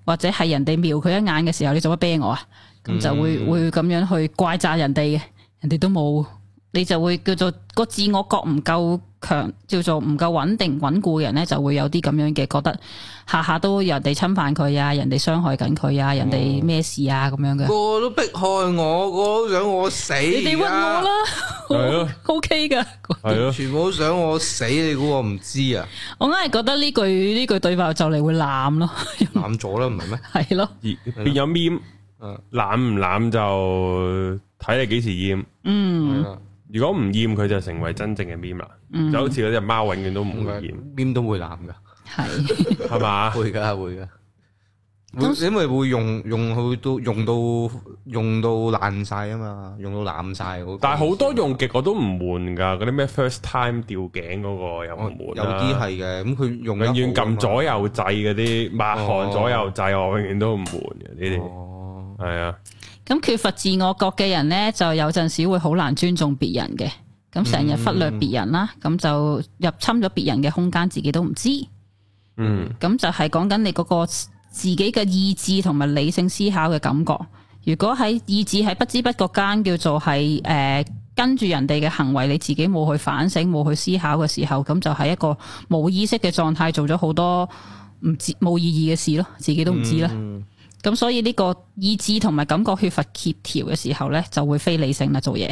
[SPEAKER 3] 或者係人哋瞄佢一眼嘅時候，你做乜啤我啊？咁就會、
[SPEAKER 2] 嗯
[SPEAKER 3] 會咁樣去怪責人哋嘅，人哋都冇，你就會叫做個自我覺唔夠強，叫做唔夠穩定穩固嘅人呢，就會有啲咁樣嘅覺得，下下都人哋侵犯佢啊，人哋傷害緊佢啊，人
[SPEAKER 2] 嗯
[SPEAKER 3] 哋咩事啊咁樣嘅。
[SPEAKER 2] 個個都迫害我，個個都想我死，啊
[SPEAKER 1] 哎
[SPEAKER 3] 你哋屈我啦
[SPEAKER 1] 係咯
[SPEAKER 3] ，O K 噶。
[SPEAKER 1] 係
[SPEAKER 2] 而家，
[SPEAKER 1] 咯，
[SPEAKER 2] 全部都想我死，你估我唔知 啊？
[SPEAKER 3] 我硬係覺得呢句呢句對白就嚟會濫咯，
[SPEAKER 2] 攬咗啦，唔係咩？
[SPEAKER 3] 係咯，
[SPEAKER 1] 而變咗 meme
[SPEAKER 2] 嗯
[SPEAKER 1] 攬唔攬就睇你幾時厭。
[SPEAKER 3] 嗯
[SPEAKER 2] 係啊，
[SPEAKER 1] 如果唔厭，佢就成為真正嘅 meme 啦。
[SPEAKER 3] 嗯
[SPEAKER 1] 就，好似嗰只貓永遠都唔會厭，
[SPEAKER 2] 邊都會攬 㗎。
[SPEAKER 3] 係
[SPEAKER 2] 嗯
[SPEAKER 1] 係 嘛？
[SPEAKER 2] 会噶会噶，會因為會用用去到用到用到爛晒啊嘛，用到濫晒嗰個。
[SPEAKER 1] 但係好多用極我都唔悶㗎，嗰啲咩 first time 吊頸嗰個又
[SPEAKER 2] 我
[SPEAKER 1] 唔悶
[SPEAKER 2] 哦有
[SPEAKER 1] 啦
[SPEAKER 2] 啲係嘅，咁佢用得
[SPEAKER 1] 永遠撳
[SPEAKER 2] 好啊
[SPEAKER 1] 左右掣嗰啲抹汗左右掣，我永遠都唔悶嘅
[SPEAKER 2] 嘛。
[SPEAKER 1] 呢
[SPEAKER 2] 啊哦，
[SPEAKER 1] 啲。係啊，
[SPEAKER 3] 咁缺乏自我覺嘅人呢，就有陣時會好難尊重別人嘅，咁成日忽略別人啦，咁就入侵咗別人嘅空間，自己都唔知，
[SPEAKER 1] 嗯，
[SPEAKER 3] 咁就係講緊你嗰個自己嘅意志同埋理性思考嘅感覺。如果喺意志喺不知不覺間叫做係誒、呃跟住人哋嘅行為，你自己冇去反省、冇去思考嘅時候，咁就係一個冇意識嘅狀態，做咗好多唔知冇意義嘅事咯，自己都唔知啦。
[SPEAKER 2] 嗯
[SPEAKER 3] 咁所以呢個意志同埋感覺缺乏協調嘅時候呢，就會非理性啦做嘢。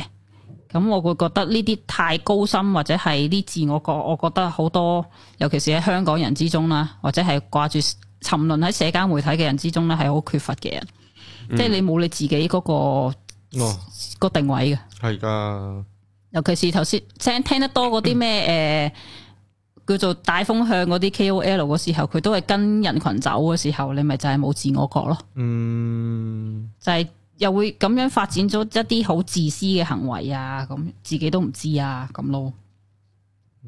[SPEAKER 3] 咁我會覺得呢啲太高深或者係啲自我覺，我覺得好多，尤其是喺香港人之中啦，或者係掛住沉淪喺社交媒體嘅人之中呢，係好缺乏嘅人。即係你冇你自己嗰、個
[SPEAKER 2] 哦，
[SPEAKER 3] 個定位嘅。
[SPEAKER 2] 係噶，
[SPEAKER 3] 尤其是頭先聽聽得多嗰啲咩誒叫做大風向嗰啲 KOL 嗰時候，佢都係跟人群走嘅時候，你咪就係冇自我覺咯。
[SPEAKER 2] 嗯，
[SPEAKER 3] 就係又會咁樣發展咗一啲好自私嘅行為啊，咁自己都唔知啊，咁咯。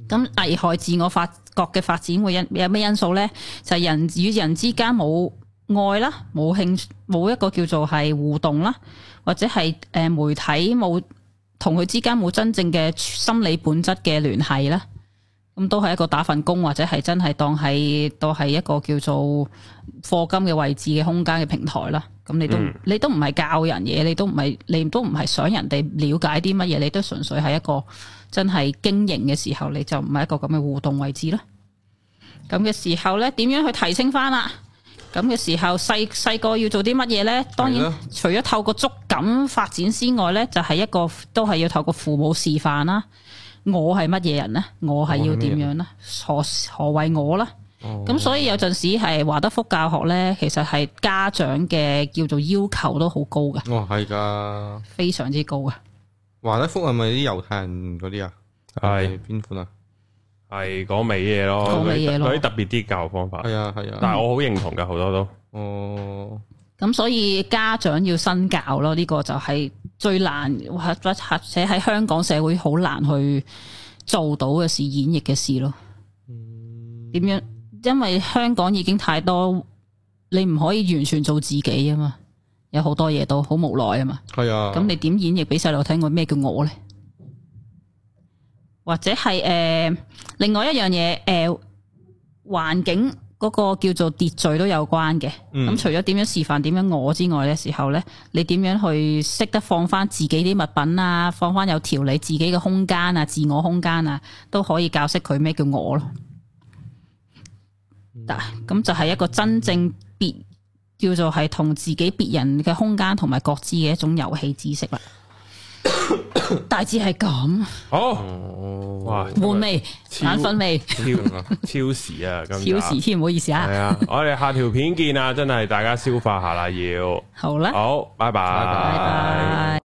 [SPEAKER 3] 咁危害自我發覺嘅發展會因有咩因素呢？就係、人與人之間冇愛啦，冇興趣冇一個叫做係互動啦，或者係誒媒體冇同佢之間冇真正嘅心理本質嘅聯繫啦。咁都係一個打份工，或者係真係當係當係一個叫做課金嘅位置嘅空間嘅平台啦。咁你都、
[SPEAKER 1] 嗯
[SPEAKER 3] 你都唔係教人嘢，你都唔係你都唔係想人哋了解啲乜嘢，你都純粹係一個真係經營嘅時候，你就唔係一個咁嘅互動位置啦。咁嘅時候呢，點樣去提升翻啦？咁嘅時候，細細個要做啲乜嘢呢？當
[SPEAKER 2] 係
[SPEAKER 3] 然
[SPEAKER 2] 咯，
[SPEAKER 3] 除咗透過觸感發展之外呢，就係、一個都係要透過父母示範啦。我係乜嘢人呢？我係要點樣呢？何何為我呢？
[SPEAKER 2] 哦
[SPEAKER 3] 咁所以有陣時係華德福教學呢，其實係家長嘅叫做要求都好高嘅，
[SPEAKER 2] 哦係噶，
[SPEAKER 3] 非常之高嘅。
[SPEAKER 2] 華德福係咪啲猶太人嗰啲啊？
[SPEAKER 1] 係
[SPEAKER 2] 邊款啊？
[SPEAKER 1] 係講美嘢咯，
[SPEAKER 3] 講
[SPEAKER 1] 嗰
[SPEAKER 3] 美嘢
[SPEAKER 1] 啲
[SPEAKER 3] 咯
[SPEAKER 1] 嗰啲特別啲教學方法。
[SPEAKER 2] 係啊係啊，
[SPEAKER 1] 但係我好認同㗎，好多都
[SPEAKER 2] 哦，
[SPEAKER 3] 咁所以家長要身教咯，呢、個就係最難或者或者喺香港社會好難去做到嘅事，演繹嘅事咯。
[SPEAKER 2] 嗯
[SPEAKER 3] 點樣？因為香港已經太多，你唔可以完全做自己啊嘛，有好多嘢都好無奈啊嘛。
[SPEAKER 2] 係啊，
[SPEAKER 3] 咁你點演繹俾細路睇我咩叫我呢？或者係诶、呃另外一樣嘢诶，呃環、境嗰個叫做秩序都有關嘅。咁、
[SPEAKER 2] 嗯
[SPEAKER 3] 除咗點樣示範點樣我之外嘅時候呢，你點樣去識得放翻自己啲物品啊，放翻有條理自己嘅空間啊，自我空間啊，都可以教識佢咩叫我咯。
[SPEAKER 2] 嗯
[SPEAKER 3] 嗱，咁就係一個真正別叫做係同自己別人嘅空間同埋覺知嘅一種遊戲知識 啦。大致係咁，
[SPEAKER 1] 好
[SPEAKER 2] 哦，
[SPEAKER 1] 哇！
[SPEAKER 3] 悶味、
[SPEAKER 1] 超
[SPEAKER 3] 眼瞓味、
[SPEAKER 1] 超超時啊，今
[SPEAKER 3] 小時
[SPEAKER 1] 集
[SPEAKER 3] 添，唔好意思
[SPEAKER 1] 係
[SPEAKER 3] 啊。
[SPEAKER 1] 啊！ 我哋下條片見啊，真係大家消化下啦，要
[SPEAKER 3] 好啦，
[SPEAKER 1] 好，拜拜
[SPEAKER 2] 拜
[SPEAKER 3] 拜拜。